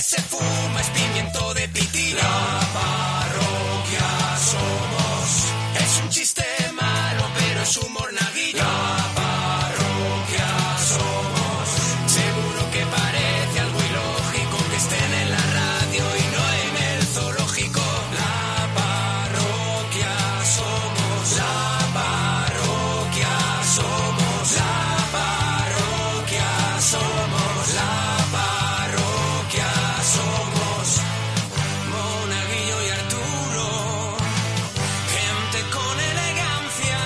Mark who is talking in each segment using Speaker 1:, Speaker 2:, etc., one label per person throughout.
Speaker 1: se fuma es pimiento de pitina. La parroquia somos. Es un chiste malo, pero es humor naguillo. La parroquia somos. Seguro que parece algo ilógico que estén en la radio y no en el zoológico. La parroquia somos. La parroquia somos. La parroquia somos. La parroquia somos. Monaguillo y Arturo. Gente con elegancia,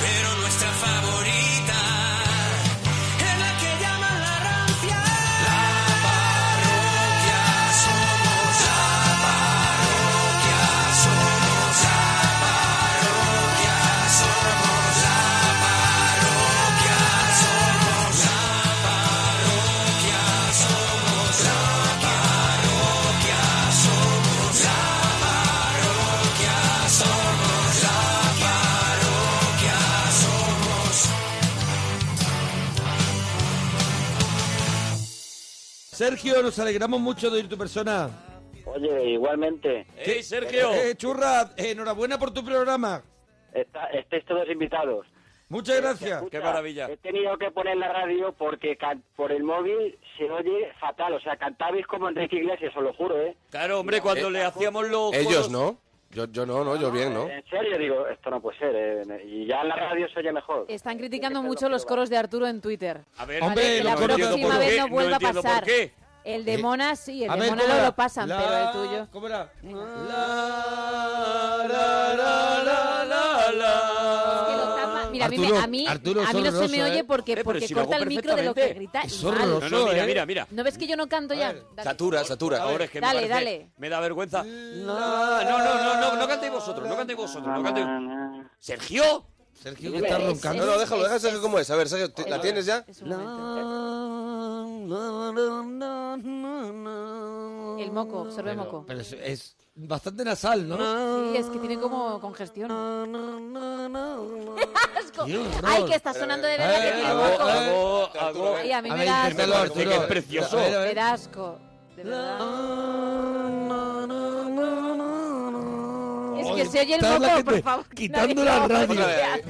Speaker 1: pero nuestra favorita es la que llaman la rancia. La parroquia somos, la parroquia somos, la parroquia somos, la parroquia somos, la parroquia somos, la parroquia somos, la parroquia somos, la parroquia somos.
Speaker 2: Sergio, nos alegramos mucho de oír tu persona.
Speaker 3: Oye, igualmente.
Speaker 2: ¿Qué- Eh, churra, enhorabuena por tu programa.
Speaker 3: Está- este estáis todos invitados. Eh,
Speaker 2: Muchas gracias.
Speaker 3: Escucha, He tenido que poner la radio porque can- por el móvil se oye fatal. O sea, cantabais como Enrique Iglesias, os lo juro, ¿eh?
Speaker 4: Claro, hombre, cuando le hacíamos los...
Speaker 5: Ellos
Speaker 4: coros-
Speaker 5: no. Yo, yo no,
Speaker 3: Ah,
Speaker 5: no, yo bien, ¿no?
Speaker 3: En serio, digo, esto no puede ser. ¿eh? Y ya en la radio se oye mejor.
Speaker 6: Están criticando mucho los coros de Arturo en Twitter.
Speaker 4: A ver,
Speaker 6: Vale, que la próxima vez no vuelva a pasar. El de
Speaker 2: Eh,
Speaker 6: Mona sí, el
Speaker 2: a
Speaker 6: de
Speaker 2: ver,
Speaker 6: Mona
Speaker 2: ¿cómo
Speaker 6: no
Speaker 2: era?
Speaker 6: lo pasan,
Speaker 2: La-
Speaker 6: pero el tuyo.
Speaker 2: ¿Cómo era?
Speaker 6: Mira, a mí,
Speaker 2: Arturo,
Speaker 6: me- a mí,
Speaker 2: Arturo,
Speaker 6: a mí no
Speaker 2: es
Speaker 6: se me
Speaker 2: horroroso,
Speaker 6: oye
Speaker 2: ¿eh?
Speaker 6: porque,
Speaker 2: Eh, pero
Speaker 6: porque
Speaker 2: si lo hago
Speaker 6: corta el micro de lo que
Speaker 2: perfectamente.
Speaker 6: grita.
Speaker 2: Es
Speaker 6: y mal.
Speaker 2: horroroso,
Speaker 4: No, no, mira,
Speaker 2: ¿eh?
Speaker 4: mira, mira.
Speaker 6: ¿No ves que yo no canto ya? Dale.
Speaker 4: Satura, satura. Ahora es que
Speaker 6: Dale,
Speaker 4: me parece-
Speaker 6: dale.
Speaker 4: Me da vergüenza. No, no, no, no, no, no cantéis vosotros, no cantéis vosotros, no cantéis. Sergio.
Speaker 2: Sergio
Speaker 4: que está roncando.
Speaker 5: No, no, déjalo, déjalo, Sergio, ¿cómo es? A ver, Sergio, ¿te- ¿la tienes ya?
Speaker 6: El moco, absorbe moco.
Speaker 2: Pero es, es bastante nasal, ¿no?
Speaker 6: Sí, es que tiene como congestión. Asco.
Speaker 2: Qué horror.
Speaker 6: Ay, que está sonando de
Speaker 2: Eh,
Speaker 6: verdad que tiene moco.
Speaker 4: Hago, hago.
Speaker 6: Ay, a mí
Speaker 2: A
Speaker 6: me
Speaker 2: ver,
Speaker 6: da asco.
Speaker 2: inténtalo,
Speaker 4: parece que
Speaker 2: Arturo.
Speaker 4: es precioso.
Speaker 2: A ver, a
Speaker 6: Me
Speaker 2: ver.
Speaker 6: da asco. De verdad. Es que
Speaker 2: Oye,
Speaker 6: se oye el
Speaker 2: está la
Speaker 6: moco,
Speaker 2: gente
Speaker 6: por favor. que
Speaker 2: quitando
Speaker 6: nadie
Speaker 2: la
Speaker 6: lo
Speaker 2: radio.
Speaker 6: vea.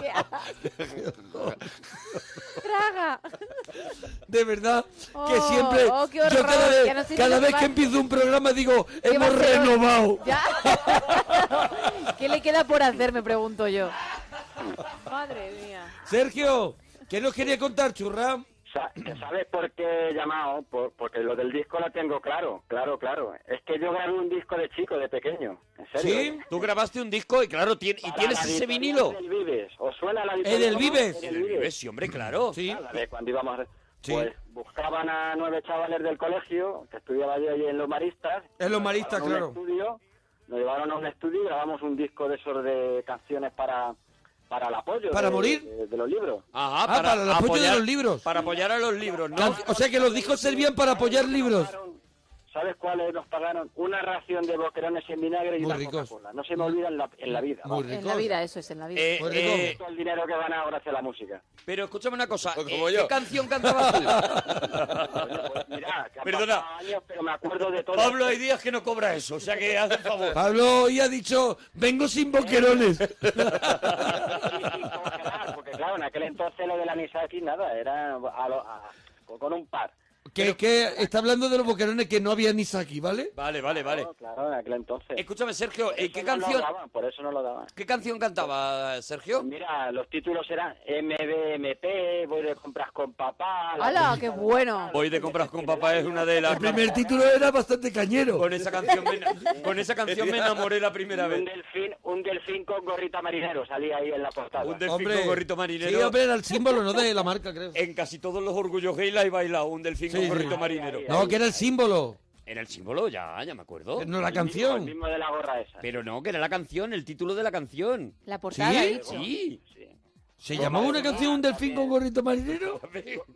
Speaker 6: Qué asco. Traga.
Speaker 2: De verdad, que
Speaker 6: Oh,
Speaker 2: siempre.
Speaker 6: oh, qué
Speaker 2: yo
Speaker 6: horror,
Speaker 2: cada vez,
Speaker 6: ya no sé si
Speaker 2: cada
Speaker 6: nos
Speaker 2: vez
Speaker 6: va-
Speaker 2: que empiezo un programa digo,
Speaker 6: va a
Speaker 2: hemos
Speaker 6: ser hoy?
Speaker 2: renovado.
Speaker 6: Ya. ¿Qué le queda por hacer, me pregunto yo? Madre mía.
Speaker 2: Sergio, ¿qué nos quería contar, churra?
Speaker 3: Sa- ¿Sabes por qué he llamado? Por- porque lo del disco lo tengo claro, claro, claro. Es que yo grabé un disco de chico, de pequeño. En serio. ¿eh?
Speaker 2: ¿Sí?
Speaker 4: Tú grabaste un disco y claro, tien- y tienes
Speaker 3: Para la
Speaker 4: ese
Speaker 3: editorial
Speaker 4: vinilo.
Speaker 3: del Vives. ¿Os suena la editorial?
Speaker 2: ¿Edel Vives?
Speaker 3: Edel
Speaker 4: El Vives, sí, hombre, claro.
Speaker 2: Sí.
Speaker 3: La de cuando íbamos a-
Speaker 2: Sí.
Speaker 3: Pues buscaban a nueve chavales del colegio, que estudiaba yo allí en Los Maristas.
Speaker 2: En Los Maristas,
Speaker 3: Nos llevaron a un
Speaker 2: claro.
Speaker 3: estudio, nos llevaron a un estudio y grabamos un disco de esos de canciones para, para el apoyo.
Speaker 2: ¿Para
Speaker 3: de-
Speaker 2: morir?
Speaker 3: De, de los libros.
Speaker 4: Ajá,
Speaker 2: Ah, para el apoyo de los libros.
Speaker 4: Para apoyar a los libros, ¿no?
Speaker 2: Can- O sea que los discos servían para apoyar libros.
Speaker 3: ¿Sabes cuáles nos pagaron? Una ración de boquerones en vinagre y
Speaker 2: Muy
Speaker 3: una
Speaker 2: ricos.
Speaker 3: Coca-Cola. No se me olvida en la, en la vida.
Speaker 2: Muy
Speaker 3: vamos.
Speaker 6: En la
Speaker 2: Ricos.
Speaker 6: vida, eso es, en la vida.
Speaker 4: Eh,
Speaker 2: Pues
Speaker 4: eh,
Speaker 3: Todo el dinero que gana ahora hacia la música.
Speaker 4: pero escúchame una cosa.
Speaker 5: Como
Speaker 4: eh, ¿Qué
Speaker 5: yo.
Speaker 4: canción cantabas
Speaker 3: Oye,
Speaker 4: tú?
Speaker 3: pues mira, que han
Speaker 4: Perdona.
Speaker 3: pasado años, pero me acuerdo de todo.
Speaker 4: Pablo, hay días que no cobra eso, o sea que haz un favor.
Speaker 2: Pablo hoy ha dicho, vengo sin boquerones.
Speaker 3: Y- y congelar, porque claro, en aquel entonces lo de la Nisaki nada, era a lo- a- con un par.
Speaker 2: que, que está hablando de los boquerones que no había ni saki, ¿vale?
Speaker 4: Vale, vale, vale.
Speaker 3: Claro, claro, en aquel entonces.
Speaker 4: Escúchame, Sergio,
Speaker 3: Por
Speaker 4: eh,
Speaker 3: eso
Speaker 4: ¿qué
Speaker 3: no
Speaker 4: canción,
Speaker 3: lo daban, por eso no lo daban. Pues
Speaker 4: qué canción cantaba Sergio?
Speaker 3: Mira, los títulos eran MBMP, voy de compras con papá. la
Speaker 6: ¡Hala,
Speaker 3: música
Speaker 6: qué
Speaker 3: de-
Speaker 6: bueno!
Speaker 4: Voy de compras con papá es una de las.
Speaker 2: El primer título era bastante cañero.
Speaker 4: Con esa canción me, con esa canción me enamoré la primera vez.
Speaker 3: Un delfín, un delfín con gorrita marinero salía ahí en la portada.
Speaker 4: Un delfín con gorrito marinero.
Speaker 2: Sí, hombre, era el símbolo, no de la marca, creo.
Speaker 4: En casi todos los orgullos gay la he bailado, un delfín
Speaker 2: Sí,
Speaker 4: con
Speaker 2: sí.
Speaker 4: gorrito marinero.
Speaker 3: Ay, ay,
Speaker 2: No, que era el símbolo,
Speaker 4: Era el símbolo, ya, ya me acuerdo.
Speaker 2: no la
Speaker 3: El mismo- El
Speaker 2: canción.
Speaker 3: mismo de la gorra esa.
Speaker 4: Pero no, que era la canción, el título de la canción.
Speaker 6: La portada,
Speaker 2: ¿Sí?
Speaker 6: he dicho.
Speaker 4: Sí.
Speaker 3: Sí.
Speaker 2: ¿Se llamaba una canción un delfín con gorrito marinero?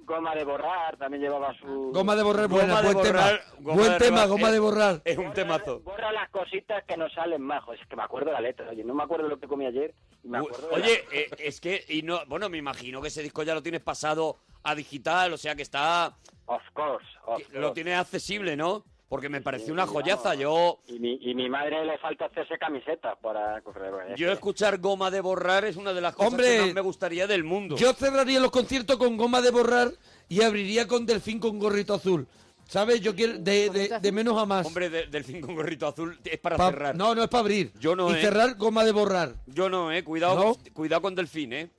Speaker 3: Goma de borrar también llevaba su...
Speaker 2: Goma de borrar, buena,
Speaker 4: Goma de
Speaker 2: buen
Speaker 4: borrar,
Speaker 2: tema.
Speaker 4: goma
Speaker 2: buen
Speaker 4: de
Speaker 2: tema,
Speaker 4: borrar.
Speaker 2: goma de borrar.
Speaker 4: Es un temazo.
Speaker 3: Borra las cositas que no salen más. Joder, es que me acuerdo la letra. Oye, no me acuerdo lo que comí ayer. y Me acuerdo de la-
Speaker 4: Oye, eh, es que, y no, bueno, me imagino que ese disco ya lo tienes pasado a digital, o sea que está,
Speaker 3: Of course, of course.
Speaker 4: lo tienes accesible, ¿no? Porque me pareció una
Speaker 3: sí,
Speaker 4: joyaza.
Speaker 3: vamos.
Speaker 4: Yo,
Speaker 3: Y mi, y mi madre le falta hacerse camisetas para correr.
Speaker 4: yo escuchar goma de borrar es una de las cosas
Speaker 2: Hombre,
Speaker 4: que más me gustaría del mundo.
Speaker 2: Yo cerraría los conciertos con goma de borrar y abriría con delfín con gorrito azul. ¿Sabes? Yo quiero de, de- de menos a más.
Speaker 4: Hombre, de- delfín con gorrito azul es para
Speaker 2: Pa-
Speaker 4: cerrar.
Speaker 2: No, no es para abrir.
Speaker 4: Yo no,
Speaker 2: Y
Speaker 4: eh.
Speaker 2: cerrar goma de borrar.
Speaker 4: Yo no, eh. Cuidado, cuidado con delfín, eh.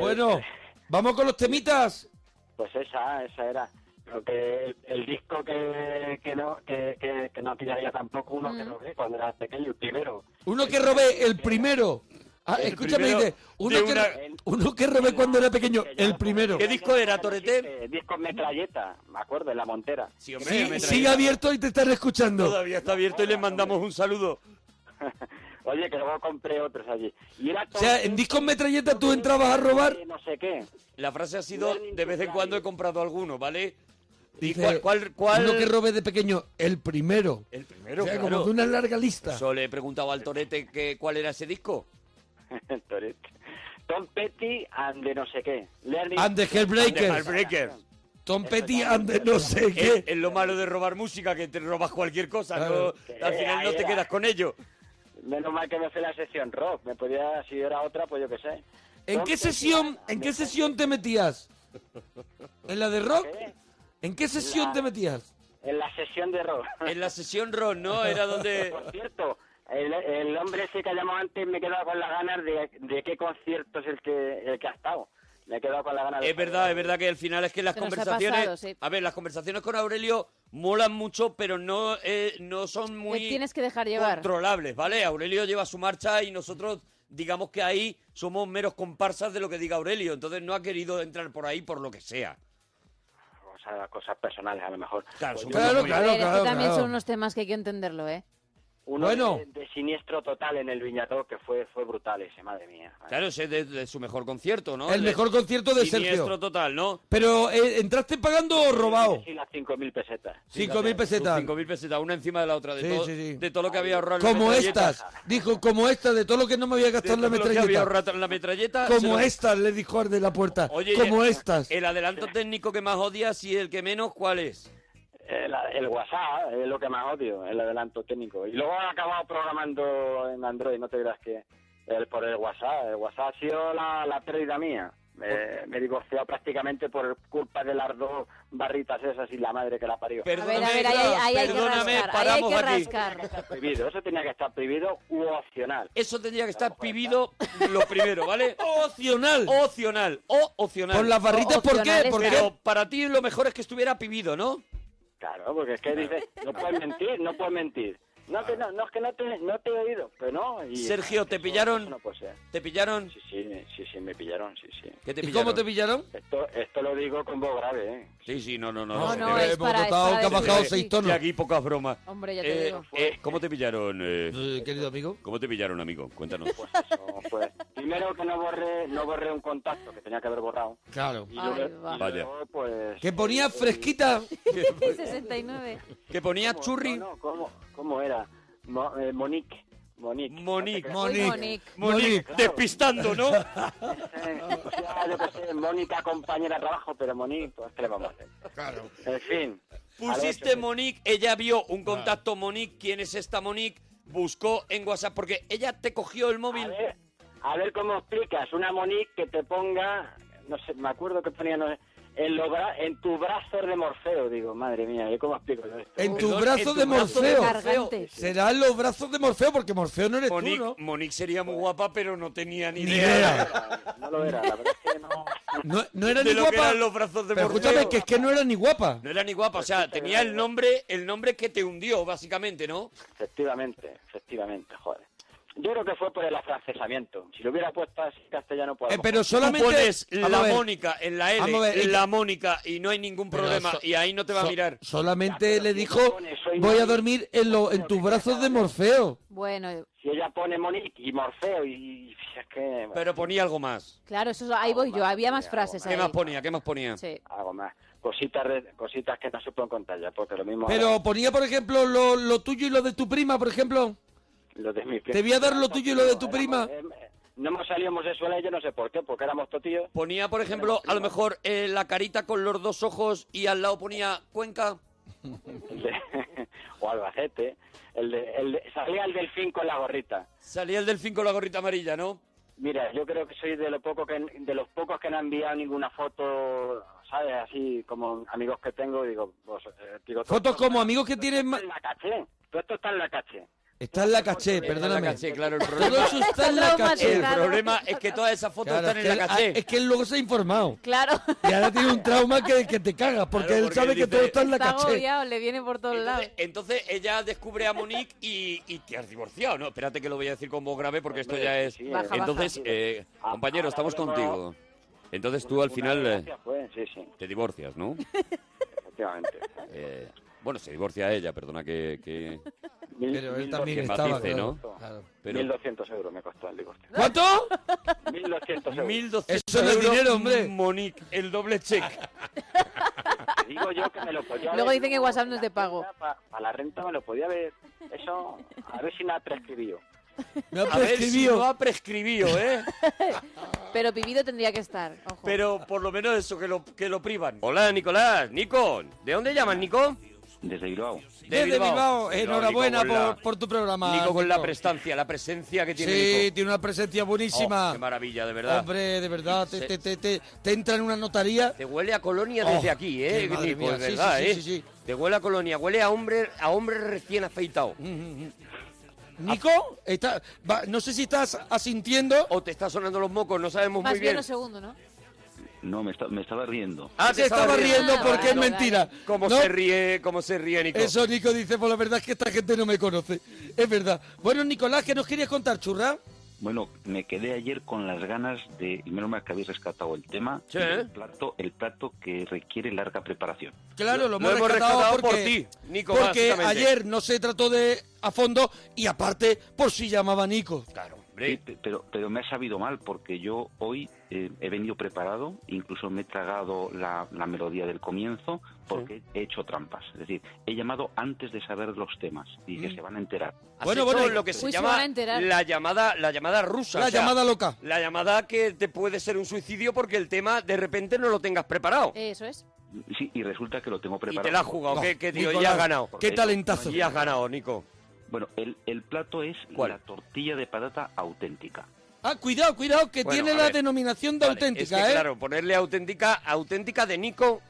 Speaker 2: Bueno, vamos con los temitas.
Speaker 3: Pues esa, esa era. Lo que el disco que, que no que, que, que no tiraría tampoco uno que robé cuando era pequeño, el primero.
Speaker 2: Uno que robé el primero. Ah,
Speaker 4: El
Speaker 2: escúchame,
Speaker 4: primero
Speaker 2: dice, uno,
Speaker 4: de
Speaker 2: que,
Speaker 4: una-
Speaker 2: uno que robé cuando era pequeño,
Speaker 3: Que yo
Speaker 2: el
Speaker 3: no-
Speaker 2: primero.
Speaker 4: ¿Qué disco era,
Speaker 3: Eh,
Speaker 4: Torete?
Speaker 3: disco metralleta, me acuerdo, en la montera.
Speaker 4: Sí, hombre,
Speaker 2: Sí,
Speaker 4: me traía-
Speaker 2: sigue abierto y te están escuchando.
Speaker 4: Todavía está abierto y le mandamos un saludo.
Speaker 3: Oye, que luego compré otros allí. Y era
Speaker 2: O sea, en discos metralleta tú entrabas a robar.
Speaker 3: No sé qué.
Speaker 4: La frase ha sido, de vez en cuando he comprado alguno, ¿vale? ¿Y
Speaker 2: Dice,
Speaker 4: cuál, cuál, cuál-
Speaker 2: Uno que robé de pequeño, el primero.
Speaker 4: El primero,
Speaker 2: o sea,
Speaker 4: claro.
Speaker 2: como de una larga lista.
Speaker 4: Yo le he preguntado al Torete que, cuál era ese disco.
Speaker 3: Torete. Tom Petty and de no sé qué. Learning-
Speaker 2: And the
Speaker 4: De
Speaker 2: Hellbreakers.
Speaker 4: Heartbreakers.
Speaker 2: Tom Petty and the no sé
Speaker 4: Es,
Speaker 2: qué.
Speaker 4: es lo malo de robar música, que te robas cualquier cosa.
Speaker 2: Claro.
Speaker 4: ¿no? Al final no te quedas con ello.
Speaker 3: Menos mal que me fue la sección rock. Me podía, si era otra, pues yo qué sé.
Speaker 2: ¿En qué sesión, en qué sesión te metías? ¿En la de rock? ¿En qué sesión te metías?
Speaker 3: En la sesión de rock.
Speaker 4: En la sesión Ron, ¿no? Era donde...
Speaker 3: Por cierto, el, el hombre ese que ha llamado antes me he quedado con las ganas de, de qué concierto es el que, el que ha estado. Me he quedado con las ganas de
Speaker 4: Es verdad, es verdad que al final es que las
Speaker 6: Se nos ha
Speaker 4: conversaciones...
Speaker 6: pasado, sí.
Speaker 4: A ver, las conversaciones con Aurelio molan mucho, pero no, eh, no son muy...
Speaker 6: Te tienes que dejar llevar.
Speaker 4: controlables, ¿vale? Aurelio lleva su marcha y nosotros, digamos que ahí somos meros comparsas de lo que diga Aurelio. Entonces no ha querido entrar por ahí por lo que sea.
Speaker 3: O sea, cosas personales, a lo mejor. Pues
Speaker 4: Claro, son
Speaker 2: Claro,
Speaker 4: cosas muy-
Speaker 6: A
Speaker 2: claro,
Speaker 6: ver, es que
Speaker 2: claro.
Speaker 6: Eh, también
Speaker 2: claro.
Speaker 6: son unos temas que hay que entenderlo, ¿eh?
Speaker 3: Uno
Speaker 2: Bueno.
Speaker 3: de, de siniestro total en el Viñató, que fue, fue brutal ese, madre mía.
Speaker 4: Claro, ese es de, de su mejor concierto, ¿no?
Speaker 2: El
Speaker 4: de-
Speaker 2: mejor concierto de
Speaker 4: Siniestro
Speaker 2: Sergio.
Speaker 4: total, ¿no?
Speaker 2: Pero eh, entraste pagando o robado.
Speaker 3: Y las 5.000 pesetas.
Speaker 2: Cinco mil
Speaker 4: Sus
Speaker 2: pesetas.
Speaker 4: 5.000 pesetas, una encima de la otra, de,
Speaker 2: Sí,
Speaker 4: todo,
Speaker 2: sí, sí.
Speaker 4: de todo lo que había ahorrado en la
Speaker 2: Como
Speaker 4: metralleta.
Speaker 2: estas. Dijo, como estas, de todo lo que no me había
Speaker 4: De
Speaker 2: gastado en la
Speaker 4: todo lo que había
Speaker 2: metralleta.
Speaker 4: ahorrado en la metralleta. se
Speaker 2: Como
Speaker 4: lo-
Speaker 2: estas, le dijo al de la puerta.
Speaker 4: Oye, eh,
Speaker 2: Como
Speaker 4: y el-
Speaker 2: estas.
Speaker 4: El adelanto técnico que más odias y el que menos, ¿cuál es?
Speaker 3: El, Eh, el WhatsApp Ah, es lo que más odio, el adelanto técnico. Y luego han acabado programando en Android, no te creas que el, por el WhatsApp. El WhatsApp ha sido la, la pérdida mía. Eh, Me, me he divorciado prácticamente por culpa de las dos barritas esas y la madre que la parió.
Speaker 6: A ver,
Speaker 4: Perdóname,
Speaker 6: a ver, ahí,
Speaker 4: Fran,
Speaker 6: ahí hay que
Speaker 4: perdóname,
Speaker 6: rascar. Ahí hay
Speaker 4: paramos
Speaker 6: que
Speaker 4: aquí.
Speaker 6: rascar.
Speaker 3: Está prohibido, eso tenía que estar prohibido u opcional.
Speaker 4: Eso tendría que estar pibido lo primero, ¿vale?
Speaker 2: Opcional.
Speaker 4: Opcional, o opcional.
Speaker 2: Con las barritas, ¿por qué?
Speaker 6: Opcionales,
Speaker 2: Porque
Speaker 4: Pero para ti lo mejor es que estuviera pibido, ¿no?
Speaker 3: Claro, porque es que dices, no puedes mentir, no puedes mentir. No, que no, no, es que no te, no te he oído, pero no. y-
Speaker 4: Sergio, ¿te
Speaker 3: eso-
Speaker 4: pillaron?
Speaker 3: eso no puede ser.
Speaker 4: ¿Te pillaron?
Speaker 3: Sí, sí, sí, sí, me pillaron, sí, sí.
Speaker 4: ¿Qué te
Speaker 2: ¿Y
Speaker 4: pillaron?
Speaker 2: cómo te pillaron?
Speaker 3: Esto, esto lo digo con voz grave, ¿eh?
Speaker 4: Sí, sí, no, no, no.
Speaker 6: No,
Speaker 4: se
Speaker 6: no,
Speaker 4: te ve.
Speaker 6: es para- es para
Speaker 2: que ha bajado
Speaker 6: decir-
Speaker 2: seis
Speaker 4: Y
Speaker 2: tonos.
Speaker 4: aquí pocas bromas.
Speaker 6: Hombre, ya te
Speaker 4: Eh,
Speaker 6: digo.
Speaker 4: eh, ¿Cómo te pillaron? eh?
Speaker 2: Eh, Querido amigo.
Speaker 4: ¿Cómo te pillaron, amigo? Cuéntanos.
Speaker 3: Pues eso, pues, primero que no borré, no borré un contacto que tenía que haber borrado.
Speaker 2: Claro.
Speaker 4: eh,
Speaker 3: Y
Speaker 6: Ay,
Speaker 3: luego,
Speaker 6: va.
Speaker 3: y
Speaker 4: Vaya.
Speaker 3: luego, pues...
Speaker 2: Que
Speaker 4: eh,
Speaker 2: ponía fresquita.
Speaker 6: 69.
Speaker 4: ¿Que ponía
Speaker 3: ¿cómo?
Speaker 4: churri?
Speaker 3: No, no, ¿cómo, cómo era? Mo- eh, Monique. Monique.
Speaker 4: Monique.
Speaker 3: No
Speaker 6: Monique.
Speaker 2: Monique.
Speaker 6: Monique.
Speaker 4: Monique,
Speaker 2: Monique.
Speaker 4: despistando, ¿no?
Speaker 3: te creas, eh, ya, yo qué sé, Mónica, compañera de trabajo, pero Monique, pues, ¿qué le vamos a hacer?
Speaker 2: Claro.
Speaker 3: En fin.
Speaker 4: Pusiste Monique, ella vio un contacto Monique, ¿quién es esta Monique? Buscó en WhatsApp, porque ella te cogió el
Speaker 3: A
Speaker 4: móvil.
Speaker 3: ver, a ver cómo explicas una Monique que te ponga, no sé, me acuerdo que ponía no sé, en, los bra- en tu brazo de Morfeo, digo, madre mía, ¿y ¿cómo explico yo esto?
Speaker 2: En tu
Speaker 4: eh, Perdón,
Speaker 2: brazo
Speaker 4: en
Speaker 2: de
Speaker 4: tu brazo de
Speaker 2: Morfeo.
Speaker 6: Cargante.
Speaker 2: Serán los brazos de Morfeo, porque Morfeo no eres
Speaker 4: Monique,
Speaker 2: tú, ¿no?
Speaker 4: Monique sería
Speaker 3: Pues-
Speaker 4: muy guapa, pero no tenía ni
Speaker 2: Ni
Speaker 4: idea.
Speaker 2: idea.
Speaker 3: No lo era, la verdad es que no.
Speaker 2: No, no era
Speaker 4: de
Speaker 2: ni
Speaker 4: lo que
Speaker 2: guapa.
Speaker 4: eran los brazos de
Speaker 2: Pero
Speaker 4: Morfeo.
Speaker 2: escúchame, que es que no era ni guapa.
Speaker 4: No era ni guapa, o sea, tenía el nombre, el nombre que te hundió, básicamente, ¿no?
Speaker 3: Efectivamente, efectivamente, joder. Yo creo que fue por el afrancesamiento. Si lo hubiera puesto así en castellano, pues. a
Speaker 2: Eh,
Speaker 3: lo
Speaker 2: pero
Speaker 3: mejor-
Speaker 2: solamente
Speaker 4: Tú pones
Speaker 2: Vamos
Speaker 4: la
Speaker 2: a ver.
Speaker 4: Mónica en la L,
Speaker 2: Vamos a ver, ella-
Speaker 4: la Mónica, y no hay ningún
Speaker 2: Pero
Speaker 4: problema.
Speaker 2: so-
Speaker 4: y ahí no te va
Speaker 2: so-
Speaker 4: a mirar.
Speaker 2: Solamente
Speaker 3: Ya, pero
Speaker 2: le
Speaker 3: si
Speaker 2: dijo,
Speaker 3: ella pone,
Speaker 2: voy
Speaker 3: soy
Speaker 2: a
Speaker 3: Mónica,
Speaker 2: dormir en, lo- en
Speaker 3: no
Speaker 2: tus
Speaker 3: te
Speaker 2: brazos de
Speaker 3: cagas.
Speaker 2: Morfeo.
Speaker 6: Bueno,
Speaker 3: Si ella pone Monique y Morfeo y. y es que.
Speaker 4: Pero ponía algo más.
Speaker 6: claro, eso ahí voy yo. Había más frases
Speaker 4: ¿Qué
Speaker 6: Pues ahí.
Speaker 4: más ponía? ¿Qué más ponía?
Speaker 6: Sí.
Speaker 3: Algo pues más. Cositas, de- cositas que no se pueden contar ya, porque lo mismo.
Speaker 2: Pero ponía, por ejemplo, lo, lo tuyo y lo de tu prima, por ejemplo.
Speaker 3: Lo de mi prima.
Speaker 2: Te voy a dar lo tuyo y lo de tu
Speaker 3: Éramos-
Speaker 2: prima.
Speaker 3: eh, No hemos salido homosexuales, yo no sé por qué, porque éramos totillos.
Speaker 4: Ponía, por ejemplo, a lo mejor eh, la carita con los dos ojos y al lado ponía Cuenca.
Speaker 3: el de- o Albacete. El de- el de- salía el delfín con la gorrita.
Speaker 4: Salía el delfín con la gorrita amarilla, ¿no?
Speaker 3: Mira, yo creo que soy de, lo poco que, de los pocos que no han enviado ninguna foto, ¿sabes? Así como amigos que tengo, digo... Pues, eh, digo todo
Speaker 2: Fotos
Speaker 3: esto-
Speaker 2: como amigos que tienen...
Speaker 3: Está
Speaker 2: ma-
Speaker 3: en la caché. Todo esto está en la caché.
Speaker 2: Está en la caché,
Speaker 4: Está en la
Speaker 2: perdóname.
Speaker 4: caché, claro. El
Speaker 2: Todo
Speaker 4: problema,
Speaker 2: eso está en la
Speaker 6: Está
Speaker 2: caché.
Speaker 4: el
Speaker 6: traumatizado.
Speaker 4: problema es que todas esas fotos
Speaker 2: Claro,
Speaker 4: están
Speaker 2: es
Speaker 4: en la
Speaker 2: que-
Speaker 4: caché.
Speaker 2: Es que él luego se ha informado.
Speaker 6: Claro.
Speaker 2: Y ahora tiene un trauma que, que te cagas, porque
Speaker 4: Claro,
Speaker 2: él
Speaker 4: porque
Speaker 2: sabe
Speaker 4: él
Speaker 2: que
Speaker 4: dice-
Speaker 2: todo está en la
Speaker 6: Está
Speaker 2: caché.
Speaker 6: agobiado, le viene por todos lados.
Speaker 4: Entonces, entonces ella descubre a Monique y, y te has divorciado, ¿no? Espérate que lo voy a decir con voz grave porque esto ya es...
Speaker 3: Sí,
Speaker 6: Baja,
Speaker 4: Entonces,
Speaker 3: sí.
Speaker 4: eh,
Speaker 3: Ah,
Speaker 4: compañero,
Speaker 3: ahora
Speaker 4: estamos
Speaker 3: volvemos.
Speaker 4: contigo. Entonces tú al
Speaker 3: Una
Speaker 4: final eh,
Speaker 3: desgracia fue, sí, sí,
Speaker 4: te divorcias, ¿no?
Speaker 3: efectivamente.
Speaker 4: Eh, bueno, se divorcia ella, perdona que... que-
Speaker 3: Mil-
Speaker 2: Pero él
Speaker 3: mil
Speaker 2: también
Speaker 4: Que
Speaker 3: doscientos
Speaker 2: estaba,
Speaker 4: matice,
Speaker 2: claro,
Speaker 3: ¿no?
Speaker 2: claro.
Speaker 4: Pero
Speaker 3: 1.200 euros me costó el divorcio.
Speaker 2: ¿Cuánto?
Speaker 3: 1.200 euros.
Speaker 4: 1.200
Speaker 2: Eso no es
Speaker 4: euros,
Speaker 2: dinero, hombre.
Speaker 4: Monique, el doble cheque.
Speaker 3: Te digo yo que me lo podía
Speaker 6: Luego
Speaker 3: haber-
Speaker 6: dicen que WhatsApp no es de pago.
Speaker 3: Para la renta me lo podía haber... Eso, a ver si me ha prescribido.
Speaker 2: Me ha
Speaker 4: A ver si
Speaker 2: prescribido.
Speaker 4: no ha prescribido, ¿eh?
Speaker 6: Pero vivido tendría que estar. Ojo.
Speaker 4: Pero por lo menos eso, que lo, que lo privan. Hola, Nicolás. Nico, ¿de dónde llamas, Nico?
Speaker 3: Desde Bilbao.
Speaker 2: Desde Bilbao, enhorabuena
Speaker 4: Nico, con la-
Speaker 2: por, por tu programa.
Speaker 4: Nico con la
Speaker 2: Nico.
Speaker 4: prestancia, la presencia que tiene
Speaker 2: Sí,
Speaker 4: Nico.
Speaker 2: tiene una presencia
Speaker 4: Oh,
Speaker 2: buenísima.
Speaker 4: qué maravilla, de verdad.
Speaker 2: Hombre, de verdad, te,
Speaker 4: Se-
Speaker 2: te, te, te- te entra en una notaría.
Speaker 4: Te huele a colonia desde
Speaker 2: Oh,
Speaker 4: aquí, ¿eh?
Speaker 2: qué madre
Speaker 4: Nico,
Speaker 2: mía,
Speaker 4: es
Speaker 2: sí, sí,
Speaker 4: verdad,
Speaker 2: sí,
Speaker 4: ¿eh?
Speaker 2: sí, sí.
Speaker 4: Te huele a colonia, huele a hombre, a hombre recién afeitado.
Speaker 2: Mm, Nico, está, va- no sé si estás asintiendo.
Speaker 4: O te está sonando los mocos, no
Speaker 2: Pues
Speaker 4: sabemos
Speaker 6: Más
Speaker 4: muy
Speaker 6: bien
Speaker 4: bien.
Speaker 6: lo segundo, ¿no?
Speaker 7: No, me, esta- me estaba riendo.
Speaker 4: Ah,
Speaker 2: se
Speaker 4: te
Speaker 2: estaba riendo
Speaker 6: riendo.
Speaker 2: porque es
Speaker 6: Ah, vale,
Speaker 2: mentira.
Speaker 4: ¿Cómo
Speaker 2: No,
Speaker 4: se ríe, cómo se ríe Nico?
Speaker 2: Eso Nico dice, pues la verdad es que esta gente no me conoce. Es verdad. Bueno, Nicolás, ¿qué nos querías contar, churra?
Speaker 7: Bueno, me quedé ayer con las ganas de, y menos mal que habéis rescatado el tema,
Speaker 4: Sí.
Speaker 7: el plato, el plato que requiere larga preparación.
Speaker 2: Claro, lo,
Speaker 4: Lo hemos rescatado por ti, Nico,
Speaker 2: Porque
Speaker 4: básicamente.
Speaker 2: ayer no se trató de a fondo y aparte por si llamaba Nico.
Speaker 4: Claro, hombre.
Speaker 7: Sí, pe- pero, pero me ha sabido mal porque yo hoy eh, he venido preparado, incluso me he tragado la, la melodía del comienzo porque he hecho trampas. Es decir, he llamado antes de saber los temas y que se van a enterar.
Speaker 4: Has
Speaker 2: Bueno,
Speaker 4: hecho
Speaker 2: bueno.
Speaker 4: Mm.
Speaker 2: pues
Speaker 4: lo que se
Speaker 6: Uy, se
Speaker 4: llama
Speaker 6: van a enterar.
Speaker 4: la llamada, la llamada rusa.
Speaker 2: La
Speaker 4: o sea,
Speaker 2: llamada loca.
Speaker 4: La llamada que te puede ser un suicidio porque el tema de repente no lo tengas preparado.
Speaker 6: Eso es.
Speaker 7: Sí, y resulta que lo tengo
Speaker 4: y
Speaker 7: preparado.
Speaker 4: te la has jugado,
Speaker 2: No,
Speaker 4: ¿qué, qué tío? Y
Speaker 2: Nicolás,
Speaker 4: has ganado.
Speaker 2: Qué talentazo.
Speaker 4: Y has ganado, Nico.
Speaker 7: Bueno, el, el plato es
Speaker 4: ¿Cuál?
Speaker 7: la tortilla de patata auténtica.
Speaker 2: Ah, cuidado, cuidado, que
Speaker 4: Bueno, a
Speaker 2: tiene la
Speaker 4: ver.
Speaker 2: denominación de
Speaker 4: Vale,
Speaker 2: auténtica,
Speaker 4: es que,
Speaker 2: ¿eh?
Speaker 4: Claro, ponerle auténtica, auténtica de Nico.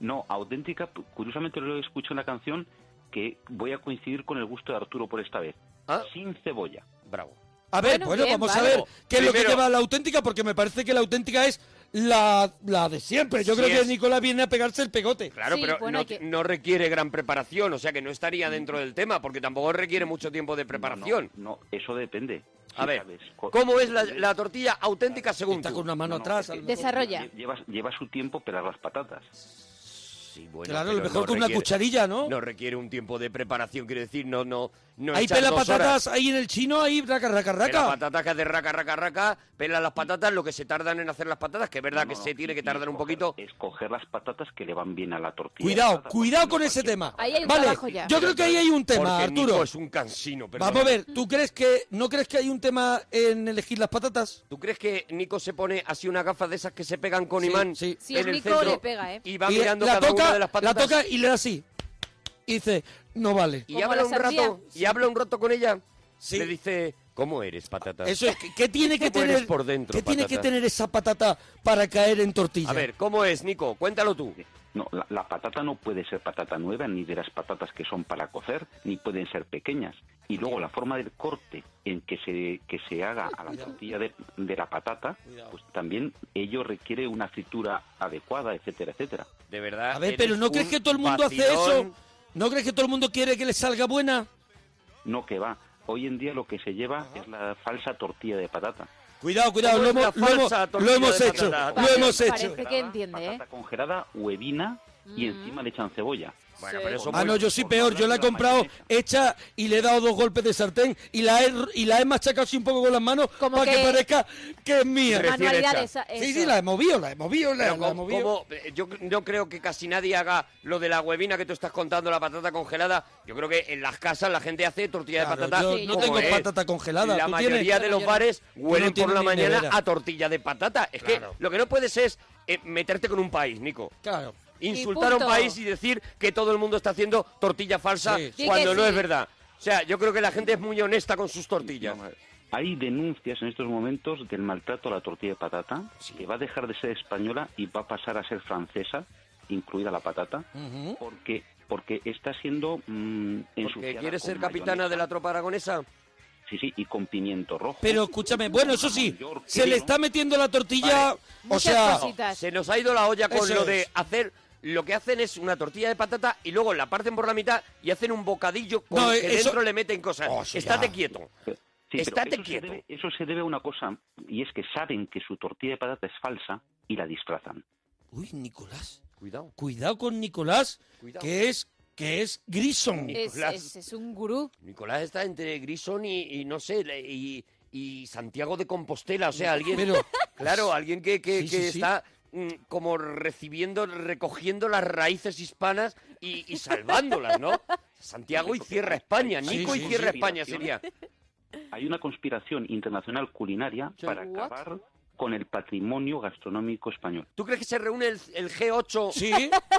Speaker 7: No, auténtica, curiosamente lo escucho en la canción que voy a coincidir con el gusto de Arturo por esta vez.
Speaker 4: Ah.
Speaker 7: Sin cebolla.
Speaker 4: Bravo.
Speaker 2: A ver, bueno,
Speaker 6: Bueno, bien,
Speaker 2: vamos a
Speaker 6: vale.
Speaker 2: ver qué es lo que
Speaker 4: Primero-
Speaker 2: lleva la auténtica, porque me parece que la auténtica es la, la de siempre. Yo
Speaker 4: Sí
Speaker 2: creo que
Speaker 4: es.
Speaker 2: Nicolás viene a pegarse el pegote.
Speaker 4: Claro,
Speaker 6: Sí, pues.
Speaker 4: pero
Speaker 6: bueno,
Speaker 4: no,
Speaker 6: hay que-
Speaker 4: no requiere gran preparación, o sea que no estaría dentro del tema, porque tampoco requiere mucho tiempo de preparación.
Speaker 7: No, no, eso depende.
Speaker 4: A
Speaker 7: Sí,
Speaker 4: ver,
Speaker 7: sabes, co-
Speaker 4: ¿cómo es la, la tortilla auténtica según
Speaker 2: Está
Speaker 4: tú?
Speaker 2: con una mano
Speaker 7: No, no,
Speaker 2: atrás.
Speaker 7: es
Speaker 2: a lo
Speaker 7: que-
Speaker 2: mejor.
Speaker 6: Desarrolla.
Speaker 7: lle- Lleva, lleva su tiempo pelar las patatas.
Speaker 4: Sí, bueno,
Speaker 2: Claro, a
Speaker 4: pero
Speaker 2: lo mejor
Speaker 4: no
Speaker 2: con una
Speaker 4: requiere-
Speaker 2: cucharilla, ¿no?
Speaker 4: No requiere un tiempo de preparación, quiero decir, no, no, no
Speaker 2: ahí
Speaker 4: echar
Speaker 2: pela
Speaker 4: dos
Speaker 2: patatas,
Speaker 4: horas.
Speaker 2: ahí en el chino, ahí raca, raca,
Speaker 4: Pela
Speaker 2: raca.
Speaker 4: patatas que hace raca, raca, raca, pela las patatas, lo que se tardan en hacer las patatas, que es verdad
Speaker 7: No,
Speaker 4: que
Speaker 7: no,
Speaker 4: se
Speaker 7: no,
Speaker 4: tiene
Speaker 7: y-
Speaker 4: que
Speaker 7: y
Speaker 4: tardar un
Speaker 7: escoger-
Speaker 4: poquito.
Speaker 7: Escoger las patatas que le van bien a la tortilla. de
Speaker 2: Cuidado,
Speaker 7: patata,
Speaker 2: cuidado
Speaker 7: no
Speaker 2: con ese
Speaker 7: cualquier
Speaker 2: tema.
Speaker 7: patata.
Speaker 6: Ahí hay un
Speaker 2: Vale,
Speaker 6: trabajo ya.
Speaker 2: yo creo que ahí hay un tema,
Speaker 4: Porque Nico
Speaker 2: Arturo.
Speaker 4: es un cansino, pero
Speaker 2: Vamos a ver, ¿tú crees que no crees que hay un tema en elegir las patatas?
Speaker 4: ¿Tú crees que Nico se pone así una gafa de esas que se pegan con
Speaker 2: Sí,
Speaker 4: imán
Speaker 2: sí.
Speaker 6: Si
Speaker 4: en
Speaker 6: es
Speaker 4: el
Speaker 6: Nico,
Speaker 4: centro
Speaker 6: le pega, ¿eh?
Speaker 4: y va
Speaker 2: Y
Speaker 4: mirando
Speaker 2: la
Speaker 4: cada
Speaker 2: toca,
Speaker 4: una de las patatas?
Speaker 2: la toca y le da así. Y dice, no vale.
Speaker 4: y
Speaker 6: Como
Speaker 4: habla
Speaker 6: la
Speaker 4: un rato
Speaker 6: sandía.
Speaker 4: y habla un rato con ella
Speaker 2: Sí.
Speaker 4: le dice cómo eres patata
Speaker 2: Eso es, ¿qué- ¿qué tiene que
Speaker 4: ¿Cómo eres
Speaker 2: tener
Speaker 4: por dentro,
Speaker 2: qué tiene que
Speaker 4: patata?
Speaker 2: tener esa patata para caer en tortilla?
Speaker 4: a ver cómo es Nico cuéntalo tú
Speaker 7: Eh, No, la, la patata no puede ser patata nueva, ni de las patatas que son para cocer, ni pueden ser pequeñas. Y luego la forma del corte en que se, que se haga a la tortilla de, de la patata, pues también ello requiere una fritura adecuada, etcétera, etcétera.
Speaker 4: de verdad
Speaker 2: A ver,
Speaker 4: eres
Speaker 2: pero ¿no
Speaker 4: un
Speaker 2: crees que todo el mundo hace
Speaker 4: vacilón.
Speaker 2: eso? ¿No crees que todo el mundo quiere que le salga buena?
Speaker 7: No que va, Hoy en día lo que se lleva es la falsa tortilla de patata.
Speaker 2: Cuidado, cuidado,
Speaker 7: ¿Cómo
Speaker 2: lo
Speaker 7: es la
Speaker 2: hemos, lo hemos-
Speaker 7: falsa
Speaker 2: lo
Speaker 7: tortilla
Speaker 2: hemos
Speaker 7: de
Speaker 2: hecho,
Speaker 7: patata?
Speaker 2: lo hemos hecho.
Speaker 6: Parece que entiende, ¿eh?
Speaker 7: Congelada, huevina y encima le echan cebolla.
Speaker 4: Bueno, pero eso
Speaker 2: Ah, no, yo sí peor, yo la he comprado hecha y le he dado dos golpes de sartén y la he, y la he machacado así un poco con las manos
Speaker 6: Como
Speaker 2: para que...
Speaker 6: que-
Speaker 2: parezca que es mía.
Speaker 4: Recién
Speaker 6: Manualidades, hecha.
Speaker 2: Sí,
Speaker 6: eso.
Speaker 2: sí, la he movido, la he movido, la,
Speaker 4: Pero
Speaker 2: la he
Speaker 4: como-
Speaker 2: movido.
Speaker 4: como- eh, yo no creo que casi nadie haga lo de la huevina que tú estás contando, la patata congelada. Yo creo que en las casas la gente hace tortilla
Speaker 2: Claro,
Speaker 4: de patata.
Speaker 2: yo no
Speaker 4: como
Speaker 2: tengo
Speaker 4: es.
Speaker 2: patata congelada.
Speaker 4: La
Speaker 2: ¿Tú tienes?
Speaker 4: mayoría de los
Speaker 6: Yo no.
Speaker 4: bares
Speaker 2: no
Speaker 4: huelen por
Speaker 2: tienes
Speaker 4: la
Speaker 2: ni
Speaker 4: mañana
Speaker 2: nevera.
Speaker 4: a tortilla de patata. Es
Speaker 2: Claro.
Speaker 4: que lo que no puedes es eh, meterte con un país, Nico.
Speaker 2: Claro.
Speaker 4: Insultar a un
Speaker 6: punto.
Speaker 4: país y decir que todo el mundo está haciendo tortilla falsa
Speaker 2: Sí.
Speaker 6: Di
Speaker 4: cuando
Speaker 6: que
Speaker 4: no
Speaker 6: sí.
Speaker 4: es verdad. O sea, yo creo que la gente es muy honesta con sus tortillas.
Speaker 7: Hay denuncias en estos momentos del maltrato a la tortilla de patata, que va a dejar de ser española y va a pasar a ser francesa, incluida la patata, porque porque está siendo mm,
Speaker 4: Porque
Speaker 7: ensuciada
Speaker 4: quieres
Speaker 7: con
Speaker 4: ser capitana
Speaker 7: mayonesa.
Speaker 4: de la tropa aragonesa.
Speaker 7: Sí, sí, y con pimiento rojo.
Speaker 2: Pero escúchame, bueno, eso sí,
Speaker 7: York,
Speaker 2: se le
Speaker 7: ¿no?
Speaker 2: está metiendo la tortilla, o
Speaker 6: Muchas
Speaker 2: sea,
Speaker 6: cositas.
Speaker 4: Se nos ha ido la olla con
Speaker 2: Eso
Speaker 4: lo
Speaker 2: es.
Speaker 4: de hacer. Lo que hacen es una tortilla de patata y luego la parten por la mitad y hacen un bocadillo con
Speaker 2: No,
Speaker 4: que
Speaker 2: eso-
Speaker 4: dentro le meten cosas.
Speaker 2: Oh, sí,
Speaker 4: Estate
Speaker 2: ya.
Speaker 4: quieto.
Speaker 7: Pero- sí, pero
Speaker 4: Estate
Speaker 7: eso se
Speaker 4: quieto.
Speaker 7: debe- eso se debe a una cosa, y es que saben que su tortilla de patata es falsa y la disfrazan.
Speaker 2: Uy, Nicolás,
Speaker 4: Cuidado.
Speaker 2: cuidado con Nicolás,
Speaker 4: Cuidado.
Speaker 2: que es que es Grison.
Speaker 6: Es,
Speaker 4: Nicolás.
Speaker 6: es- es un gurú.
Speaker 4: Nicolás está entre Grison y, y no sé, le- y, y Santiago de Compostela. O sea, alguien.
Speaker 2: Pero- pues,
Speaker 4: claro, alguien que, que-
Speaker 2: Sí,
Speaker 4: que
Speaker 2: sí, sí.
Speaker 4: está mm, como recibiendo, recogiendo las raíces hispanas y, y salvándolas, ¿no? Santiago y cierra España.
Speaker 2: Sí,
Speaker 4: Nico
Speaker 2: sí,
Speaker 4: y cierra
Speaker 7: sí.
Speaker 4: España sería.
Speaker 7: Hay una conspiración internacional culinaria
Speaker 4: Sí.
Speaker 7: para
Speaker 6: What?
Speaker 7: acabar con el patrimonio gastronómico español.
Speaker 4: ¿Tú crees que se reúne el, el G8
Speaker 2: Sí,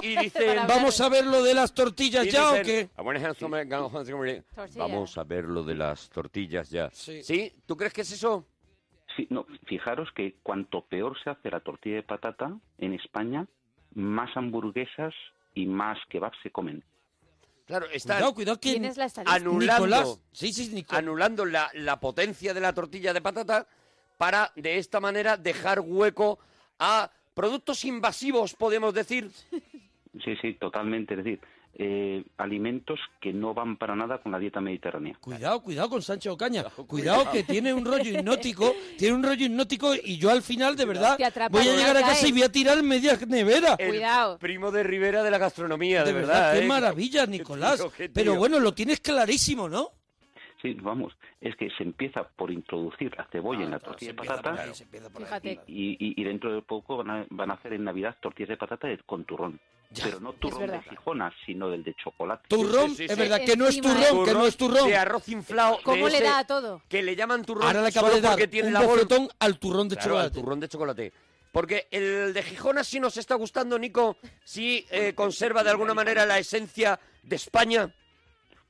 Speaker 4: y dicen.
Speaker 6: Para
Speaker 2: vamos a ver lo de las tortillas
Speaker 4: Y
Speaker 2: ya o
Speaker 4: dicen, "Ah,
Speaker 2: qué?
Speaker 4: "I wanna have some-
Speaker 6: Tortillas.
Speaker 4: Vamos a ver lo de las tortillas ya.
Speaker 2: Sí.
Speaker 4: Sí. ¿Tú crees que es eso?
Speaker 7: Sí, no, fijaros que cuanto peor se hace la tortilla de patata en España, más hamburguesas y más kebabs se comen.
Speaker 4: Claro, está
Speaker 2: Cuidado, cuidado que
Speaker 6: ¿Quién es la estadística?
Speaker 4: anulando,
Speaker 2: Nicolás, sí, sí, Nicolás.
Speaker 4: anulando la, la potencia de la tortilla de patata para de esta manera dejar hueco a productos invasivos, podemos decir.
Speaker 7: Sí, sí, totalmente. Es decir, eh, alimentos que no van para nada con la dieta mediterránea.
Speaker 2: Cuidado, cuidado con Sancho Ocaña. Cuidado, que tiene un rollo hipnótico, tiene un rollo hipnótico y yo al final, de verdad,
Speaker 6: Te atrapa,
Speaker 2: voy a
Speaker 6: no
Speaker 2: llegar a
Speaker 6: caes.
Speaker 2: casa y voy a tirar media nevera.
Speaker 4: El
Speaker 6: Cuidado.
Speaker 4: primo de Rivera de la gastronomía, de,
Speaker 2: de verdad, qué
Speaker 4: ¿eh?
Speaker 2: maravilla, Nicolás.
Speaker 4: tío, qué
Speaker 2: Pero
Speaker 4: tío.
Speaker 2: bueno, lo tienes clarísimo, ¿no?
Speaker 7: Sí, vamos, es que se empieza por introducir la cebolla
Speaker 2: Ah,
Speaker 7: en la tortilla de patata
Speaker 6: Fíjate.
Speaker 7: y, y- y dentro de poco van a, van a hacer en Navidad tortillas de patata de- con turrón. Pero no turrón de
Speaker 6: verdad.
Speaker 7: Gijona, sino del de chocolate.
Speaker 2: Turrón,
Speaker 4: Sí, sí, sí,
Speaker 2: es
Speaker 4: sí.
Speaker 2: verdad, que no es
Speaker 6: Encima,
Speaker 2: turrón,
Speaker 6: ¿eh?
Speaker 2: que no es turrón.
Speaker 4: de arroz inflado. de
Speaker 6: ¿Cómo le
Speaker 4: ese
Speaker 6: da a todo?
Speaker 4: Que le llaman turrón
Speaker 2: Ahora le acabo
Speaker 4: solo
Speaker 2: de dar
Speaker 4: porque tiene
Speaker 2: un
Speaker 4: la bol-
Speaker 2: bofetón al turrón de
Speaker 4: Claro, el
Speaker 2: chocolate.
Speaker 4: turrón de chocolate. Porque el de Gijona sí nos está gustando, Nico. Sí eh, conserva de alguna manera la esencia de España.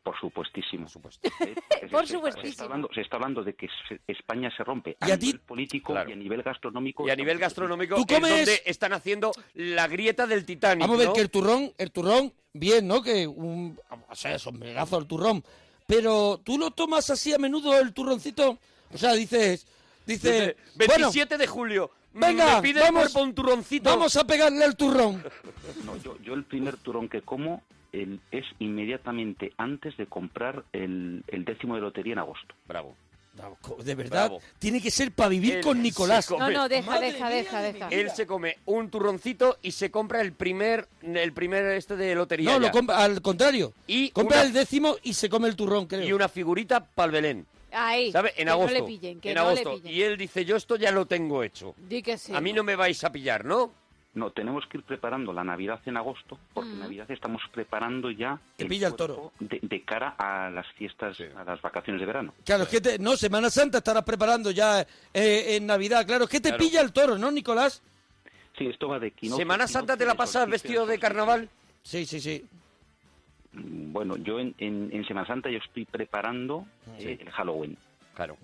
Speaker 7: Por supuestísimo.
Speaker 4: supuesto.
Speaker 7: ¿eh? Porque
Speaker 6: Por
Speaker 7: se- se-
Speaker 6: supuestísimo.
Speaker 7: Se está, hablando, se está hablando de que se- España se rompe
Speaker 2: ¿Y
Speaker 7: a,
Speaker 2: a ti?
Speaker 7: nivel político
Speaker 4: Claro.
Speaker 7: y a nivel gastronómico.
Speaker 4: Y a nivel gastronómico,
Speaker 2: ¿Tú
Speaker 4: es
Speaker 2: comes?
Speaker 4: donde están haciendo la grieta del Titanic.
Speaker 2: Vamos a ver
Speaker 4: ¿no?
Speaker 2: que el turrón, el turrón, bien, ¿no? Que un, o sea, sombrerazo el turrón. Pero tú lo tomas así a menudo el turroncito. O sea, dices, dices,
Speaker 4: Dice,
Speaker 2: bueno,
Speaker 4: 27 de julio. Mm,
Speaker 2: venga,
Speaker 4: me pide el
Speaker 2: vamos,
Speaker 4: cuerpo un turroncito.
Speaker 2: vamos a pegarle el turrón.
Speaker 7: No, yo, yo el primer turrón que como el- es inmediatamente antes de comprar el, el décimo de lotería en agosto.
Speaker 4: Bravo.
Speaker 2: Bravo, co- Pues De verdad,
Speaker 4: Bravo.
Speaker 2: tiene que ser para vivir
Speaker 4: El
Speaker 2: con Nicolás.
Speaker 4: psico-
Speaker 6: No, no, deja,
Speaker 2: Madre
Speaker 6: deja,
Speaker 2: mía
Speaker 6: deja,
Speaker 2: de mi
Speaker 6: deja.
Speaker 2: vida.
Speaker 4: Él se come un turroncito y se compra el primer, el primer este de lotería.
Speaker 2: No, lo
Speaker 4: ya.
Speaker 2: compra- al contrario.
Speaker 4: Y
Speaker 2: compra
Speaker 4: una-
Speaker 2: el décimo y se come el turrón, creo.
Speaker 4: y una figurita para Belén.
Speaker 6: Ahí.
Speaker 4: ¿Sabe? En
Speaker 6: que
Speaker 4: agosto.
Speaker 6: No le pillen, que
Speaker 4: en
Speaker 6: no
Speaker 4: agosto.
Speaker 6: le pillen.
Speaker 4: Y él dice, yo esto ya lo tengo hecho.
Speaker 6: Di que sí.
Speaker 4: A mí no me vais a pillar, ¿no?
Speaker 7: No, tenemos que ir preparando la Navidad en agosto, porque en Navidad estamos preparando ya
Speaker 2: Que pilla el
Speaker 7: cuerpo De, de cara a las fiestas, a las vacaciones de verano.
Speaker 2: Claro, es que te- no, Semana Santa estarás preparando ya eh, en Navidad. Claro, es que te
Speaker 4: Claro.
Speaker 2: pilla el toro, ¿no, Nicolás?
Speaker 7: Sí, esto va de quinoa.
Speaker 4: ¿Semana Santa te la pasas vestido de carnaval?
Speaker 2: Sí, sí, sí.
Speaker 7: Bueno, yo en, en- en Semana Santa yo estoy preparando
Speaker 2: Ah,
Speaker 7: eh, el Halloween.
Speaker 4: Claro.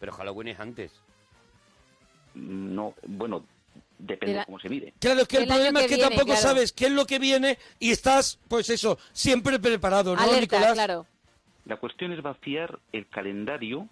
Speaker 4: Pero Halloween es antes.
Speaker 7: Mm, No, bueno, depende
Speaker 6: De la-
Speaker 7: de cómo se mire.
Speaker 2: Claro, es que el,
Speaker 6: El año
Speaker 2: problema
Speaker 6: que
Speaker 2: es que
Speaker 6: viene,
Speaker 2: tampoco
Speaker 6: claro.
Speaker 2: sabes qué es lo que viene y estás, pues eso, siempre preparado, ¿no,
Speaker 6: Alerta,
Speaker 2: Nicolás?
Speaker 6: claro.
Speaker 7: La cuestión es vaciar el calendario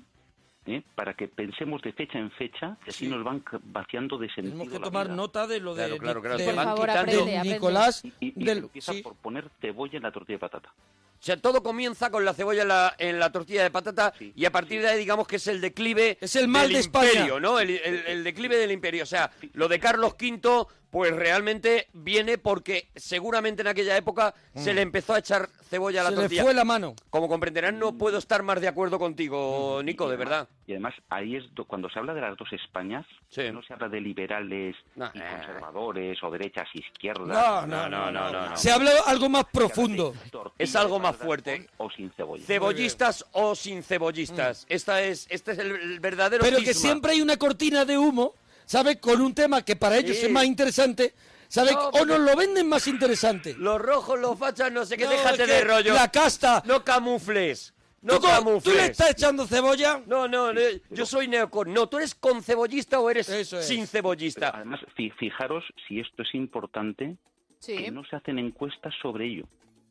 Speaker 7: ¿eh? para que pensemos de fecha en fecha y así nos van ca- vaciando de sentido.
Speaker 2: Tenemos que
Speaker 7: la
Speaker 2: tomar
Speaker 7: vida.
Speaker 2: nota de lo de,
Speaker 4: Claro, claro, claro.
Speaker 2: de-
Speaker 4: Te
Speaker 6: Por
Speaker 4: van
Speaker 6: favor,
Speaker 4: quitando-
Speaker 2: de
Speaker 6: aprende, aprende.
Speaker 2: Nicolás.
Speaker 7: Y, y
Speaker 2: del-
Speaker 7: empieza
Speaker 2: sí,
Speaker 7: por poner cebolla en la tortilla de patata.
Speaker 4: sea, todo comienza con la cebolla en la, en la tortilla de patata y a partir de ahí digamos que es el declive
Speaker 2: Es el mal
Speaker 4: del
Speaker 2: de España.
Speaker 4: imperio, ¿no? El, el- el declive del imperio. O sea, lo de Carlos V, pues realmente viene porque seguramente en aquella época se le empezó a echar cebolla a la
Speaker 2: Mm. Se le
Speaker 4: tortilla.
Speaker 2: fue la mano.
Speaker 4: Como comprenderán,
Speaker 2: Mm.
Speaker 4: no puedo estar más de acuerdo contigo, Nico, de verdad.
Speaker 7: Y además ahí es do- cuando se habla de las dos Españas,
Speaker 4: Sí.
Speaker 7: no se habla de liberales
Speaker 4: No,
Speaker 7: y
Speaker 4: eh.
Speaker 7: conservadores o derechas, izquierdas.
Speaker 2: No,
Speaker 4: no, no, no, no, no.
Speaker 2: Se habla algo más profundo.
Speaker 7: Tortilla
Speaker 4: Es algo
Speaker 7: de
Speaker 4: más
Speaker 7: patatas
Speaker 4: fuerte.
Speaker 7: con O sin cebolla.
Speaker 4: Cebollistas o sin cebollistas. Esta es, este es el, el verdadero
Speaker 2: Mm. Pero que
Speaker 4: cisma.
Speaker 2: siempre hay una cortina de humo, ¿sabes? Con un tema que para ellos
Speaker 4: Sí.
Speaker 2: es más interesante, ¿sabes?
Speaker 4: No,
Speaker 2: o
Speaker 4: porque-
Speaker 2: nos lo venden más interesante.
Speaker 4: Los rojos, los fachas, no sé qué,
Speaker 2: No,
Speaker 4: déjate
Speaker 2: es que
Speaker 4: de rollo.
Speaker 2: La casta.
Speaker 4: No camufles. No
Speaker 2: ¿Tú, co-
Speaker 4: camufles.
Speaker 2: tú le estás echando cebolla?
Speaker 4: No, no, no, yo soy neocon. No, tú eres con cebollista o eres
Speaker 2: Eso es.
Speaker 4: sin cebollista.
Speaker 7: Además, fi- fijaros si esto es importante,
Speaker 6: Sí.
Speaker 7: que no se hacen encuestas sobre ello.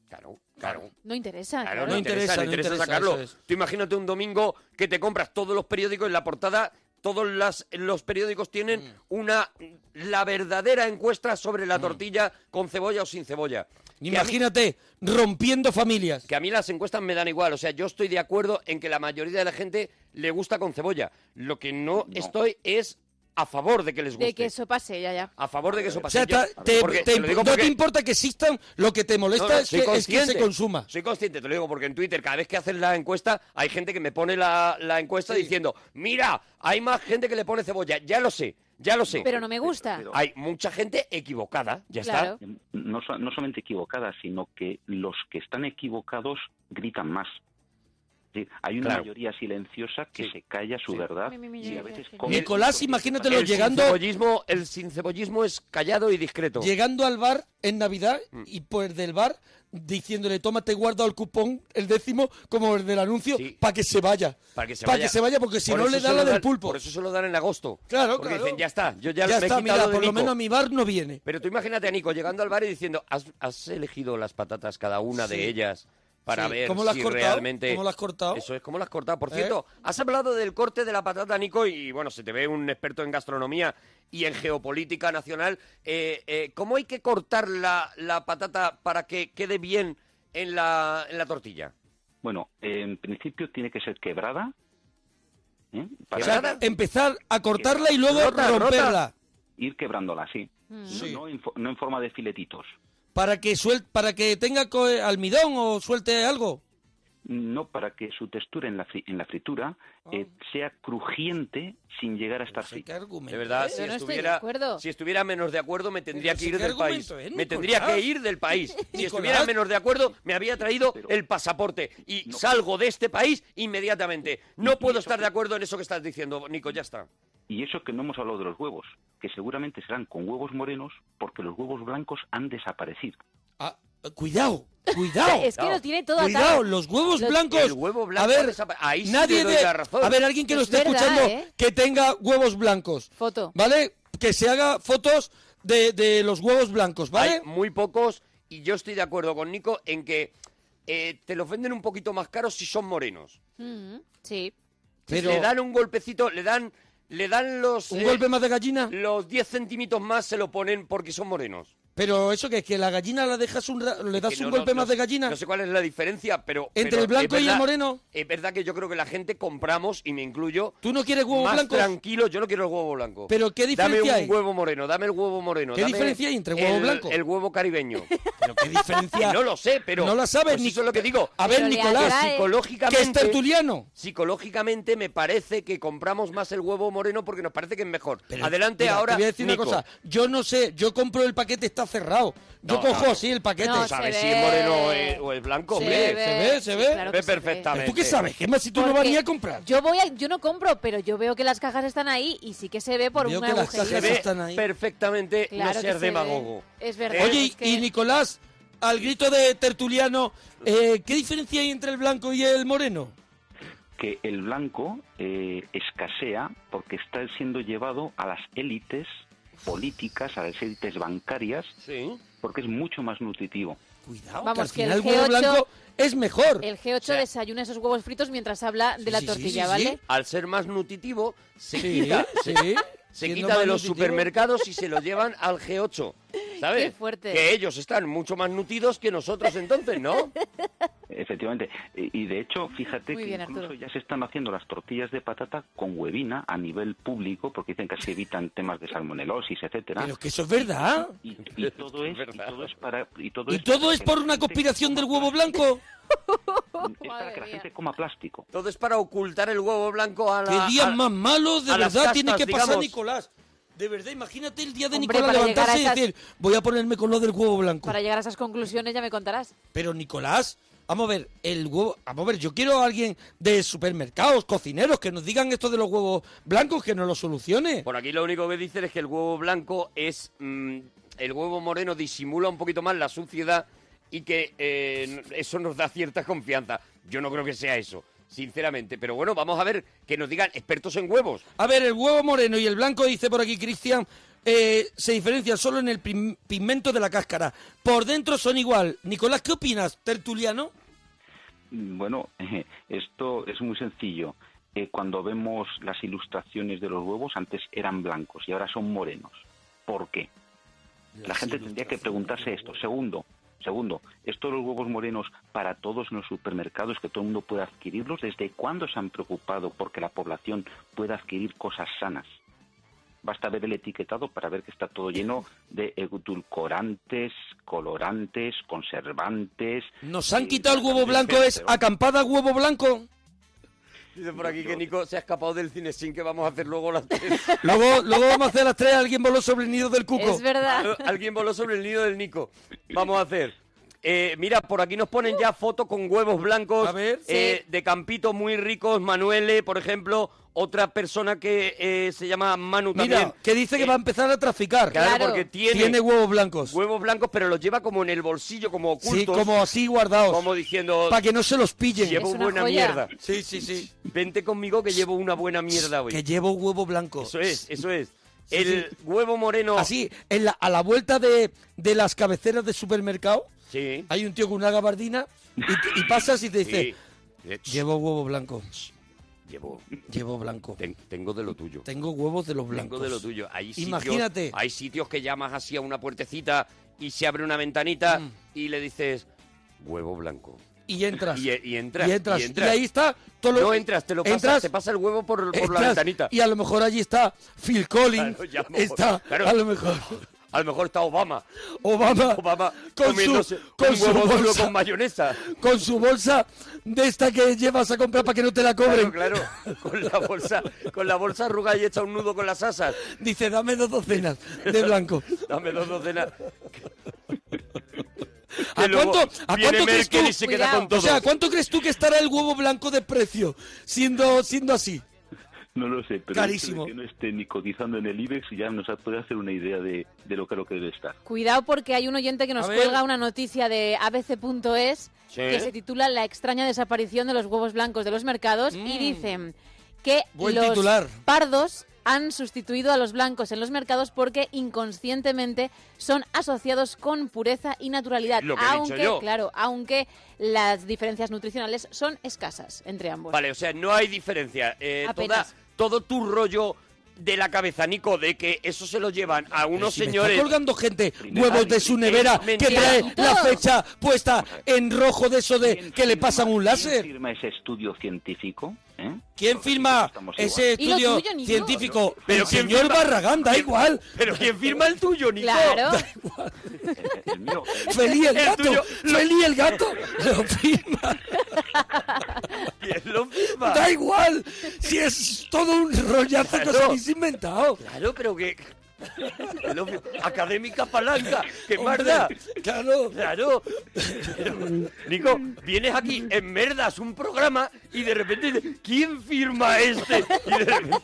Speaker 4: Claro, claro.
Speaker 6: No interesa.
Speaker 4: Claro,
Speaker 6: claro.
Speaker 4: no interesa,
Speaker 2: interesa,
Speaker 4: no
Speaker 2: no
Speaker 4: interesa
Speaker 2: interesa,
Speaker 4: sacarlo.
Speaker 2: eso es.
Speaker 4: Tú imagínate un domingo que te compras todos los periódicos en la portada, todos las, los periódicos tienen
Speaker 2: Mm.
Speaker 4: una la verdadera encuesta sobre la tortilla con cebolla o sin cebolla. Que a mí-
Speaker 2: Imagínate, rompiendo familias.
Speaker 4: que a mí las encuestas me dan igual. O sea, yo estoy de acuerdo en que la mayoría de la gente le gusta con cebolla. Lo que no, estoy es a favor de que les guste.
Speaker 6: De que eso pase, ya, ya.
Speaker 4: A favor de que eso
Speaker 2: O
Speaker 4: pase.
Speaker 2: sea, ta-
Speaker 4: Yo-
Speaker 2: te-
Speaker 4: porque-
Speaker 2: te-
Speaker 4: te lo digo
Speaker 2: no
Speaker 4: porque-
Speaker 2: te importa que existan, lo que te
Speaker 4: no,
Speaker 2: molesta
Speaker 4: no,
Speaker 2: es,
Speaker 4: soy
Speaker 2: que, es que se
Speaker 4: consciente.
Speaker 2: consuma.
Speaker 4: Soy consciente, te lo digo, porque en Twitter cada vez que hacen la encuesta hay gente que me pone la, la encuesta diciendo, mira, hay más gente que le pone cebolla. Ya lo sé, ya lo sé.
Speaker 6: Pero no me gusta.
Speaker 7: pero-
Speaker 4: Hay mucha gente equivocada, ya
Speaker 6: Claro.
Speaker 7: No, so- no solamente equivocada, sino que los que están equivocados gritan más. Sí, hay una
Speaker 4: Claro.
Speaker 7: mayoría silenciosa que
Speaker 4: Sí.
Speaker 7: se calla su
Speaker 4: Sí.
Speaker 7: verdad
Speaker 6: Mi, mi, mi,
Speaker 7: y
Speaker 6: mi,
Speaker 7: a
Speaker 6: mi,
Speaker 7: veces
Speaker 6: mi.
Speaker 7: come-
Speaker 2: Nicolás,
Speaker 4: está.
Speaker 2: imagínatelo
Speaker 4: El
Speaker 2: llegando,
Speaker 4: Cebollismo, el sincebollismo es callado y discreto. Mm.
Speaker 2: llegando al bar en Navidad y por del bar diciéndole, toma, te he guardado el cupón, el décimo, como el del anuncio,
Speaker 4: Sí.
Speaker 2: para que se vaya.
Speaker 4: Para que se
Speaker 2: Pa'
Speaker 4: vaya.
Speaker 2: porque si
Speaker 4: Por
Speaker 2: no
Speaker 4: eso
Speaker 2: le
Speaker 4: se
Speaker 2: da la
Speaker 4: lo
Speaker 2: del
Speaker 4: dan-
Speaker 2: pulpo.
Speaker 4: Por eso se lo dan en agosto.
Speaker 2: Claro,
Speaker 4: Porque
Speaker 2: claro.
Speaker 4: dicen, ya está, Ah, yo
Speaker 2: ya
Speaker 4: ya, me he
Speaker 2: está,
Speaker 4: quitado
Speaker 2: mira,
Speaker 4: de
Speaker 2: por lo
Speaker 4: Nico".
Speaker 2: menos a mi bar no viene.
Speaker 4: Pero tú imagínate a Nico llegando al bar y diciendo, has, has elegido las patatas, cada una
Speaker 2: Sí.
Speaker 4: de ellas, para
Speaker 2: Sí,
Speaker 4: ver
Speaker 2: ¿cómo las has
Speaker 4: si
Speaker 2: cortado?
Speaker 4: realmente...
Speaker 2: ¿Cómo las has cortado?
Speaker 4: Eso es, ¿cómo las has cortado? Por
Speaker 2: ¿Eh?
Speaker 4: cierto, has hablado del corte de la patata, Nico, y bueno, se te ve un experto en gastronomía y en geopolítica nacional. Eh, eh, ¿Cómo hay que cortar la, la patata para que quede bien en la, en la tortilla?
Speaker 7: Bueno, en principio tiene que ser quebrada. ¿eh? Para
Speaker 2: O sea,
Speaker 4: ¿Quebrada?
Speaker 2: empezar a cortarla y luego
Speaker 4: Rota, rota.
Speaker 2: romperla.
Speaker 7: ir quebrándola, sí.
Speaker 6: Mm.
Speaker 7: No-
Speaker 2: Sí.
Speaker 7: No, en, fo- no en forma de filetitos.
Speaker 2: Para que suel- para que tenga co- almidón o suelte algo.
Speaker 7: No para que su textura en la, fri- en la fritura
Speaker 2: Ah.
Speaker 7: eh, sea crujiente sin llegar a estar
Speaker 2: Pero sí,
Speaker 7: frita.
Speaker 2: qué argumento,
Speaker 4: De verdad,
Speaker 2: ¿eh?
Speaker 6: Yo
Speaker 4: si
Speaker 6: no estoy de
Speaker 4: estuviera,
Speaker 6: acuerdo.
Speaker 4: si estuviera menos de acuerdo, me tendría
Speaker 2: Pero
Speaker 4: que
Speaker 2: si
Speaker 4: ir
Speaker 2: qué
Speaker 4: del país.
Speaker 2: argumento es,
Speaker 4: Me tendría
Speaker 2: Nicolás.
Speaker 4: que ir del país. Si
Speaker 2: Nicolás.
Speaker 4: estuviera menos de acuerdo, me habría traído
Speaker 7: Pero-
Speaker 4: el pasaporte y
Speaker 7: No.
Speaker 4: salgo de este país inmediatamente. No
Speaker 7: Y- y
Speaker 4: puedo
Speaker 7: eso
Speaker 4: estar
Speaker 7: que-
Speaker 4: de acuerdo en eso que estás diciendo, Nico, ya está.
Speaker 7: Y eso que no hemos hablado de los huevos, que seguramente serán con huevos morenos porque los huevos blancos han desaparecido.
Speaker 2: Ah, cuidado, cuidado.
Speaker 6: Es que lo tiene todo
Speaker 2: Cuidado,
Speaker 6: atado.
Speaker 2: los huevos
Speaker 6: Los-
Speaker 2: blancos.
Speaker 4: El huevo blanco
Speaker 2: a ver,
Speaker 4: desapa- ahí sí
Speaker 2: nadie
Speaker 4: te doy
Speaker 2: de-
Speaker 4: la razón.
Speaker 2: A ver, alguien que
Speaker 6: Es
Speaker 2: nos esté
Speaker 6: verdad,
Speaker 2: escuchando
Speaker 6: ¿eh?
Speaker 2: que tenga huevos blancos.
Speaker 6: Foto.
Speaker 2: ¿Vale? Que se haga fotos de, de los huevos blancos, ¿vale?
Speaker 4: Hay muy pocos y yo estoy de acuerdo con Nico en que eh, te los venden un poquito más caros si son morenos.
Speaker 6: Mm, Sí.
Speaker 2: Pero
Speaker 4: Le dan un golpecito, le dan, le dan los,
Speaker 2: un
Speaker 4: eh,
Speaker 2: golpe más de gallina.
Speaker 4: los 10 centímetros más, se lo ponen porque son morenos.
Speaker 2: Pero eso que es que la gallina la dejas un ra- le das
Speaker 4: que no-
Speaker 2: un golpe
Speaker 4: no-
Speaker 2: más
Speaker 4: no-
Speaker 2: de gallina.
Speaker 4: No sé cuál es la diferencia, pero.
Speaker 2: Entre
Speaker 4: pero
Speaker 2: el blanco
Speaker 4: es
Speaker 2: y el
Speaker 4: verdad-
Speaker 2: moreno.
Speaker 4: Es verdad que yo creo que la gente compramos, y me incluyo.
Speaker 2: Tú no quieres huevos
Speaker 4: más
Speaker 2: blancos.
Speaker 4: tranquilo, yo no quiero el huevo blanco.
Speaker 2: Pero ¿qué
Speaker 4: Dame
Speaker 2: diferencia
Speaker 4: un
Speaker 2: hay?
Speaker 4: huevo moreno, dame el huevo moreno.
Speaker 2: ¿Qué
Speaker 4: dame
Speaker 2: diferencia hay entre huevo
Speaker 4: el-
Speaker 2: blanco?
Speaker 4: El huevo caribeño.
Speaker 2: Pero qué diferencia.
Speaker 4: no lo sé, pero.
Speaker 2: No la sabes,
Speaker 4: pues
Speaker 2: ni-
Speaker 4: Eso es lo que digo.
Speaker 2: A ver,
Speaker 6: Pero le ¿eh? atrae.
Speaker 2: Nicolás, que
Speaker 4: Psicológicamente.
Speaker 2: es tertuliano.
Speaker 4: Psicológicamente me parece que compramos más el huevo moreno porque nos parece que es mejor.
Speaker 2: Pero,
Speaker 4: Adelante
Speaker 2: mira,
Speaker 4: ahora.
Speaker 2: Te voy a decir
Speaker 4: Nico.
Speaker 2: una cosa. Yo no sé, yo compro el paquete, está cerrado. Yo
Speaker 4: No,
Speaker 2: cojo
Speaker 4: no.
Speaker 2: así el paquete.
Speaker 6: No,
Speaker 4: ¿Tú sabes
Speaker 6: se
Speaker 4: si es
Speaker 6: ve.
Speaker 4: moreno o es, o es blanco?
Speaker 6: Se
Speaker 4: hombre?
Speaker 2: ve, se ve.
Speaker 6: claro
Speaker 4: Ve
Speaker 6: que se
Speaker 4: perfectamente.
Speaker 2: ¿Tú qué sabes, Gemma, si tú no vas
Speaker 6: Porque
Speaker 2: ni a comprar?
Speaker 6: Yo voy a- yo no compro, pero yo veo que las cajas están ahí y sí que se ve por
Speaker 2: Veo
Speaker 6: un
Speaker 2: que las
Speaker 6: agujerito.
Speaker 2: cajas
Speaker 4: Se ve
Speaker 2: están ahí.
Speaker 4: perfectamente,
Speaker 6: Claro
Speaker 4: no
Speaker 6: que
Speaker 4: seas
Speaker 6: se ve.
Speaker 4: demagogo.
Speaker 6: Es verdad.
Speaker 4: Eh,
Speaker 2: Oye,
Speaker 6: es
Speaker 2: y-
Speaker 6: que-
Speaker 2: y Nicolás, al grito de tertuliano, eh, ¿qué diferencia hay entre el blanco y el moreno?
Speaker 7: Que el blanco eh, escasea porque está siendo llevado a las élites políticas, a las élites bancarias,
Speaker 4: Sí.
Speaker 7: porque es mucho más nutritivo.
Speaker 2: Cuidado, que al
Speaker 6: Vamos, que
Speaker 2: final
Speaker 6: el
Speaker 2: el huevo
Speaker 6: G8
Speaker 2: blanco es mejor.
Speaker 6: El G8
Speaker 4: sea-
Speaker 6: desayuna esos huevos fritos mientras habla de la
Speaker 2: sí, sí,
Speaker 6: tortilla,
Speaker 2: sí,
Speaker 6: ¿vale?
Speaker 2: sí.
Speaker 4: Al ser más nutritivo, se
Speaker 2: Sí,
Speaker 4: quita,
Speaker 2: sí.
Speaker 4: se
Speaker 2: Siendo
Speaker 4: quita de
Speaker 2: más
Speaker 4: los
Speaker 2: nutritivo.
Speaker 4: supermercados y se lo llevan al G8. ¿Sabes?
Speaker 6: Qué fuerte.
Speaker 4: Que ellos están mucho más nutridos que nosotros entonces, ¿no?
Speaker 7: Efectivamente. Y y de hecho, fíjate
Speaker 6: Muy
Speaker 7: que
Speaker 6: bien,
Speaker 7: incluso
Speaker 6: Arturo.
Speaker 7: ya se están haciendo las tortillas de patata con huevina a nivel público porque dicen que así evitan temas de salmonelosis, etcétera.
Speaker 2: Pero que eso es verdad.
Speaker 7: Y, y todo es, y todo es para y todo
Speaker 2: ¿Y
Speaker 7: es
Speaker 2: todo
Speaker 7: para
Speaker 2: es
Speaker 7: que
Speaker 2: por
Speaker 7: la
Speaker 2: una
Speaker 7: gente
Speaker 2: conspiración del huevo blanco?
Speaker 7: coma- es para
Speaker 6: Madre
Speaker 7: que la
Speaker 6: mía.
Speaker 7: gente coma plástico.
Speaker 4: Todo es para ocultar el huevo blanco a la...
Speaker 2: ¿Qué
Speaker 4: a-
Speaker 2: días más malos de
Speaker 4: a las
Speaker 2: verdad tiene
Speaker 4: castas,
Speaker 2: que pasar
Speaker 4: digamos.
Speaker 2: Nicolás? De verdad, imagínate el día de
Speaker 6: Hombre,
Speaker 2: Nicolás
Speaker 6: para llegar a
Speaker 2: levantarse y
Speaker 6: esas-
Speaker 2: decir, voy a ponerme con lo del huevo blanco.
Speaker 6: Para llegar a esas conclusiones ya me contarás.
Speaker 2: Pero Nicolás, vamos a ver, el huevo, vamos a ver, yo quiero a alguien de supermercados, cocineros, que nos digan esto de los huevos blancos, que nos lo solucione.
Speaker 4: Por aquí lo único que dicen es que el huevo blanco es... mm, el huevo moreno disimula un poquito más la suciedad y que eh, eso nos da cierta confianza. Yo no creo que sea eso, sinceramente. Pero bueno, vamos a ver que nos digan expertos en huevos.
Speaker 2: A ver, el huevo moreno y el blanco, dice por aquí Cristian, eh, se diferencian solo en el pim- pigmento de la cáscara. Por dentro son igual. Nicolás, ¿qué opinas, tertuliano?
Speaker 7: mm, Bueno, esto es muy sencillo. Eh, cuando vemos las ilustraciones de los huevos, antes eran blancos y ahora son morenos. ¿Por qué? La gente tendría que preguntarse esto. Segundo, segundo, estos los huevos morenos para todos en los supermercados que todo el mundo pueda adquirirlos. ¿Desde cuándo se han preocupado porque la población pueda adquirir cosas sanas? Basta ver el etiquetado para ver que está todo lleno de edulcorantes, colorantes, conservantes.
Speaker 2: Nos han
Speaker 7: eh,
Speaker 2: quitado el huevo blanco, es
Speaker 4: ¿eh?
Speaker 7: pero-
Speaker 2: acampada huevo blanco.
Speaker 4: Dice por aquí que Nico se ha escapado del cine sin que vamos a hacer luego las tres.
Speaker 2: Luego, luego vamos a hacer las tres, alguien voló sobre el nido del cuco.
Speaker 6: Es verdad.
Speaker 4: Alguien voló sobre el nido del Nico. Vamos a hacer. Eh, mira, por aquí nos ponen ya fotos con huevos blancos
Speaker 2: A ver.
Speaker 4: eh, de campitos muy ricos. Manuele, por ejemplo, otra persona que eh, se llama Manu también. Eh,
Speaker 2: Mira, que dice que va a empezar a traficar.
Speaker 4: Claro,
Speaker 6: Claro.
Speaker 4: porque tiene,
Speaker 2: Tiene huevos blancos.
Speaker 4: huevos blancos, pero los lleva como en el bolsillo, como ocultos.
Speaker 2: Sí, como así guardados.
Speaker 4: como diciendo,
Speaker 2: Para que no se los pillen.
Speaker 4: llevo
Speaker 6: Es una
Speaker 4: buena
Speaker 6: joya.
Speaker 4: mierda.
Speaker 2: Sí, sí, sí.
Speaker 4: Vente conmigo que llevo una buena mierda hoy.
Speaker 2: Que llevo huevo blanco.
Speaker 4: Eso es, eso es. el huevo moreno...
Speaker 2: Así, en la- a la vuelta de, de las cabeceras de supermercado,
Speaker 4: Sí.
Speaker 2: hay un tío con una gabardina y, te- y pasas y te dice,
Speaker 4: Sí.
Speaker 2: llevo huevo blanco,
Speaker 4: Llevo...
Speaker 2: llevo blanco.
Speaker 4: ten- tengo de lo tuyo.
Speaker 2: Tengo huevos de los blancos.
Speaker 4: Tengo de lo tuyo. Hay sitios-
Speaker 2: Imagínate.
Speaker 4: hay sitios que llamas así a una puertecita y se abre una ventanita
Speaker 2: Mm.
Speaker 4: y le dices huevo blanco.
Speaker 2: Y entras.
Speaker 4: Y, y entras,
Speaker 2: Y entras.
Speaker 4: y entras.
Speaker 2: Y ahí está todo lo
Speaker 4: No entras, te lo pasas,
Speaker 2: entras,
Speaker 4: te pasa el huevo por, por la
Speaker 2: entras,
Speaker 4: ventanita.
Speaker 2: Y a lo mejor allí está Phil Collins.
Speaker 4: Claro, ya, a lo mejor,
Speaker 2: está,
Speaker 4: claro.
Speaker 2: a lo mejor,
Speaker 4: A lo mejor está Obama.
Speaker 2: Obama.
Speaker 4: Obama
Speaker 2: con
Speaker 4: comiéndose
Speaker 2: su, con
Speaker 4: un
Speaker 2: su
Speaker 4: huevo duro
Speaker 2: bolsa.
Speaker 4: con mayonesa.
Speaker 2: con su bolsa de esta que llevas a comprar para que no te la cobren.
Speaker 4: Claro, claro. Con la bolsa, con la bolsa arrugada y hecha un nudo con las asas.
Speaker 2: Dice, dame dos docenas de blanco.
Speaker 4: Dame dos docenas.
Speaker 2: ¿A
Speaker 4: Que luego
Speaker 2: cuánto, ¿a
Speaker 4: viene
Speaker 2: cuánto crees tú?
Speaker 4: Merkel y se queda
Speaker 6: Cuidado.
Speaker 4: con
Speaker 2: O
Speaker 4: todo.
Speaker 2: sea, ¿cuánto crees tú que estará el huevo blanco de precio siendo, siendo así?
Speaker 7: No lo sé, pero
Speaker 2: Carísimo.
Speaker 7: el hecho de que no esté ni cotizando en el IBEX ya nos ha- puede hacer una idea de, de lo caro que debe estar.
Speaker 6: Cuidado porque hay un oyente que nos
Speaker 2: A ver.
Speaker 6: cuelga una noticia de abc.es
Speaker 4: Sí.
Speaker 6: que se titula La extraña desaparición de los huevos blancos de los mercados y dicen que
Speaker 2: Mm. Buen
Speaker 6: los
Speaker 2: titular.
Speaker 6: pardos han sustituido a los blancos en los mercados porque inconscientemente son asociados con pureza y naturalidad,
Speaker 4: Lo que he dicho
Speaker 6: aunque
Speaker 4: yo.
Speaker 6: claro, aunque las diferencias nutricionales son escasas entre ambos.
Speaker 4: Vale, o sea, no hay diferencia. Eh, toda,
Speaker 6: Apenas.
Speaker 4: todo tu rollo de la cabeza, Nico, de que eso se lo llevan a unos
Speaker 2: Si me
Speaker 4: señores.
Speaker 2: está colgando gente
Speaker 7: Primera
Speaker 2: huevos de su
Speaker 4: mentira.
Speaker 2: nevera
Speaker 4: Es
Speaker 2: que
Speaker 4: mentira.
Speaker 2: trae la
Speaker 6: Todo.
Speaker 2: fecha puesta en rojo de eso de
Speaker 7: ¿Quién
Speaker 2: que le
Speaker 7: firma-
Speaker 2: pasan un
Speaker 7: ¿Quién
Speaker 2: láser.
Speaker 7: firma ese estudio científico? ¿Eh?
Speaker 2: ¿Quién
Speaker 7: Porque
Speaker 2: firma
Speaker 7: estamos igual.
Speaker 2: ese
Speaker 6: Y lo
Speaker 2: estudio
Speaker 6: tuyo, Nico.
Speaker 2: científico?
Speaker 4: Pero
Speaker 2: el
Speaker 4: ¿quién
Speaker 2: señor
Speaker 4: firma?
Speaker 2: Barragán, da igual.
Speaker 4: Pero ¿quién firma el tuyo, Nico?
Speaker 6: Claro.
Speaker 7: Eh, El mío, eh,
Speaker 2: Feliz el
Speaker 4: El
Speaker 2: gato,
Speaker 4: tuyo.
Speaker 2: Feliz el gato, lo firma.
Speaker 4: ¿Quién lo firma?
Speaker 2: Da igual, si es todo un rollazo que os
Speaker 4: Claro.
Speaker 2: habéis inventado.
Speaker 4: Claro, pero que. ¿Quién lo firma? Académica palanca, qué
Speaker 2: Hombre,
Speaker 4: marda.
Speaker 2: Claro.
Speaker 4: Claro. Nico, vienes aquí en merdas un programa y de repente dices, ¿quién firma este? Y de, repente-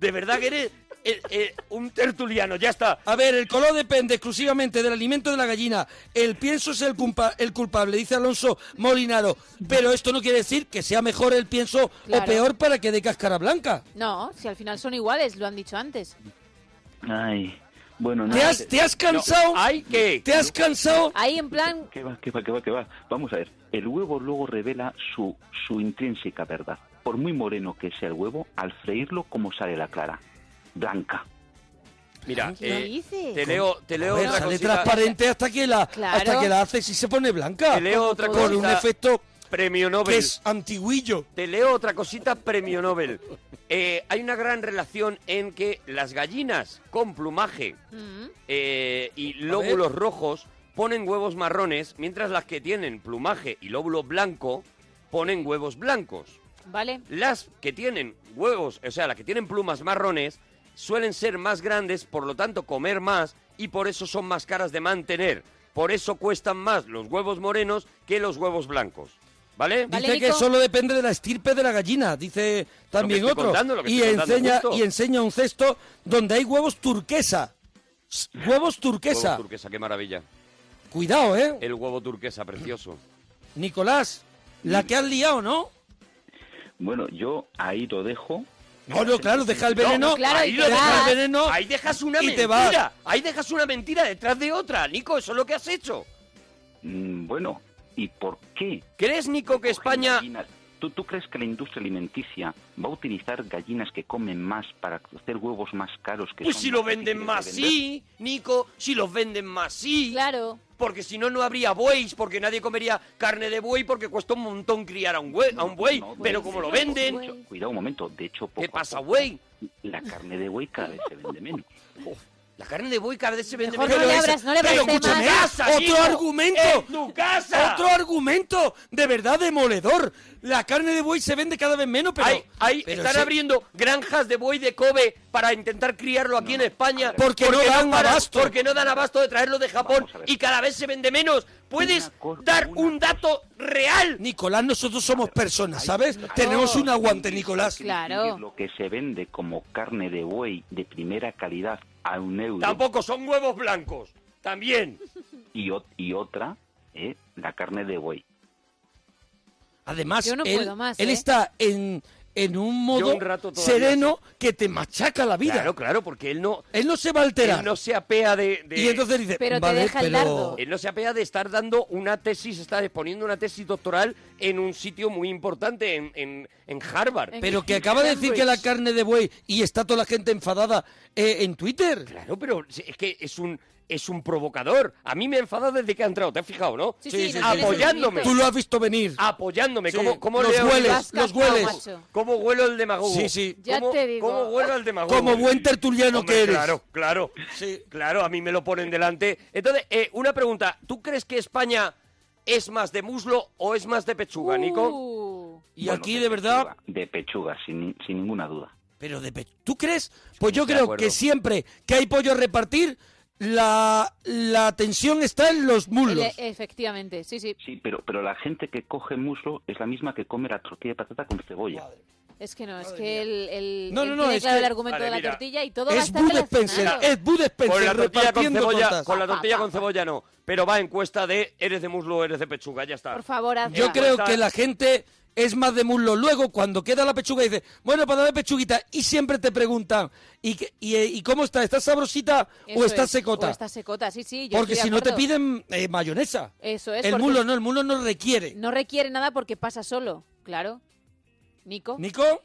Speaker 4: de verdad que eres eh, eh, un tertuliano, ya está.
Speaker 2: A ver, el color depende exclusivamente del alimento de la gallina. El pienso es el, culpa- el culpable, dice Alonso Molinaro. Pero esto no quiere decir que sea mejor el pienso o
Speaker 6: Claro.
Speaker 2: peor para que dé cáscara blanca.
Speaker 6: No, si al final son iguales, lo han dicho antes.
Speaker 7: ay, bueno, no.
Speaker 2: ¿Te has, te has cansado?
Speaker 4: Hay que.
Speaker 2: ¿Te has cansado?
Speaker 6: Ahí en plan
Speaker 7: ¿Qué va, qué va, qué va, qué va? Vamos a ver. El huevo luego revela su, su intrínseca verdad. Por muy moreno que sea el huevo, al freírlo, ¿cómo sale la clara? Blanca.
Speaker 4: Mira,
Speaker 6: ¿Qué
Speaker 4: eh,
Speaker 6: dices?
Speaker 4: te leo, te leo
Speaker 2: A ver,
Speaker 4: otra
Speaker 2: sale
Speaker 4: cosita.
Speaker 2: transparente hasta que la
Speaker 6: Claro.
Speaker 2: hasta que la haces y se pone blanca.
Speaker 4: Te leo otra
Speaker 2: Con un
Speaker 4: cosa.
Speaker 2: efecto
Speaker 4: premio Nobel.
Speaker 2: Que es antiguillo.
Speaker 4: Te leo otra cosita, premio Nobel. Eh, hay una gran relación en que las gallinas con plumaje eh, y lóbulos rojos ponen huevos marrones, mientras las que tienen plumaje y lóbulo blanco ponen huevos blancos.
Speaker 6: ¿Vale?
Speaker 4: Las que tienen huevos, o sea, las que tienen plumas marrones, suelen ser más grandes, por lo tanto comer más y por eso son más caras de mantener. Por eso cuestan más los huevos morenos que los huevos blancos. ¿Vale?
Speaker 2: Dice que solo depende de la estirpe de la gallina, dice también
Speaker 4: estoy
Speaker 2: otro.
Speaker 4: contando, lo que
Speaker 2: y,
Speaker 4: estoy contando,
Speaker 2: enseña,
Speaker 4: justo.
Speaker 2: y enseña un cesto donde hay huevos turquesa. S- Huevos turquesa.
Speaker 4: Huevo turquesa, qué maravilla.
Speaker 2: Cuidado, ¿eh?
Speaker 4: El huevo turquesa, precioso.
Speaker 2: Nicolás, la que has liado, ¿no?
Speaker 7: Bueno, yo ahí lo dejo.
Speaker 2: No, no, claro, deja el veneno.
Speaker 6: No, claro,
Speaker 4: ahí
Speaker 6: y
Speaker 4: lo
Speaker 6: te
Speaker 4: dejas
Speaker 6: vas.
Speaker 2: veneno
Speaker 4: Ahí dejas una
Speaker 2: y te
Speaker 4: mentira.
Speaker 2: vas.
Speaker 4: Ahí dejas una mentira detrás de otra. Nico, eso es lo que has hecho.
Speaker 7: Mm, Bueno, ¿y por qué?
Speaker 4: ¿Crees, Nico, que
Speaker 7: cogen
Speaker 4: España...
Speaker 7: gallinas? ¿Tú, ¿Tú crees que la industria alimenticia va a utilizar gallinas que comen más para hacer huevos más caros? Que
Speaker 4: Pues
Speaker 7: son
Speaker 4: si lo
Speaker 7: más
Speaker 4: venden
Speaker 7: difíciles de
Speaker 4: más,
Speaker 7: vender?
Speaker 4: sí, Nico, si los venden más, sí.
Speaker 6: Claro.
Speaker 4: Porque si no, no habría bueyes, porque nadie comería carne de buey, porque cuesta un montón criar a un buey, a un buey
Speaker 7: No, de-
Speaker 4: pero
Speaker 7: de
Speaker 4: como lo
Speaker 7: hecho,
Speaker 4: venden...
Speaker 7: de hecho, cuidado un momento, de hecho, poco
Speaker 4: ¿Qué
Speaker 7: a
Speaker 4: pasa,
Speaker 7: poco,
Speaker 4: güey?
Speaker 7: La carne de buey cada vez se vende menos.
Speaker 4: La carne de buey cada vez se vende
Speaker 6: Mejor
Speaker 4: menos.
Speaker 6: no le
Speaker 4: Pero
Speaker 6: abras-
Speaker 4: es-
Speaker 6: no le abras
Speaker 4: pero
Speaker 6: temas.
Speaker 4: escúchame, casa,
Speaker 2: otro
Speaker 4: Nico,
Speaker 2: argumento.
Speaker 4: ¡En tu casa!
Speaker 2: Otro argumento de verdad demoledor. La carne de buey se vende cada vez menos, pero.
Speaker 4: Ahí- ahí
Speaker 2: pero
Speaker 4: están
Speaker 2: sí,
Speaker 4: abriendo granjas de buey de Kobe para intentar criarlo aquí en España.
Speaker 2: Porque no dan
Speaker 4: paran-
Speaker 2: abasto.
Speaker 4: Porque no dan abasto de traerlo de Japón
Speaker 7: Vamos a ver.
Speaker 4: y cada vez se vende menos. ¿Puedes
Speaker 7: Una cosa,
Speaker 4: dar
Speaker 7: una
Speaker 4: un dato real?
Speaker 2: Nicolás, nosotros somos personas, ¿sabes? Tenemos un aguante, Nicolás.
Speaker 6: Claro.
Speaker 7: Lo que se vende como carne de buey de primera calidad a un euro
Speaker 4: Tampoco son huevos blancos. También.
Speaker 7: y, ot- y otra, ¿eh? la carne de buey.
Speaker 2: Además,
Speaker 6: Yo no
Speaker 2: él,
Speaker 6: puedo más,
Speaker 2: él
Speaker 6: ¿eh?
Speaker 2: está en, en un modo
Speaker 4: un rato todavía
Speaker 2: sereno que te machaca la vida.
Speaker 4: Claro, claro, porque él no,
Speaker 2: Él no se va a alterar.
Speaker 4: él no se apea de... de-
Speaker 2: Y entonces dice,
Speaker 6: Pero te
Speaker 2: vale,
Speaker 6: deja el
Speaker 2: pero...
Speaker 6: dardo.
Speaker 4: Él no se apea de estar dando una tesis, está exponiendo una tesis doctoral en un sitio muy importante, en, en- en Harvard.
Speaker 2: Pero que acaba de decir que la carne de buey y está toda la gente enfadada eh, en Twitter.
Speaker 4: Claro, pero si- es que es un es un provocador. A mí me enfada desde que ha entrado, ¿te has fijado, no?
Speaker 6: Sí, sí,
Speaker 2: Sí, sí, sí.
Speaker 6: no tienes un
Speaker 4: Apoyándome.
Speaker 6: grito.
Speaker 2: Tú lo has visto venir.
Speaker 4: Apoyándome,
Speaker 2: Sí,
Speaker 4: ¿cómo, cómo
Speaker 2: los
Speaker 4: leo-
Speaker 2: hueles,
Speaker 6: Vasca,
Speaker 2: los hueles.
Speaker 6: macho.
Speaker 4: ¿Cómo huelo el demagogo?
Speaker 2: Sí, sí.
Speaker 6: Ya
Speaker 4: ¿Cómo-
Speaker 6: te digo.
Speaker 4: ¿Cómo huelo el demagogo?
Speaker 2: Como buen tertuliano
Speaker 4: Hombre,
Speaker 2: que eres.
Speaker 4: Claro, claro.
Speaker 2: Sí.
Speaker 4: Claro, a mí me lo ponen delante. Entonces, eh, una pregunta. ¿Tú crees que España es más de muslo o es más de pechuga, Nico?
Speaker 6: Uh,
Speaker 2: Y
Speaker 7: Bueno,
Speaker 2: aquí de verdad,
Speaker 7: pechuga, de pechuga, sin, ni- sin ninguna duda.
Speaker 2: pero de pe- ¿tú crees? Pues yo
Speaker 4: de
Speaker 2: creo
Speaker 4: acuerdo.
Speaker 2: que siempre que hay pollo a repartir, la, la tensión está en los
Speaker 6: ele-
Speaker 2: muslos.
Speaker 6: efectivamente, sí, sí.
Speaker 7: Sí, pero, pero la gente que coge muslo es la misma que come la tortilla de patata con cebolla.
Speaker 6: Es que no, es que el, el,
Speaker 2: No,
Speaker 6: él
Speaker 2: no, no,
Speaker 6: tiene
Speaker 2: es
Speaker 6: claro
Speaker 2: que-
Speaker 6: el argumento
Speaker 4: Vale,
Speaker 6: de la
Speaker 4: mira,
Speaker 6: tortilla y todo va a
Speaker 2: Es
Speaker 6: estar
Speaker 2: Bud Spencer,
Speaker 6: relacionado.
Speaker 2: es Bud Spencer
Speaker 4: Con la tortilla con
Speaker 2: repartiendo
Speaker 4: cebolla,
Speaker 2: tortas.
Speaker 4: con la tortilla con cebolla no. Pero va encuesta de eres de muslo o eres de pechuga, ya está.
Speaker 6: Por favor, hazla.
Speaker 2: Yo creo
Speaker 4: Cuesta-
Speaker 6: ah.
Speaker 2: que la gente es más de muslo. Luego, cuando queda la pechuga, dice, bueno, para darle pechuguita. Y siempre te preguntan, ¿y, qué- y, eh, ¿y cómo está? ¿Está sabrosita o
Speaker 6: Eso
Speaker 2: está
Speaker 6: es,
Speaker 2: secota?
Speaker 6: O está secota, sí, sí. yo
Speaker 2: porque
Speaker 6: estoy
Speaker 2: si
Speaker 6: de
Speaker 2: no te
Speaker 6: acuerdo.
Speaker 2: piden eh, mayonesa.
Speaker 6: Eso es,
Speaker 2: El
Speaker 6: porque
Speaker 2: muslo no, el muslo no requiere.
Speaker 6: No requiere nada porque pasa solo, claro. Nico.
Speaker 2: Nico,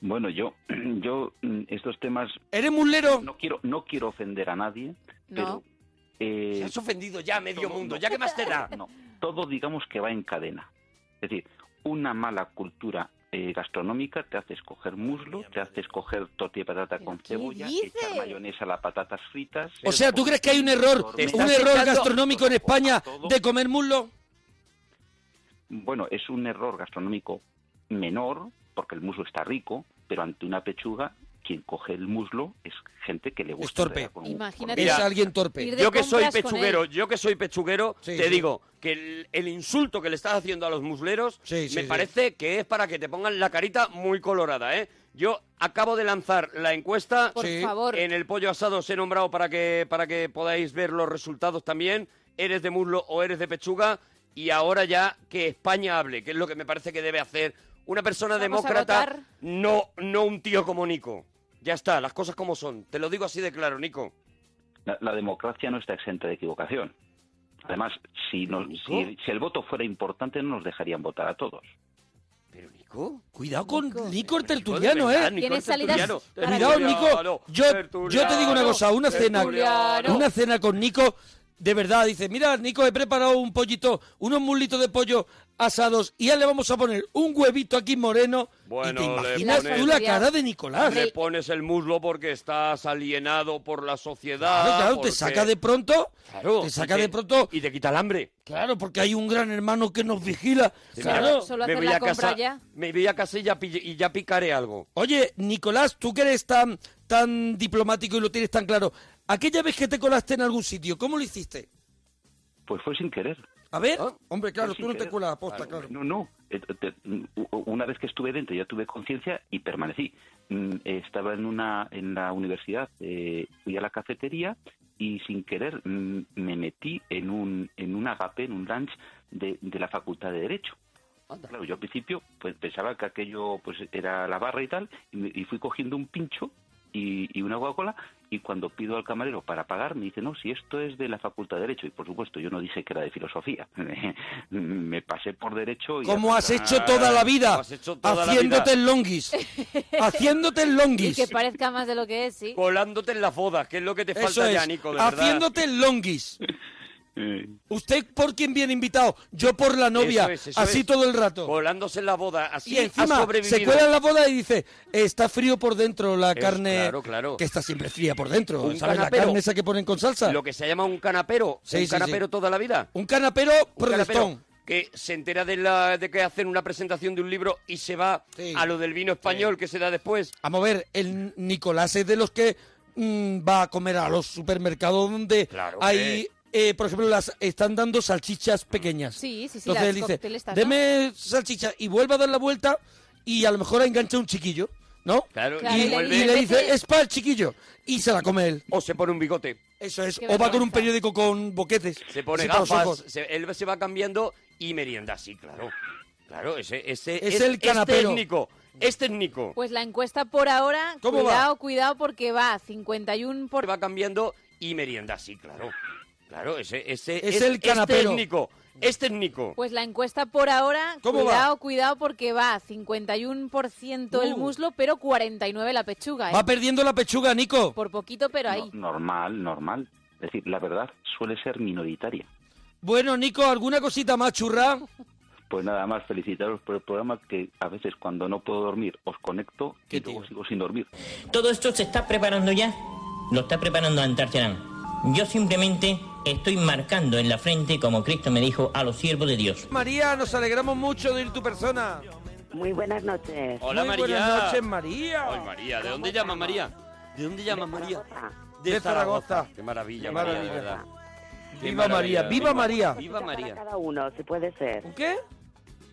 Speaker 7: Bueno, yo, yo mm, estos temas
Speaker 2: ¿eres muslero?
Speaker 7: no quiero, no quiero ofender a nadie,
Speaker 6: No.
Speaker 7: pero eh,
Speaker 4: Te has ofendido ya a medio
Speaker 7: Todo-
Speaker 4: mundo,
Speaker 7: no.
Speaker 4: ya que más te da.
Speaker 7: No, todo digamos que va en cadena. Es decir, una mala cultura eh, gastronómica te hace escoger muslo, te hace escoger tortilla de patata
Speaker 6: ¿Pero
Speaker 7: con
Speaker 6: qué
Speaker 7: cebolla,
Speaker 6: dices?
Speaker 7: echar mayonesa a las patatas fritas.
Speaker 2: O sea, ¿tú crees que hay un error,
Speaker 4: Te
Speaker 2: un
Speaker 4: estás
Speaker 2: error
Speaker 4: echando-
Speaker 2: gastronómico en España de comer muslo?
Speaker 7: Bueno, es un error gastronómico menor, porque el muslo está rico, pero ante una pechuga, quien coge el muslo es gente que le gusta.
Speaker 2: torpe.
Speaker 7: cenar con-
Speaker 6: Imagínate.
Speaker 2: Es
Speaker 4: Mira,
Speaker 2: alguien
Speaker 6: ir
Speaker 2: torpe.
Speaker 6: de
Speaker 4: Yo que soy
Speaker 6: compras con
Speaker 4: pechuguero,
Speaker 6: él.
Speaker 4: yo que soy pechuguero,
Speaker 2: Sí,
Speaker 4: te
Speaker 2: sí.
Speaker 4: digo que el, el insulto que le estás haciendo a los musleros
Speaker 2: Sí, sí,
Speaker 4: me
Speaker 2: sí.
Speaker 4: parece que es para que te pongan la carita muy colorada, ¿eh? Yo acabo de lanzar la encuesta
Speaker 6: Por
Speaker 2: Sí.
Speaker 6: favor.
Speaker 4: en el pollo asado, os he nombrado para que para que podáis ver los resultados también. ¿Eres de muslo o eres de pechuga? Y ahora ya que España hable, que es lo que me parece que debe hacer una persona
Speaker 6: Vamos a votar.
Speaker 4: demócrata, no no un tío como Nico. Ya está, las cosas como son. Te lo digo así de claro, Nico.
Speaker 7: La, la democracia no está exenta de equivocación. Además, si, nos- si, si el voto fuera importante, no nos dejarían votar a todos.
Speaker 4: Pero Nico,
Speaker 2: Cuidado con
Speaker 6: Nico.
Speaker 2: Nico el
Speaker 4: Nico, de
Speaker 2: tertuliano,
Speaker 4: verdad,
Speaker 2: ¿eh?
Speaker 4: Nico,
Speaker 6: Tiene
Speaker 4: el
Speaker 6: salidas
Speaker 4: tertuliano.
Speaker 6: para-
Speaker 2: Cuidado,
Speaker 4: Tertuliano,
Speaker 2: Nico. Yo, yo te digo una
Speaker 4: tertuliano,
Speaker 2: cosa, una cena,
Speaker 4: tertuliano.
Speaker 2: una cena con Nico de verdad, dice, mira, Nico, he preparado un pollito, unos mulitos de pollo asados y ya le vamos a poner un huevito aquí moreno.
Speaker 4: Bueno,
Speaker 2: ¿Y te
Speaker 4: le
Speaker 2: imaginas
Speaker 4: pones-
Speaker 2: tú la cara de Nicolás?
Speaker 4: Le pones el muslo porque estás alienado por la sociedad.
Speaker 2: Claro, claro, te
Speaker 4: porque-
Speaker 2: saca de pronto,
Speaker 4: Claro,
Speaker 2: te
Speaker 4: y
Speaker 2: saca
Speaker 4: te-
Speaker 2: de pronto,
Speaker 4: Y te quita el hambre.
Speaker 2: claro, porque hay un gran hermano que nos vigila,
Speaker 4: Sí, mira,
Speaker 2: claro.
Speaker 6: Solo hacer la compra ya.
Speaker 4: Me voy a casa y ya, pille- y ya picaré algo.
Speaker 2: Oye, Nicolás, tú que eres tan, tan diplomático y lo tienes tan claro, aquella vez que te colaste en algún sitio, ¿cómo lo hiciste?
Speaker 7: Pues fue sin querer.
Speaker 2: A ver,
Speaker 4: ¿Ah?
Speaker 2: hombre, claro,
Speaker 7: Fue
Speaker 2: tú
Speaker 7: sin
Speaker 2: no te
Speaker 7: querer.
Speaker 2: cuelas aposta,
Speaker 7: Claro,
Speaker 2: claro.
Speaker 7: eh, No, no. Eh, te- u- Una vez que estuve dentro ya tuve conciencia y permanecí. Mm, Estaba en una en la universidad, eh, fui a la cafetería y sin querer mm, me metí en un en un agape, en un lunch de, de la Facultad de Derecho. Claro, yo al principio pues pensaba que aquello pues era la barra y tal, y, me- y fui cogiendo un pincho y, y una Coca-Cola, y cuando pido al camarero para pagar, me dice, no, si esto es de la Facultad de Derecho, y por supuesto yo no dije que era de filosofía, me pasé por derecho y...
Speaker 2: Como has hecho
Speaker 4: Ah,
Speaker 2: toda la vida,
Speaker 4: como has hecho toda la
Speaker 2: haciéndote
Speaker 4: vida.
Speaker 2: el longuis, haciéndote el
Speaker 6: Y
Speaker 2: longuis.
Speaker 6: que parezca más de lo que es, sí.
Speaker 4: Colándote en la foda, que es lo que te
Speaker 2: Eso
Speaker 4: falta
Speaker 2: es,
Speaker 4: ya, Nico, de verdad.
Speaker 2: haciéndote el longuis.
Speaker 7: Eh,
Speaker 2: ¿Usted por quién viene invitado? Yo por la novia,
Speaker 4: Eso es, eso
Speaker 2: así
Speaker 4: es.
Speaker 2: todo el rato.
Speaker 4: Colándose en la boda, así
Speaker 2: y
Speaker 4: has
Speaker 2: encima
Speaker 4: sobrevivido.
Speaker 2: se cuela en la boda y dice, está frío por dentro la
Speaker 4: Es-
Speaker 2: carne,
Speaker 4: claro, claro.
Speaker 2: que está siempre fría por dentro,
Speaker 4: Un
Speaker 2: ¿sabes? La
Speaker 4: canapero.
Speaker 2: carne esa que ponen con salsa.
Speaker 4: Lo que se llama un canapero.
Speaker 2: Sí,
Speaker 4: un
Speaker 2: sí, sí.
Speaker 4: canapero toda la vida.
Speaker 2: Un canapero
Speaker 4: Un canapero
Speaker 2: protestón.
Speaker 4: que se entera de, la, de que hacen una presentación de un libro y se va
Speaker 2: Sí.
Speaker 4: a lo del vino español que se da después.
Speaker 2: Vamos a ver, el Nicolás es de los que mm, va a comer a los supermercados donde
Speaker 4: Claro
Speaker 2: hay, eh, por ejemplo, las están dando salchichas pequeñas.
Speaker 6: Sí, sí, sí,
Speaker 2: Entonces
Speaker 6: las
Speaker 2: él dice,
Speaker 6: cocteletas, ¿no?
Speaker 2: deme salchicha y vuelve a dar la vuelta y a lo mejor engancha un chiquillo, ¿no?
Speaker 4: Claro,
Speaker 6: Claro,
Speaker 2: y,
Speaker 6: y le-
Speaker 2: y le dice,
Speaker 6: dice-
Speaker 2: es para el chiquillo. Y se la come él.
Speaker 4: O se pone un bigote.
Speaker 2: Eso es.
Speaker 6: Qué
Speaker 2: O va con un
Speaker 6: vergüenza.
Speaker 2: periódico con boquetes.
Speaker 4: Se pone
Speaker 2: así para los
Speaker 4: gafas,
Speaker 2: ojos.
Speaker 4: se- él se va cambiando y merienda, sí, claro. Claro, ese, ese este
Speaker 2: Es el canapero.
Speaker 4: técnico, es técnico.
Speaker 6: Pues la encuesta por ahora,
Speaker 2: ¿Cómo va?
Speaker 6: cuidado, cuidado, porque va 51 por...
Speaker 4: Va cambiando y merienda, sí, claro. Claro, ese, ese este
Speaker 2: Es el canapero.
Speaker 4: técnico, es técnico.
Speaker 6: Pues la encuesta por ahora,
Speaker 2: ¿Cómo va?
Speaker 6: cuidado, cuidado, porque va 51% el
Speaker 2: Uh.
Speaker 6: muslo, pero 49 la pechuga, ¿eh?
Speaker 2: Va perdiendo la pechuga, Nico.
Speaker 6: Por poquito, pero ahí.
Speaker 7: no- normal, normal. Es decir, la verdad suele ser minoritaria.
Speaker 2: Bueno, Nico, ¿alguna cosita más churra?
Speaker 7: Pues nada más, felicitaros por el programa que a veces cuando no puedo dormir os conecto
Speaker 2: Qué
Speaker 7: y luego
Speaker 2: tío.
Speaker 7: sigo sin dormir.
Speaker 8: Todo esto se está preparando ya. Lo está preparando Antártida. Yo simplemente estoy marcando en la frente, como Cristo me dijo, a los siervos de Dios.
Speaker 2: María, nos alegramos mucho de ir tu persona.
Speaker 9: Muy buenas noches.
Speaker 4: Hola
Speaker 2: Muy
Speaker 4: María.
Speaker 2: buenas noches, María.
Speaker 4: Ay, María, ¿de dónde llamas María? ¿De dónde llamas María?
Speaker 2: De Zaragoza.
Speaker 4: Qué maravilla,
Speaker 2: Qué
Speaker 4: María, de
Speaker 2: maravilla.
Speaker 4: verdad. Qué
Speaker 2: Viva María, viva María.
Speaker 4: Viva
Speaker 9: Para
Speaker 4: María.
Speaker 9: cada uno, si puede ser.
Speaker 2: ¿Un qué?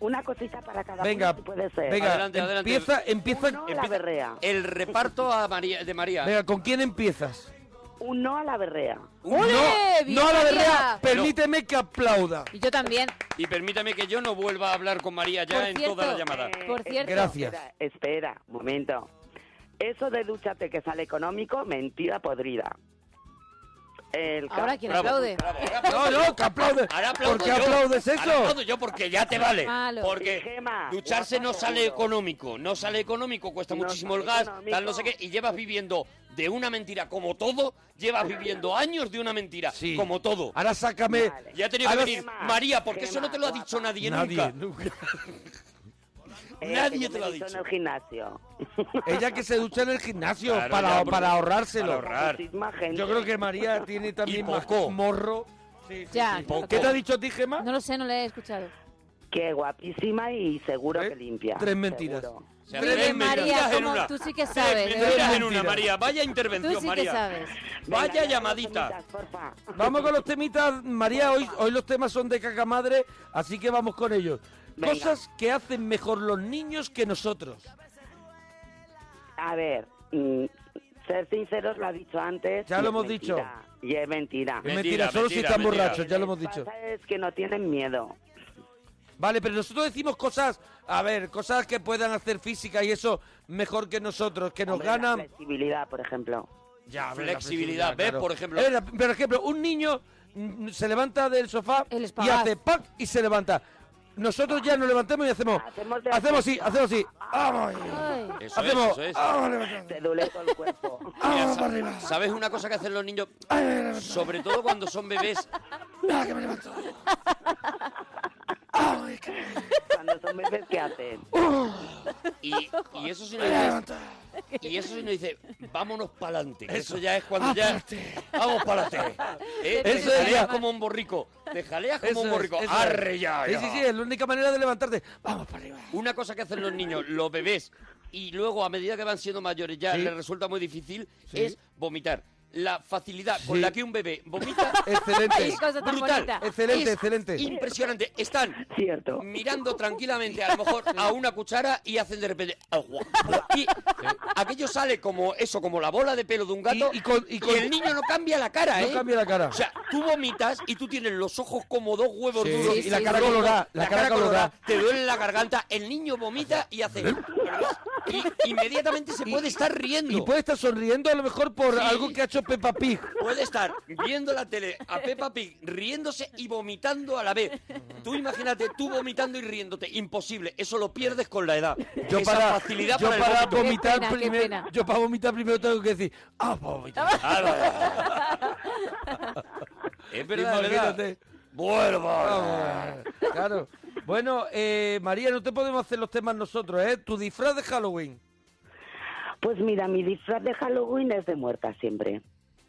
Speaker 9: Una cosita para cada
Speaker 2: Venga,
Speaker 9: uno, si puede ser.
Speaker 2: venga,
Speaker 4: Adelante, adelante.
Speaker 2: empieza, empieza,
Speaker 9: Uno a la
Speaker 2: empieza-
Speaker 9: berrea.
Speaker 4: El reparto a María, de María.
Speaker 2: Venga, ¿con quién empiezas?
Speaker 9: Un no a la berrea.
Speaker 6: ¡Ole!
Speaker 2: No,
Speaker 6: ¡Viva
Speaker 2: no a la
Speaker 6: María!
Speaker 2: berrea. Permíteme que aplauda.
Speaker 6: Y yo también.
Speaker 4: Y permítame que yo no vuelva a hablar con María ya
Speaker 6: Por
Speaker 4: en
Speaker 6: cierto,
Speaker 4: toda la llamada.
Speaker 9: Eh,
Speaker 6: Por cierto.
Speaker 2: Gracias.
Speaker 9: Espera, espera, un momento. Eso de dúchate que sale económico, mentira podrida. El ca-
Speaker 6: Ahora, ¿quién
Speaker 4: Bravo.
Speaker 6: aplaude?
Speaker 2: No, no, que aplaude.
Speaker 4: Ahora aplaudo
Speaker 2: ¿Por qué
Speaker 4: yo.
Speaker 2: aplaudes
Speaker 4: Ahora
Speaker 2: eso?
Speaker 4: aplaudo yo porque ya te vale.
Speaker 6: Malo.
Speaker 4: Porque
Speaker 9: Gema,
Speaker 4: ducharse no
Speaker 9: guapa,
Speaker 4: sale
Speaker 9: seguro.
Speaker 4: económico, no sale económico, cuesta
Speaker 9: No
Speaker 4: muchísimo el
Speaker 9: sale
Speaker 4: gas,
Speaker 9: económico.
Speaker 4: tal no sé qué, y llevas viviendo de una mentira como todo, llevas viviendo años de una mentira
Speaker 2: Sí.
Speaker 4: como todo.
Speaker 2: Ahora sácame.
Speaker 9: Vale.
Speaker 4: Ya he tenido que
Speaker 2: Ahora-
Speaker 4: venir,
Speaker 9: Gema,
Speaker 4: María, porque eso
Speaker 9: Gema,
Speaker 4: no te lo ha
Speaker 9: guapa.
Speaker 4: dicho nadie,
Speaker 2: Nadie,
Speaker 4: nunca.
Speaker 2: nunca.
Speaker 9: Eh,
Speaker 4: nadie
Speaker 9: que yo
Speaker 4: te
Speaker 9: me
Speaker 4: lo ha
Speaker 9: ducho
Speaker 4: dicho.
Speaker 9: En el gimnasio.
Speaker 2: Ella que se ducha en el gimnasio
Speaker 4: Claro,
Speaker 2: para,
Speaker 4: ya, porque-
Speaker 2: para ahorrárselo.
Speaker 4: para ahorrar.
Speaker 9: Muchísima gente.
Speaker 2: Yo creo que María tiene también más
Speaker 4: poco.
Speaker 2: morro.
Speaker 6: Ya.
Speaker 4: poco.
Speaker 2: ¿Qué te ha dicho a ti, Gemma?
Speaker 6: No lo sé, no le he escuchado.
Speaker 9: Que guapísima y seguro
Speaker 2: ¿Eh?
Speaker 9: que limpia.
Speaker 2: Tres mentiras.
Speaker 9: seguro.
Speaker 4: O sea,
Speaker 2: Tres
Speaker 6: Vive
Speaker 4: tres
Speaker 2: mentiras
Speaker 6: María,
Speaker 4: mentiras en
Speaker 6: como
Speaker 4: una.
Speaker 6: tú sí que sabes. ¿eh?
Speaker 4: Tres
Speaker 6: de
Speaker 4: mentiras
Speaker 6: verdad.
Speaker 4: en una, María. Vaya
Speaker 6: Tú
Speaker 4: intervención,
Speaker 6: sí que
Speaker 4: María.
Speaker 6: sabes.
Speaker 9: Venga,
Speaker 4: Vaya
Speaker 9: ya,
Speaker 4: llamadita.
Speaker 9: dos porfa.
Speaker 2: Vamos con los temitas, María. Hoy, hoy los temas son de caca madre, así que vamos con ellos.
Speaker 9: Venga.
Speaker 2: Cosas que hacen mejor los niños que nosotros.
Speaker 9: A ver, mm, ser sinceros lo ha dicho antes.
Speaker 2: Ya
Speaker 9: y
Speaker 2: lo
Speaker 9: es
Speaker 2: hemos
Speaker 9: mentira, Y es mentira.
Speaker 2: Es
Speaker 4: Mentira,
Speaker 2: mentira, solo si
Speaker 4: mentira,
Speaker 2: están
Speaker 4: mentira.
Speaker 2: borrachos, ya lo hemos dicho.
Speaker 9: pasa es que no tienen miedo.
Speaker 2: Vale, pero nosotros decimos cosas, a ver, cosas que puedan hacer física y eso mejor que nosotros, que nos
Speaker 9: Hombre, La
Speaker 2: ganan.
Speaker 9: flexibilidad, por ejemplo.
Speaker 2: Ya,
Speaker 4: flexibilidad, ¿ves? Por ejemplo-
Speaker 2: Es verdad, por ejemplo, un niño mm, se levanta del sofá
Speaker 6: El
Speaker 2: y
Speaker 6: espagat.
Speaker 2: hace ¡pac! y se levanta. Nosotros ya nos levantamos y hacemos.
Speaker 9: Ah, Hacemos de- Ah,
Speaker 2: Hacemos así, hacemos así. ¡Vamos!
Speaker 6: Ay.
Speaker 4: Eso es,
Speaker 2: Hacemos. Ah,
Speaker 4: eso es.
Speaker 2: ¡vamos, levantando!
Speaker 9: Te duele todo el cuerpo.
Speaker 4: Mira, sa- ¿Sabes una cosa que hacen los niños? Sobre todo cuando son bebés.
Speaker 9: Cuando son bebés, ¿qué hacen?
Speaker 4: Y, y eso si no dice, y eso si no dice, vámonos para adelante. Eso ya es cuando ya. Vamos para adelante. ¿Eh?
Speaker 2: Eso
Speaker 4: Te
Speaker 2: es
Speaker 4: jaleas
Speaker 2: ya.
Speaker 4: como un borrico. Te jaleas como
Speaker 2: Eso
Speaker 4: un
Speaker 2: es,
Speaker 4: borrico.
Speaker 2: eso es.
Speaker 4: Arre ya,
Speaker 2: Sí,
Speaker 4: ya.
Speaker 2: sí, sí, es la única manera de levantarte. Vamos para arriba.
Speaker 4: Una cosa que hacen los niños, los bebés, y luego a medida que van siendo mayores ya
Speaker 2: Sí.
Speaker 4: les resulta muy difícil,
Speaker 2: Sí.
Speaker 4: es vomitar. La facilidad
Speaker 2: Sí.
Speaker 4: con la que un bebé vomita
Speaker 2: Excelente.
Speaker 4: es
Speaker 6: Qué cosa tan
Speaker 4: brutal.
Speaker 6: bonita.
Speaker 2: Excelente,
Speaker 4: Es
Speaker 2: excelente.
Speaker 4: Impresionante. Están
Speaker 9: Cierto.
Speaker 4: mirando tranquilamente a lo mejor a una cuchara y hacen de repente agua. Y aquello sale como eso, como la bola de pelo de un gato
Speaker 2: Y- y con- y con-
Speaker 4: el niño no cambia la cara,
Speaker 2: No
Speaker 4: ¿eh?
Speaker 2: cambia la cara.
Speaker 4: O sea, tú vomitas y tú tienes los ojos como dos huevos
Speaker 2: Sí,
Speaker 4: duros.
Speaker 2: y la cara colorada, la cara colorada. ¿Eh?
Speaker 4: Te duele la garganta, el niño vomita y hace... Y inmediatamente se puede estar riendo.
Speaker 2: y puede estar sonriendo a lo mejor por
Speaker 4: Sí.
Speaker 2: algo que ha hecho Peppa Pig.
Speaker 4: Puede estar viendo la tele a Peppa Pig riéndose y vomitando a la vez. Tú imagínate, tú vomitando y riéndote. Imposible. Eso lo pierdes con la edad.
Speaker 2: Yo
Speaker 4: Esa
Speaker 2: para,
Speaker 4: facilidad
Speaker 2: yo
Speaker 4: para, el
Speaker 2: para
Speaker 4: vómito.
Speaker 2: vomitar
Speaker 6: pena, qué
Speaker 2: primero,
Speaker 6: pena.
Speaker 2: yo para vomitar primero tengo que decir, ah, para vomitar.
Speaker 4: Ah, Es verdad, es verdad.
Speaker 2: Imagínate.
Speaker 4: Bueno, vamos.
Speaker 2: Claro. Bueno, eh, María, no te podemos hacer los temas nosotros, ¿eh? Tu disfraz de Halloween.
Speaker 9: Pues mira, mi disfraz de Halloween es de muerta siempre.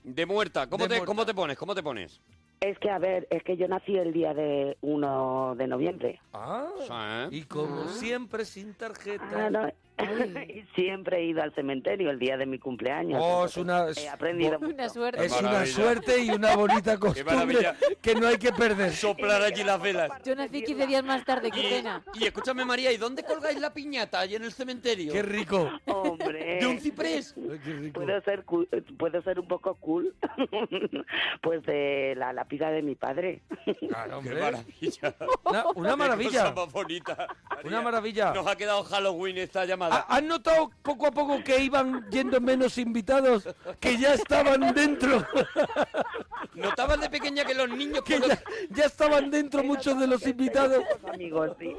Speaker 4: De muerta. ¿Cómo,
Speaker 2: De
Speaker 4: te,
Speaker 2: muerta.
Speaker 4: ¿Cómo te pones? ¿Cómo te pones?
Speaker 9: Es que, a ver, es que yo nací el día de 1 de noviembre.
Speaker 2: Ah.
Speaker 4: Sí, ¿eh?
Speaker 2: Y como siempre, sin tarjeta.
Speaker 9: Ah, no. Y Siempre he ido al cementerio el día de mi cumpleaños.
Speaker 2: Oh, es una-
Speaker 9: Entonces, He aprendido.
Speaker 6: Una
Speaker 9: mucho.
Speaker 6: suerte.
Speaker 2: Es una
Speaker 4: maravilla.
Speaker 2: suerte y una bonita costumbre
Speaker 4: maravilla.
Speaker 2: que no hay que perder.
Speaker 4: Soplar allí las velas.
Speaker 6: Yo nací 15 días más tarde, qué pena.
Speaker 4: Y, y escúchame, María, ¿y dónde colgáis la piñata? Allí en el cementerio.
Speaker 2: Qué rico.
Speaker 9: Hombre.
Speaker 4: ¿De un ciprés?
Speaker 2: Ay, qué rico.
Speaker 9: Puedo ser, cu- puedo ser un poco cool, pues de la lápida de mi padre.
Speaker 2: Claro,
Speaker 4: Qué
Speaker 2: hombre.
Speaker 4: maravilla.
Speaker 2: Una, una maravilla.
Speaker 4: Qué cosa más bonita.
Speaker 2: Una maravilla. Ah.
Speaker 4: Nos ha quedado Halloween esta llamada.
Speaker 2: ¿Ha- ¿Has notado poco a poco que iban yendo menos invitados? Que ya estaban dentro.
Speaker 4: Notabas de pequeña que los niños
Speaker 2: Que
Speaker 4: cuando-
Speaker 2: ya, ya estaban dentro muchos de los invitados.
Speaker 9: Los amigos, sí.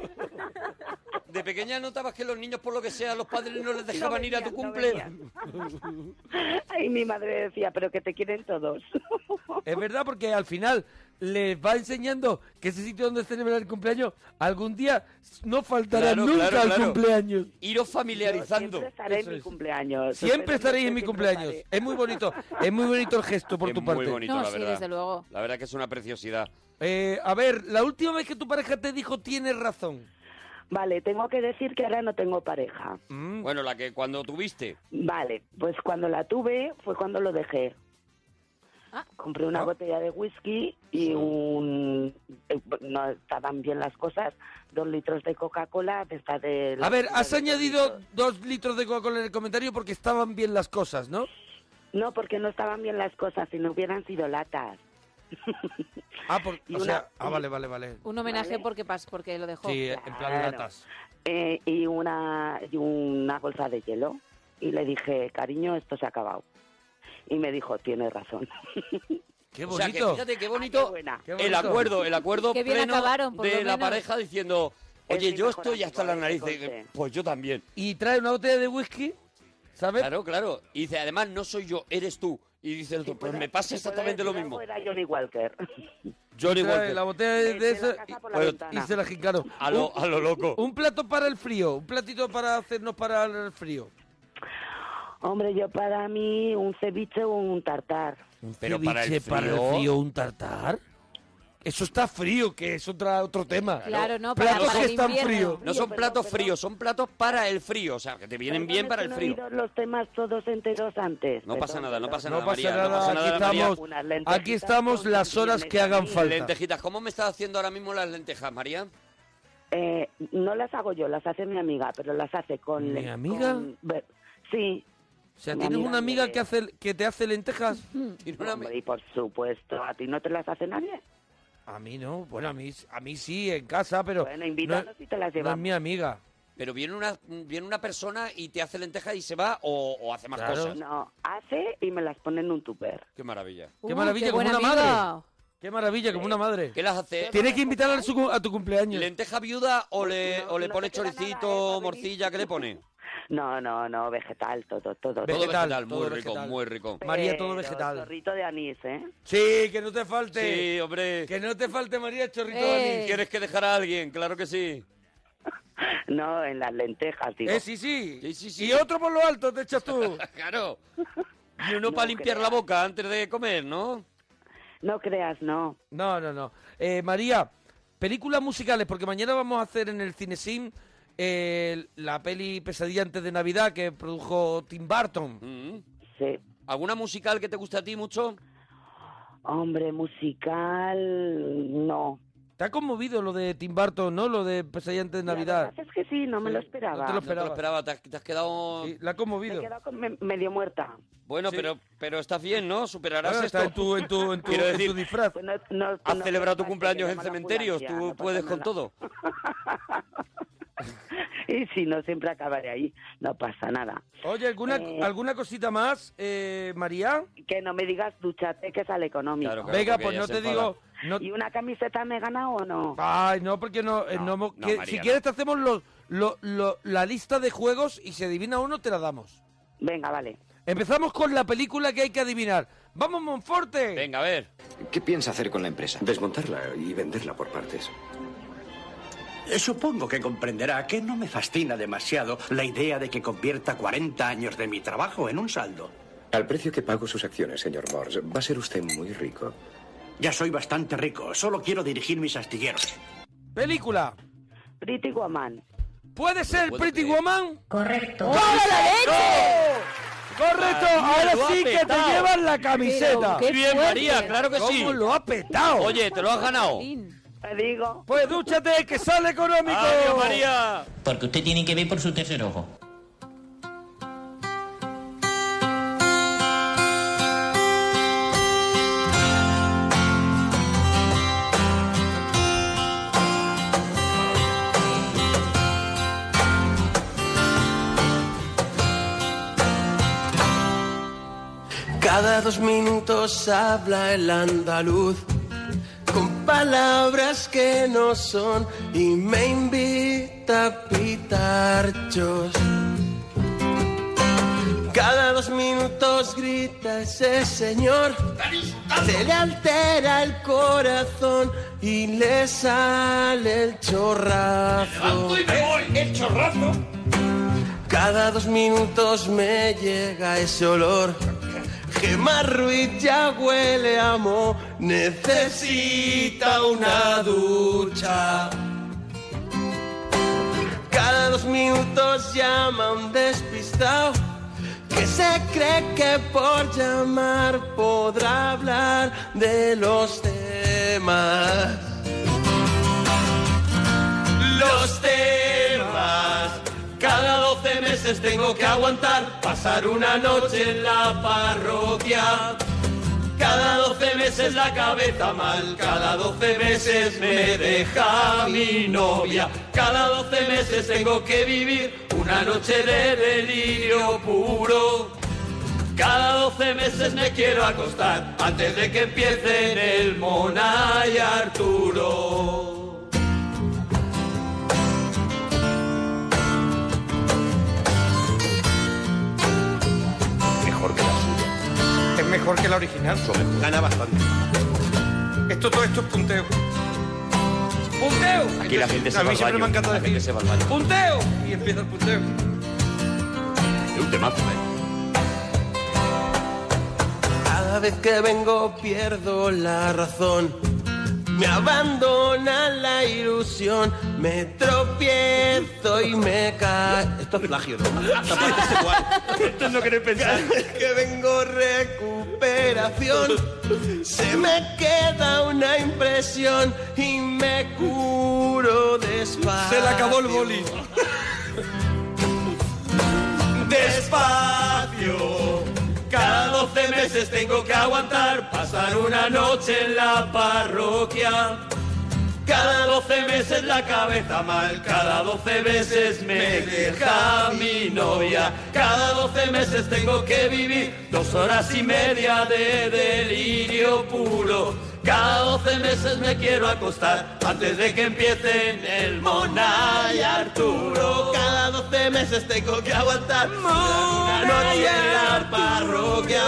Speaker 4: de pequeña notabas que los niños por lo que sea los padres no les dejaban
Speaker 9: No
Speaker 4: ir a tu
Speaker 9: venían, no
Speaker 4: cumple.
Speaker 9: venían. Ay, mi madre decía, pero que te quieren todos.
Speaker 2: Es verdad, porque al final les va enseñando que ese sitio donde celebrar el cumpleaños algún día no faltará
Speaker 4: Claro,
Speaker 2: nunca
Speaker 4: claro,
Speaker 2: al
Speaker 4: claro.
Speaker 2: cumpleaños.
Speaker 4: Iros familiarizando.
Speaker 9: Siempre estaré
Speaker 2: Eso
Speaker 9: en mi
Speaker 2: es.
Speaker 9: cumpleaños.
Speaker 2: Siempre estaréis en mi
Speaker 9: Siempre
Speaker 2: cumpleaños.
Speaker 9: estaré.
Speaker 2: Es muy bonito. Es muy bonito el gesto por
Speaker 4: Es
Speaker 2: tu
Speaker 4: muy
Speaker 2: parte.
Speaker 4: bonito,
Speaker 6: No,
Speaker 4: la
Speaker 6: sí,
Speaker 4: verdad.
Speaker 6: desde luego.
Speaker 4: La verdad que es una preciosidad.
Speaker 2: Eh, a ver, la última vez que tu pareja te dijo tienes razón.
Speaker 9: Vale, tengo que decir que ahora no tengo pareja.
Speaker 2: Mm,
Speaker 4: Bueno, la que cuando tuviste.
Speaker 9: Vale, pues cuando la tuve fue cuando lo dejé.
Speaker 6: Ah.
Speaker 9: Compré una botella de whisky y un... eh, No estaban bien las cosas. Dos litros de Coca-Cola, de esta de... la-
Speaker 2: A ver,
Speaker 9: de
Speaker 2: has
Speaker 9: dos
Speaker 2: añadido
Speaker 9: litros.
Speaker 2: dos litros de Coca-Cola en el comentario porque estaban bien las cosas, ¿no?
Speaker 9: No, porque no estaban bien las cosas, si no hubieran sido latas.
Speaker 2: Ah, por-
Speaker 9: Y
Speaker 2: o
Speaker 9: una-
Speaker 2: sea, ah, vale, vale, vale.
Speaker 6: Un homenaje
Speaker 9: Vale.
Speaker 6: porque pas, porque lo dejó.
Speaker 2: Sí, eh, en plan
Speaker 9: Claro.
Speaker 2: latas.
Speaker 9: Eh, y, una, y una bolsa de hielo. Y le dije, cariño, esto se ha acabado. Y me dijo, tienes razón.
Speaker 2: Qué
Speaker 4: O sea, que
Speaker 2: bonito.
Speaker 4: fíjate qué
Speaker 9: Ah,
Speaker 4: bonito,
Speaker 9: qué buena.
Speaker 2: Qué
Speaker 4: el
Speaker 2: bonito.
Speaker 4: acuerdo, el acuerdo
Speaker 6: Qué bien
Speaker 4: pleno
Speaker 6: acabaron, por
Speaker 4: de
Speaker 6: lo
Speaker 4: la
Speaker 6: menos.
Speaker 4: pareja diciendo,
Speaker 9: Es
Speaker 4: oye,
Speaker 9: mi
Speaker 4: yo
Speaker 9: mejor
Speaker 4: estoy hasta la
Speaker 9: amigo,
Speaker 4: nariz.
Speaker 9: ese
Speaker 4: de-
Speaker 9: coche.
Speaker 4: Pues yo también.
Speaker 2: Y trae una botella de whisky, ¿sabes?
Speaker 4: Claro, claro. Y dice, además, no soy yo, eres tú. Y dice el otro, pues me pasa
Speaker 9: Si puedo
Speaker 4: exactamente lo
Speaker 9: decir
Speaker 4: mismo.
Speaker 9: algo, Era Johnny Walker.
Speaker 4: Johnny
Speaker 2: Trae
Speaker 4: Walker.
Speaker 2: la botella de, de
Speaker 9: Desde la
Speaker 2: eso
Speaker 9: casa
Speaker 2: y,
Speaker 9: por la
Speaker 2: bueno,
Speaker 9: ventana.
Speaker 2: y se Pues, la jincaron.
Speaker 4: A lo, a lo loco.
Speaker 2: Un plato para el frío, un platito para hacernos para el frío.
Speaker 9: Hombre, yo para mí un ceviche o un tartar.
Speaker 4: Pero para el
Speaker 2: Ceviche, para
Speaker 4: frío-
Speaker 2: frío, un tartar. Eso está frío, que es otra, otro tema.
Speaker 6: Claro, no, para-
Speaker 2: Platos
Speaker 6: para
Speaker 2: que
Speaker 6: el
Speaker 2: están
Speaker 6: invierno.
Speaker 2: fríos.
Speaker 4: No son
Speaker 9: Perdón,
Speaker 4: platos
Speaker 9: perdón.
Speaker 4: fríos, son platos para el frío. O sea, que te vienen bien
Speaker 9: Perdón,
Speaker 4: para
Speaker 9: es
Speaker 4: el
Speaker 9: que
Speaker 4: frío.
Speaker 9: No he oído los temas todos enteros antes.
Speaker 4: No pasa
Speaker 9: Perdón,
Speaker 4: nada, no
Speaker 9: perdón.
Speaker 4: pasa
Speaker 2: No
Speaker 4: nada,
Speaker 2: pasa
Speaker 4: María.
Speaker 2: nada,
Speaker 4: no pasa nada,
Speaker 2: aquí
Speaker 4: María.
Speaker 2: estamos,
Speaker 9: Unas lentejitas
Speaker 2: aquí estamos
Speaker 9: con
Speaker 2: las horas que hagan
Speaker 9: champiñones
Speaker 2: falta.
Speaker 4: Lentejitas, ¿cómo me estás haciendo ahora mismo las lentejas, María?
Speaker 9: Eh, no las hago yo, las hace mi amiga, pero las hace con...
Speaker 2: ¿Mi
Speaker 9: con-
Speaker 2: amiga?
Speaker 9: ver- sí.
Speaker 2: O sea,
Speaker 9: Mi
Speaker 2: ¿tienes
Speaker 9: amiga
Speaker 2: una amiga
Speaker 9: Andrés.
Speaker 2: que, hace, que te hace lentejas?
Speaker 4: Tiene una-
Speaker 9: Hombre, y por supuesto, ¿a ti no te las hace nadie?
Speaker 2: A mí no, bueno, a mí, a mí sí, en casa, pero
Speaker 9: Bueno,
Speaker 2: no,
Speaker 9: invítanos y te las
Speaker 2: no es
Speaker 9: llevamos.
Speaker 2: mi amiga.
Speaker 4: Pero viene una, viene una persona y te hace lentejas y se va o, o hace más
Speaker 2: Claro.
Speaker 4: cosas.
Speaker 9: No, hace y me las pone en un tupper.
Speaker 4: Qué maravilla.
Speaker 6: Uh,
Speaker 2: Qué maravilla, como
Speaker 6: buena
Speaker 2: una
Speaker 6: amiga.
Speaker 2: madre. Qué maravilla, como una madre.
Speaker 4: ¿Qué las hace?
Speaker 2: Tienes que invitarla a, su- a tu cumpleaños.
Speaker 4: ¿Lenteja viuda o le,
Speaker 9: No,
Speaker 4: o le
Speaker 9: no
Speaker 4: pone
Speaker 9: te queda nada,
Speaker 4: choricito,
Speaker 9: ¿eh, Rodri?
Speaker 4: morcilla? ¿Qué le pone?
Speaker 9: No, no, no, vegetal, todo, todo.
Speaker 4: Todo vegetal, muy rico, muy rico.
Speaker 2: María, todo
Speaker 9: Pero
Speaker 2: vegetal.
Speaker 9: Chorrito de anís, ¿eh?
Speaker 2: Sí, que no te falte.
Speaker 4: Sí, hombre.
Speaker 2: Que no te falte María Chorrito
Speaker 9: Eh.
Speaker 2: Dani.
Speaker 4: ¿Quieres que dejar a alguien? Claro que sí.
Speaker 9: No, en las lentejas, digo.
Speaker 2: Eh, sí, sí. Y otro por lo alto te echas tú.
Speaker 4: claro. Y uno para limpiar la boca antes de comer, ¿no?
Speaker 9: No creas, no.
Speaker 2: No, no, no. Eh, María, películas musicales, porque mañana vamos a hacer en el Cinesim eh, la peli Pesadilla antes de Navidad que produjo Tim Burton.
Speaker 9: Sí.
Speaker 4: Mm. ¿Alguna musical que te guste a ti mucho?
Speaker 9: Hombre, musical, no.
Speaker 2: Te ha conmovido lo de Tim Burton, ¿no? Lo de Pesadilla antes de Navidad.
Speaker 9: Es que sí, no me
Speaker 2: Sí,
Speaker 9: lo esperaba.
Speaker 2: no te lo esperaba.
Speaker 4: Esperaba, te has, te has quedado...
Speaker 2: La ha
Speaker 9: Me
Speaker 2: conmovido.
Speaker 9: he quedado con- me- medio muerta.
Speaker 4: Bueno, pero, pero estás bien, ¿no? Superarás
Speaker 2: Bueno,
Speaker 4: esto.
Speaker 2: está en tu, en tu, en tu,
Speaker 4: Quiero
Speaker 2: en
Speaker 4: decir,
Speaker 2: tu disfraz.
Speaker 9: Pues no- no-
Speaker 4: Has
Speaker 9: no
Speaker 4: celebrado
Speaker 9: preocuparse,
Speaker 4: tu cumpleaños
Speaker 9: que
Speaker 4: en
Speaker 9: llamo a la
Speaker 4: cementerios,
Speaker 9: ambulancia,
Speaker 4: tú
Speaker 9: no pasa
Speaker 4: puedes con
Speaker 9: nada.
Speaker 4: todo.
Speaker 9: Y si no, siempre acabaré ahí. No pasa nada.
Speaker 2: Oye, ¿alguna,
Speaker 9: Eh.
Speaker 2: ¿alguna cosita más, eh, María?
Speaker 9: Que no me digas, duchate, que sale económico.
Speaker 4: Claro, claro.
Speaker 2: Venga,
Speaker 4: porque
Speaker 2: pues
Speaker 4: ella
Speaker 2: no
Speaker 4: se
Speaker 2: te
Speaker 4: enfada.
Speaker 2: digo... No,
Speaker 9: ¿Y una camiseta me he ganado o no?
Speaker 2: Ay, no, porque no... eh, no hemos-
Speaker 4: no,
Speaker 2: que-
Speaker 4: María,
Speaker 2: si
Speaker 4: no.
Speaker 2: quieres te hacemos los- lo- lo- la lista de juegos y si adivina uno te la damos.
Speaker 9: Venga, vale.
Speaker 2: Empezamos con la película que hay que adivinar. ¡Vamos, Monforte!
Speaker 4: Venga, a ver.
Speaker 10: ¿Qué piensa hacer con la empresa? Desmontarla y venderla por partes.
Speaker 5: Eh, Supongo que comprenderá que no me fascina demasiado la idea de que convierta 40 años de mi trabajo en un saldo.
Speaker 10: Al precio que pago sus acciones, señor Morse, va a ser usted muy rico.
Speaker 5: Ya soy bastante rico, solo quiero dirigir mis astilleros.
Speaker 2: Película.
Speaker 9: Pretty Woman.
Speaker 2: ¿Puede ser
Speaker 4: puedo
Speaker 2: Pretty
Speaker 4: creer.
Speaker 2: Woman?
Speaker 8: Correcto.
Speaker 2: ¡Hola, la leche! Correcto,
Speaker 4: María,
Speaker 2: ahora
Speaker 4: lo ha
Speaker 2: sí que te
Speaker 4: petao.
Speaker 2: llevas la camiseta.
Speaker 6: Pero, Qué
Speaker 4: Muy bien,
Speaker 6: fuerte.
Speaker 4: María, claro que sí.
Speaker 2: ¿Cómo lo ha petado?
Speaker 4: Oye, te lo has ganado.
Speaker 6: Jolín.
Speaker 9: Te digo,
Speaker 2: Pues dúchate, que sale económico.
Speaker 4: ¡Adiós, María!
Speaker 8: Porque usted tiene que ver por su tercer ojo.
Speaker 5: Cada dos minutos habla el andaluz con palabras que no son y me invita a pitarchos. Cada dos minutos grita ese señor, se le altera el corazón y le sale el chorrazo. Eh, Cada dos minutos me llega ese olor. Gemma Ruiz ya huele a mo, necesita una ducha. Cada dos minutos llama un despistado que se cree que por llamar podrá hablar de los temas. Los temas. Cada 12 meses tengo que aguantar pasar una noche en la parroquia. Cada 12 meses la cabeza mal, cada 12 meses me deja mi novia. Cada 12 meses tengo que vivir una noche de delirio puro. Cada 12 meses me quiero acostar antes de que empiecen el Mona y Arturo.
Speaker 10: Mejor que la suya.
Speaker 2: Es mejor que la original.
Speaker 10: Gana bastante.
Speaker 2: Esto, todo esto es punteo. ¡Punteo!
Speaker 10: Aquí la gente se
Speaker 2: A
Speaker 10: va
Speaker 2: mí
Speaker 10: al
Speaker 2: siempre
Speaker 10: baño.
Speaker 2: me ha encantado
Speaker 10: La gente se
Speaker 2: decir
Speaker 10: va al baño.
Speaker 2: ¡Punteo! Y empieza el punteo.
Speaker 10: Un temazo, ¿eh?
Speaker 5: Cada vez que vengo pierdo la razón. Me abandona la ilusión, me tropiezo y me cae. Esto es plagio, ¿no? Tampoco es igual. Esto es lo que no pensar. Cada vez que vengo recuperación, se me queda una impresión y me curo despacio.
Speaker 2: Se le acabó el boli.
Speaker 5: Despacio, cada 12 meses tengo que aguantar pasar una noche en la parroquia. Cada 12 meses la cabeza mal, cada 12 veces me deja mi novia. Cada 12 meses tengo que vivir dos horas y media de delirio puro. Cada 12 meses me quiero acostar antes de que empiecen el Mona y Arturo. Cada 12 meses tengo que aguantar una noche en la parroquia.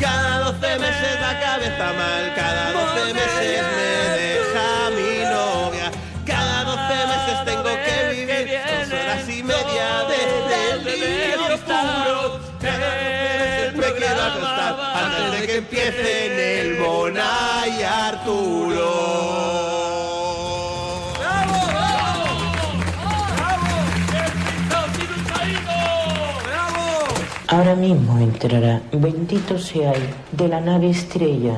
Speaker 5: Cada 12 meses la cabeza mal, cada 12 meses me deja mi novia. Cada 12 meses tengo que vivir dos horas y media de delirio puro. Cada 12 meses me quiero acostar antes de que empiecen el Bona y Arturo. ¡Bravo, bravo! ¡Bravo!
Speaker 11: Ahora mismo entrará, bendito seáis, de la nave estrella.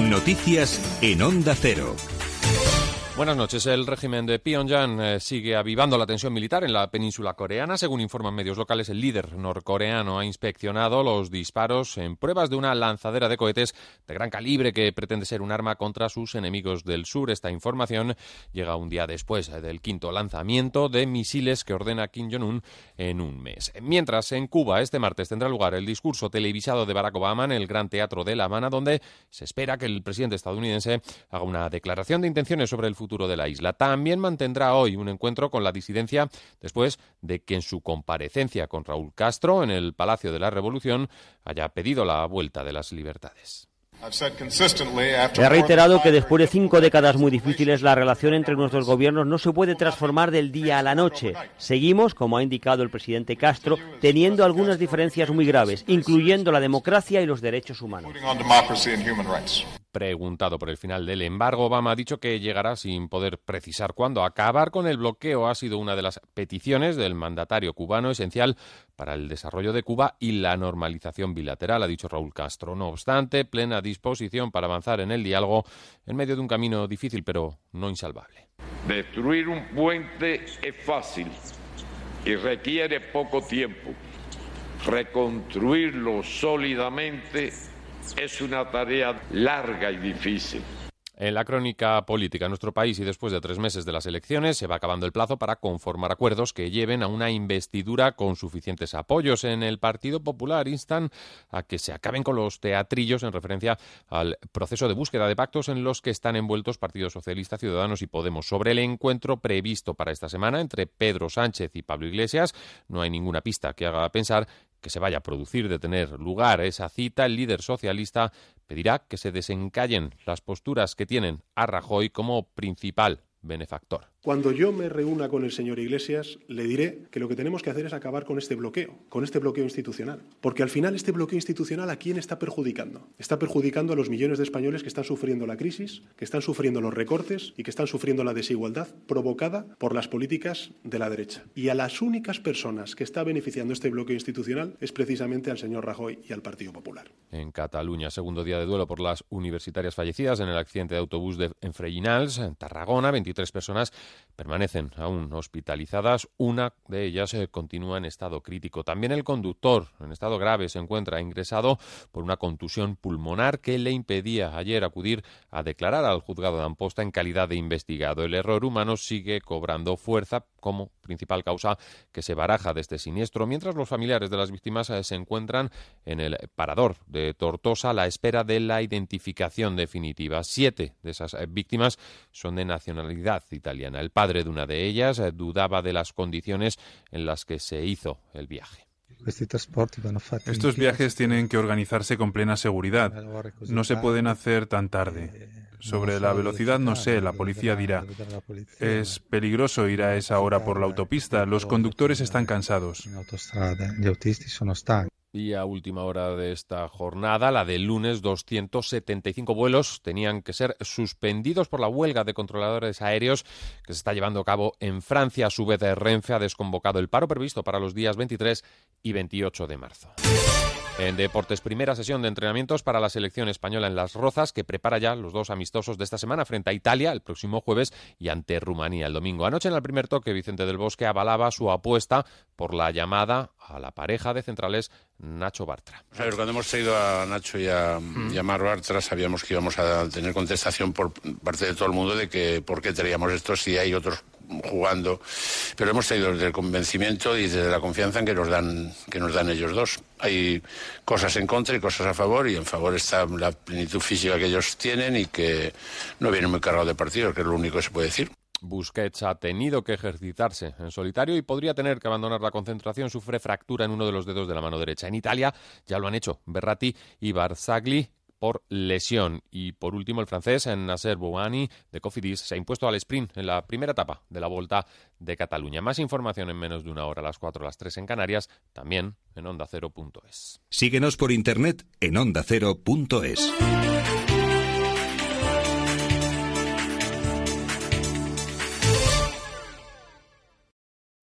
Speaker 12: Noticias en Onda Cero.
Speaker 13: Buenas noches. El régimen de Pyongyang eh, sigue avivando la tensión militar en la península coreana. Según informan medios locales, el líder norcoreano ha inspeccionado los disparos en pruebas de una lanzadera de cohetes de gran calibre que pretende ser un arma contra sus enemigos del sur. Esta información llega un día después eh, del quinto lanzamiento de misiles que ordena Kim Jong-un en un mes. Mientras, en Cuba, este martes tendrá lugar el discurso televisado de Barack Obama en el Gran Teatro de La Habana, donde se espera que el presidente estadounidense haga una declaración de intenciones sobre el futuro de la isla. También mantendrá hoy un encuentro con la disidencia después de que en su comparecencia con Raúl Castro en el Palacio de la Revolución haya pedido la vuelta de las libertades.
Speaker 14: He reiterado que después de cinco décadas muy difíciles, la relación entre nuestros gobiernos no se puede transformar del día a la noche. Seguimos, como ha indicado el presidente Castro, teniendo algunas diferencias muy graves, incluyendo la democracia y los derechos humanos.
Speaker 13: Preguntado por el final del embargo, Obama ha dicho que llegará sin poder precisar cuándo. Acabar con el bloqueo ha sido una de las peticiones del mandatario cubano esencial para el desarrollo de Cuba y la normalización bilateral, ha dicho Raúl Castro. No obstante, plena disposición para avanzar en el diálogo en medio de un camino difícil pero no insalvable.
Speaker 15: Destruir un puente es fácil y requiere poco tiempo. Reconstruirlo sólidamente es una tarea larga y difícil.
Speaker 13: En la crónica política en nuestro país y después de tres meses de las elecciones se va acabando el plazo para conformar acuerdos que lleven a una investidura con suficientes apoyos. En el Partido Popular instan a que se acaben con los teatrillos en referencia al proceso de búsqueda de pactos en los que están envueltos Partido Socialista, Ciudadanos y Podemos. Sobre el encuentro previsto para esta semana entre Pedro Sánchez y Pablo Iglesias no hay ninguna pista que haga pensar que se vaya a producir de tener lugar esa cita, el líder socialista pedirá que se desencallen las posturas que tienen a Rajoy como principal benefactor.
Speaker 16: Cuando yo me reúna con el señor Iglesias, le diré que lo que tenemos que hacer es acabar con este bloqueo, con este bloqueo institucional. Porque al final este bloqueo institucional a quién está perjudicando? Está perjudicando a los millones de españoles que están sufriendo la crisis, que están sufriendo los recortes y que están sufriendo la desigualdad provocada por las políticas de la derecha. Y a las únicas personas que está beneficiando este bloqueo institucional es precisamente al señor Rajoy y al Partido Popular.
Speaker 13: En Cataluña, segundo día de duelo por las universitarias fallecidas en el accidente de autobús de, en Freginals, en Tarragona, 23 personas permanecen aún hospitalizadas. Una de ellas eh, continúa en estado crítico. También el conductor, en estado grave, se encuentra ingresado por una contusión pulmonar que le impedía ayer acudir a declarar al juzgado de Amposta en calidad de investigado. El error humano sigue cobrando fuerza como principal causa que se baraja de este siniestro, mientras los familiares de las víctimas eh, se encuentran en el parador de Tortosa a la espera de la identificación definitiva. Siete de esas eh, víctimas son de nacionalidad italiana. El padre de una de ellas eh, dudaba de las condiciones en las que se hizo el viaje.
Speaker 17: Estos viajes tienen que organizarse con plena seguridad. No se pueden hacer tan tarde. Sobre la velocidad no sé, la policía dirá. Es peligroso ir a esa hora por la autopista. Los conductores están cansados.
Speaker 13: Y a última hora de esta jornada, la de lunes, 275 vuelos tenían que ser suspendidos por la huelga de controladores aéreos que se está llevando a cabo en Francia. A su vez, Renfe ha desconvocado el paro previsto para los días 23 y 28 de marzo. En deportes, primera sesión de entrenamientos para la selección española en Las Rozas, que prepara ya los dos amistosos de esta semana frente a Italia el próximo jueves y ante Rumanía el domingo. Anoche en el primer toque, Vicente del Bosque avalaba su apuesta por la llamada a la pareja de centrales Nacho Bartra.
Speaker 18: A ver, cuando hemos traído a Nacho y a, y a Mar Bartra, sabíamos que íbamos a tener contestación por parte de todo el mundo de que por qué traíamos esto si hay otros jugando, pero hemos traído desde el convencimiento y desde la confianza en que nos dan que nos dan ellos dos. Hay cosas en contra y cosas a favor y en favor está la plenitud física que ellos tienen y que no vienen muy cargados de partidos, que es lo único que se puede decir.
Speaker 13: Busquets ha tenido que ejercitarse en solitario y podría tener que abandonar la concentración. Sufre fractura en uno de los dedos de la mano derecha. En Italia ya lo han hecho Berratti y Barzagli por lesión. Y por último, el francés Nasser Bouani de Cofidis se ha impuesto al sprint en la primera etapa de la Volta de Cataluña. Más información en menos de una hora, a las 4, a las 3 en Canarias, también en ondacero.es.
Speaker 12: Síguenos
Speaker 4: pues.
Speaker 12: por internet en ondacero.es.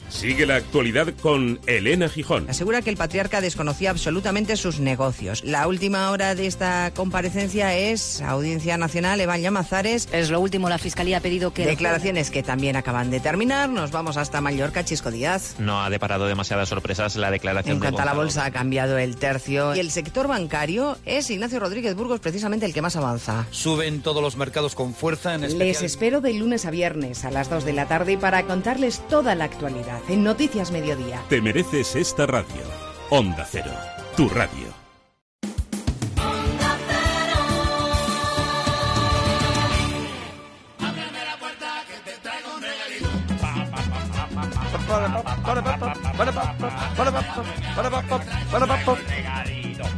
Speaker 19: Sigue la actualidad con Elena Gijón.
Speaker 20: Asegura que el patriarca desconocía absolutamente sus negocios. La última hora de esta comparecencia es Audiencia Nacional, Evan Llamazares.
Speaker 21: Es lo último, la Fiscalía ha pedido que...
Speaker 20: Declaraciones que también acaban de terminar. Nos vamos hasta Mallorca, Chisco Díaz.
Speaker 22: No ha deparado demasiadas sorpresas la declaración
Speaker 20: En
Speaker 22: de
Speaker 20: cuanto a la
Speaker 22: Gonzalo.
Speaker 20: bolsa ha cambiado el tercio. Y el sector bancario es Ignacio Rodríguez Burgos precisamente el que más avanza.
Speaker 23: Suben todos los mercados con fuerza, en
Speaker 24: Les
Speaker 23: especial...
Speaker 24: espero de lunes a viernes a las 2 de la tarde para contarles toda la actualidad en Noticias Mediodía.
Speaker 12: Te mereces esta radio. Onda Cero, tu radio.
Speaker 2: Para, pa, para, pa, para, pa, para, pa, para, pa, para, pa, para, pa,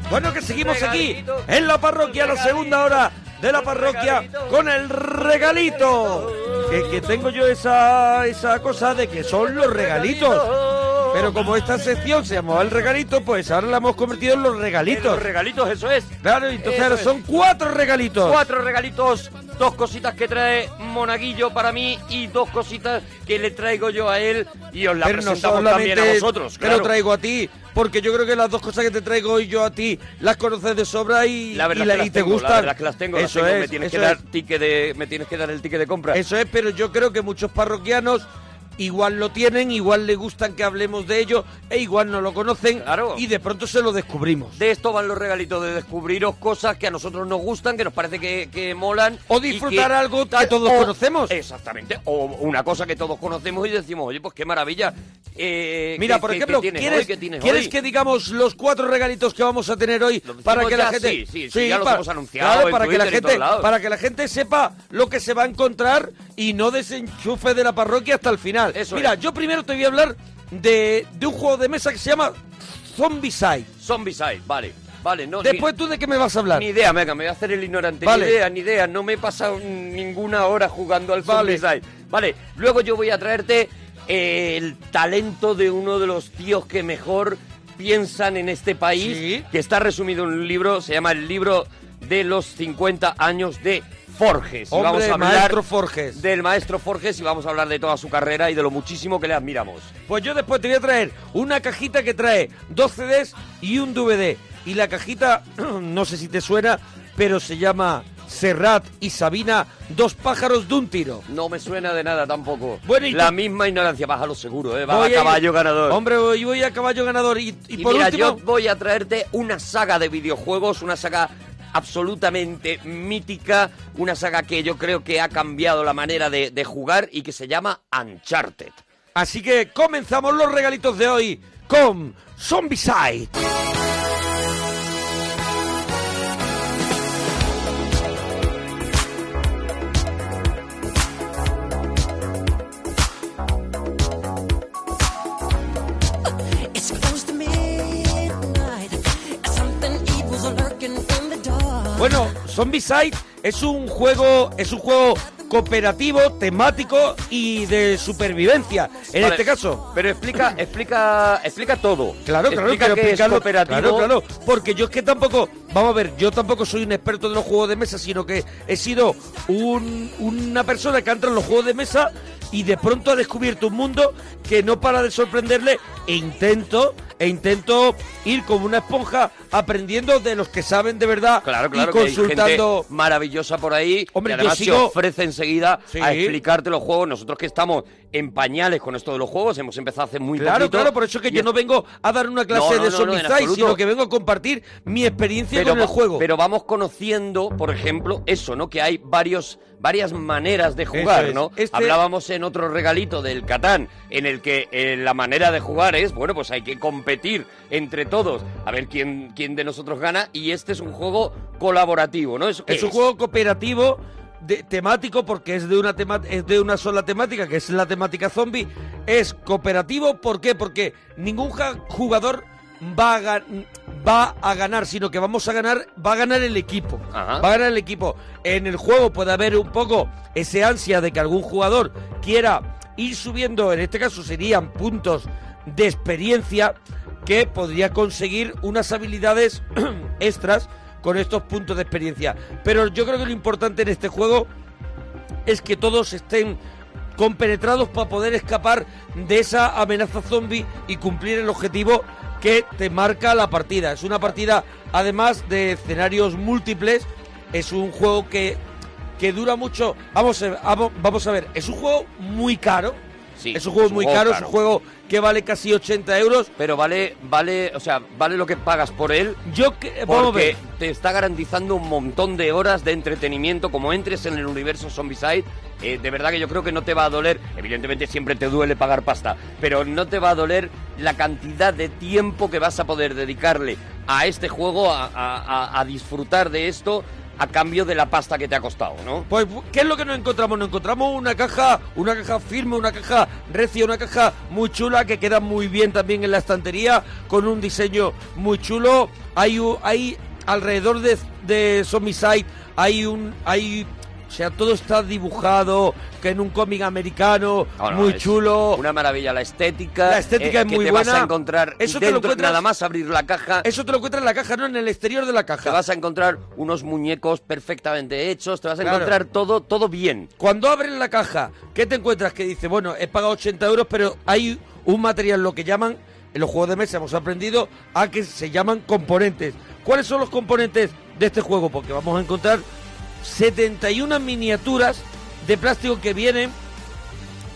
Speaker 2: Bueno, que seguimos aquí en la parroquia, la segunda hora de la parroquia con el regalito. Que, que tengo yo esa, esa cosa de que son los regalitos. Pero como esta sección se llamaba el regalito, pues ahora la hemos convertido en los regalitos.
Speaker 4: Los regalitos, eso es.
Speaker 2: Claro, y entonces
Speaker 4: Eso
Speaker 2: ahora
Speaker 4: es.
Speaker 2: son cuatro regalitos.
Speaker 4: Cuatro regalitos, dos cositas que trae Monaguillo para mí y dos cositas que le traigo yo a él y os las
Speaker 2: Pero no
Speaker 4: presentamos también a
Speaker 2: solamente
Speaker 4: vosotros.
Speaker 2: te
Speaker 4: claro.
Speaker 2: lo traigo a ti, porque yo creo que las dos cosas que te traigo hoy yo a ti las conoces de sobra y,
Speaker 4: La
Speaker 2: y
Speaker 4: verdad es
Speaker 2: la-
Speaker 4: que las
Speaker 2: y te
Speaker 4: tengo,
Speaker 2: gustan.
Speaker 4: La verdad es que las tengo, las
Speaker 2: eso
Speaker 4: tengo.
Speaker 2: es,
Speaker 4: me, tienes que
Speaker 2: eso
Speaker 4: dar
Speaker 2: es.
Speaker 4: ticket de, me tienes que dar el ticket de compra.
Speaker 2: Eso es, pero yo creo que muchos parroquianos igual lo tienen, igual le gustan que hablemos de ello e igual no lo conocen y de pronto se lo descubrimos.
Speaker 4: De esto van los regalitos, de descubriros cosas que a nosotros nos gustan, que nos parece que, que molan.
Speaker 2: O
Speaker 4: y que-
Speaker 2: disfrutar algo que todos
Speaker 4: o-
Speaker 2: conocemos.
Speaker 4: Exactamente, o una cosa que todos conocemos y decimos, oye, pues qué maravilla. eh,
Speaker 2: Mira,
Speaker 4: ¿qué-
Speaker 2: por
Speaker 4: qué- qué
Speaker 2: ejemplo,
Speaker 4: tienes
Speaker 2: ¿quieres,
Speaker 4: hoy? ¿Qué tienes
Speaker 2: quieres
Speaker 4: hoy?
Speaker 2: que digamos los cuatro regalitos que vamos a tener hoy para que
Speaker 4: ya?
Speaker 2: la gente
Speaker 4: Sí, sí, sí, ya los hemos anunciado
Speaker 2: claro,
Speaker 4: en
Speaker 2: para que la
Speaker 4: Twitter y en
Speaker 2: gente
Speaker 4: todos lados.
Speaker 2: para que la gente sepa lo que se va a encontrar y no desenchufe de la parroquia hasta el final. Mira, yo primero te voy a hablar de, de un juego de mesa que se llama Zombicide.
Speaker 4: Zombicide, vale, vale. No,
Speaker 2: Después tú de qué me vas a hablar?
Speaker 4: Ni idea, venga, me voy a hacer el ignorante.
Speaker 2: Vale.
Speaker 4: Ni idea, ni idea. No me he pasado ninguna hora jugando al
Speaker 2: Vale.
Speaker 4: Zombicide. Vale, luego yo voy a traerte eh, el talento de uno de los tíos que mejor piensan en este país, que está resumido en un libro, se llama el libro de los 50 años de Forges. Y
Speaker 2: Hombre,
Speaker 4: vamos a hablar
Speaker 2: maestro Forges.
Speaker 4: del maestro Forges y vamos a hablar de toda su carrera y de lo muchísimo que le admiramos.
Speaker 2: Pues yo después te voy a traer una cajita que trae dos CDs y un DVD. Y la cajita, no sé si te suena, pero se llama Serrat y Sabina, dos pájaros de un tiro.
Speaker 4: No me suena de nada tampoco.
Speaker 2: Bueno, y
Speaker 4: la
Speaker 2: tú-
Speaker 4: misma ignorancia, vas a lo seguro, ¿eh? Vas
Speaker 2: Voy
Speaker 4: a
Speaker 2: ir-
Speaker 4: caballo ganador.
Speaker 2: Hombre, voy, voy a caballo ganador. Y, y
Speaker 4: Y
Speaker 2: por
Speaker 4: mira,
Speaker 2: último,
Speaker 4: yo voy a traerte una saga de videojuegos, una saga absolutamente mítica, una saga que yo creo que ha cambiado la manera de, de jugar y que se llama Uncharted.
Speaker 2: así que comenzamos los regalitos de hoy con Zombicide.
Speaker 3: It's close to midnight. Something evil's lurking in the dark.
Speaker 2: Bueno, Zombicide es un juego, es un juego cooperativo, temático y de supervivencia. En
Speaker 4: Vale,
Speaker 2: este caso.
Speaker 4: Pero explica, explica, explica todo.
Speaker 2: Claro, claro,
Speaker 4: Explica
Speaker 2: quiero
Speaker 4: qué es
Speaker 2: explicarlo.
Speaker 4: cooperativo.
Speaker 2: Claro, claro, porque yo es que tampoco, vamos a ver, yo tampoco soy un experto de los juegos de mesa, sino que he sido un- una persona que entra en los juegos de mesa y de pronto ha descubierto un mundo que no para de sorprenderle e intento e intento ir como una esponja aprendiendo de los que saben de verdad
Speaker 4: Claro, claro,
Speaker 2: y
Speaker 4: que hay gente
Speaker 2: consultando
Speaker 4: maravillosa por ahí.
Speaker 2: Hombre,
Speaker 4: que
Speaker 2: yo
Speaker 4: además se
Speaker 2: sigo-
Speaker 4: ofrece enseguida
Speaker 2: Sí.
Speaker 4: a explicarte los juegos. Nosotros que estamos en pañales con esto de los juegos, hemos empezado hace muy
Speaker 2: Claro,
Speaker 4: poquito.
Speaker 2: claro, por eso es que
Speaker 4: Y
Speaker 2: yo no vengo a dar una clase
Speaker 4: No, no,
Speaker 2: de
Speaker 4: no, no, en
Speaker 2: Zombicide,
Speaker 4: absoluto.
Speaker 2: sino que vengo a compartir mi experiencia con
Speaker 4: va-
Speaker 2: el juego.
Speaker 4: Pero vamos conociendo, por ejemplo, eso, ¿no? Que hay varios, varias maneras de jugar,
Speaker 2: Eso es.
Speaker 4: ¿no?
Speaker 2: Este-
Speaker 4: Hablábamos en otro regalito del Catán, en el que eh, la manera de jugar es, bueno, pues hay que competir entre todos, a ver quién, quién de nosotros gana, y este es un juego colaborativo, ¿no? ¿Eso qué
Speaker 2: Es un juego cooperativo de- temático porque es de una tema- es de una sola temática, que es la temática zombie. Es cooperativo, ¿por qué? Porque ningún ja- jugador va a, ga- va a ganar, sino que vamos a ganar, va a ganar el equipo. Va a ganar el equipo. En el juego puede haber un poco ese ansia de que algún jugador quiera ir subiendo, en este caso serían puntos de experiencia que podría conseguir unas habilidades extras con estos puntos de experiencia. Pero yo creo que lo importante en este juego es que todos estén compenetrados para poder escapar de esa amenaza zombie y cumplir el objetivo que te marca la partida. Es una partida además de escenarios múltiples, es un juego que, que dura mucho. Vamos a, vamos- vamos a ver, es un juego muy caro. es un juego muy caro, es un juego que vale casi 80 euros.
Speaker 4: Pero vale, vale, o sea, vale lo que pagas por él.
Speaker 2: Yo
Speaker 4: porque
Speaker 2: vamos a ver.
Speaker 4: te está garantizando un montón de horas de entretenimiento. Como entres en el universo Zombicide, eh, de verdad que yo creo que no te va a doler. Evidentemente siempre te duele pagar pasta, pero no te va a doler la cantidad de tiempo que vas a poder dedicarle a este juego, a, a- a- a disfrutar de esto. a cambio de la pasta que te ha costado, ¿no?
Speaker 2: Pues, ¿qué es lo que nos encontramos? Nos encontramos una caja, una caja firme, una caja recia, una caja muy chula que queda muy bien también en la estantería, con un diseño muy chulo. Hay, u- hay alrededor de, de Zombicide, hay un. hay o sea, todo está dibujado, que en un cómic americano,
Speaker 4: Ah, No, no,
Speaker 2: muy
Speaker 4: es
Speaker 2: chulo.
Speaker 4: Una maravilla la estética.
Speaker 2: La estética
Speaker 4: eh,
Speaker 2: es
Speaker 4: que
Speaker 2: muy
Speaker 4: te
Speaker 2: buena.
Speaker 4: vas a encontrar
Speaker 2: Eso te lo
Speaker 4: dentro,
Speaker 2: encuentras-
Speaker 4: nada más abrir la caja.
Speaker 2: Eso te lo encuentras en la caja, no en el exterior de la caja.
Speaker 4: Te vas a encontrar unos muñecos perfectamente hechos, te vas a
Speaker 2: Claro.
Speaker 4: encontrar todo, todo bien.
Speaker 2: Cuando abres la caja, ¿qué te encuentras? Que dice, bueno, he pagado 80 euros, pero hay un material, lo que llaman, en los juegos de mesa hemos aprendido a que se llaman componentes. ¿Cuáles son los componentes de este juego? Porque vamos a encontrar 71 miniaturas de plástico que vienen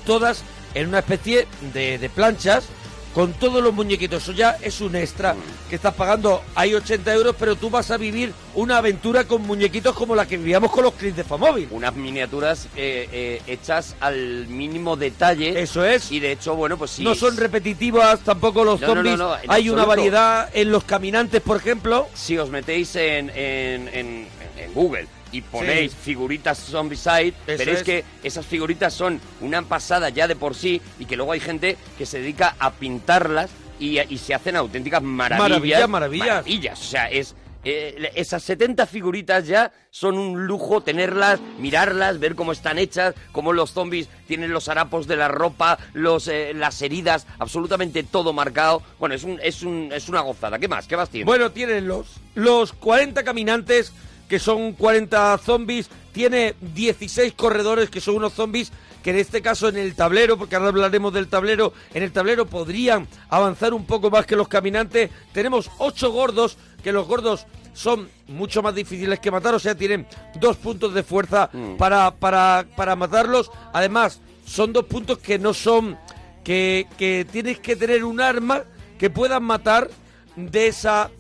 Speaker 2: todas en una especie de, de planchas con todos los muñequitos. Eso ya es un extra que estás pagando. Hay 80 euros, pero tú vas a vivir una aventura con muñequitos como la que vivíamos con los clips de Famóvil.
Speaker 4: Unas miniaturas eh, eh, hechas al mínimo detalle.
Speaker 2: Eso es.
Speaker 4: Y de hecho, bueno, pues sí.
Speaker 2: no son repetitivas tampoco los
Speaker 4: No, no, no,
Speaker 2: zombies.
Speaker 4: no, en
Speaker 2: Hay una
Speaker 4: absoluto.
Speaker 2: variedad en los caminantes, por ejemplo.
Speaker 4: Si os metéis en, en- en- en Google y ponéis
Speaker 2: Sí.
Speaker 4: figuritas Zombicide,
Speaker 2: Eso
Speaker 4: veréis
Speaker 2: es.
Speaker 4: que esas figuritas son una pasada ya de por sí y que luego hay gente que se dedica a pintarlas y, y se hacen auténticas maravillas.
Speaker 2: Maravillas, maravillas.
Speaker 4: maravillas. O sea, es. eh, le- esas 70 figuritas ya son un lujo tenerlas, mirarlas, ver cómo están hechas, cómo los zombies tienen los harapos de la ropa, los, eh, las heridas, absolutamente todo marcado. Bueno, es, un, es, un, es una gozada. ¿Qué más? ¿Qué más tiene?
Speaker 2: Bueno, tienen los, los 40 caminantes, que son 40 zombies. Tiene 16 corredores, que son unos zombies que en este caso en el tablero, porque ahora hablaremos del tablero, en el tablero podrían avanzar un poco más que los caminantes. Tenemos 8 gordos, que los gordos son mucho más difíciles que matar, o sea, tienen dos puntos de fuerza para, para, para matarlos. Además, son dos puntos que no son... Que, que tienes que tener un arma que puedan matar de esa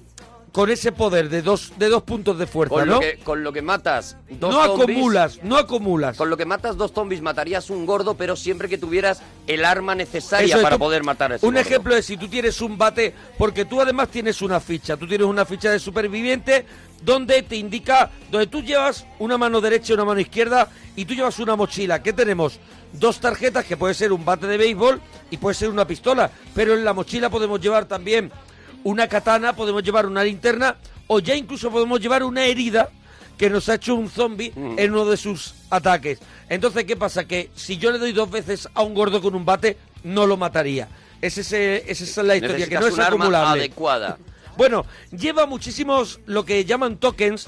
Speaker 2: con ese poder de dos de dos puntos de fuerza,
Speaker 4: Con,
Speaker 2: ¿no?
Speaker 4: lo que, con lo que matas dos
Speaker 2: no
Speaker 4: zombies-
Speaker 2: acumulas, no acumulas.
Speaker 4: Con lo que matas dos zombies matarías un gordo, pero siempre que tuvieras el arma necesaria
Speaker 2: Eso es,
Speaker 4: para
Speaker 2: tú-
Speaker 4: poder matar a ese
Speaker 2: Un
Speaker 4: gordo.
Speaker 2: ejemplo es si tú tienes un bate, porque tú además tienes una ficha, tú tienes una ficha de superviviente donde te indica, donde tú llevas una mano derecha y una mano izquierda y tú llevas una mochila. ¿Qué tenemos? Dos tarjetas que puede ser un bate de béisbol y puede ser una pistola, pero en la mochila podemos llevar también una katana, podemos llevar una linterna o ya incluso podemos llevar una herida que nos ha hecho un zombie
Speaker 4: Mm.
Speaker 2: en uno de sus ataques. Entonces, ¿qué pasa? Que si yo le doy dos veces a un gordo con un bate, no lo mataría. Es ese- esa es la historia, que no
Speaker 4: Necesitas
Speaker 2: es
Speaker 4: un arma
Speaker 2: acumulable.
Speaker 4: adecuada.
Speaker 2: Bueno, lleva muchísimos lo que llaman tokens,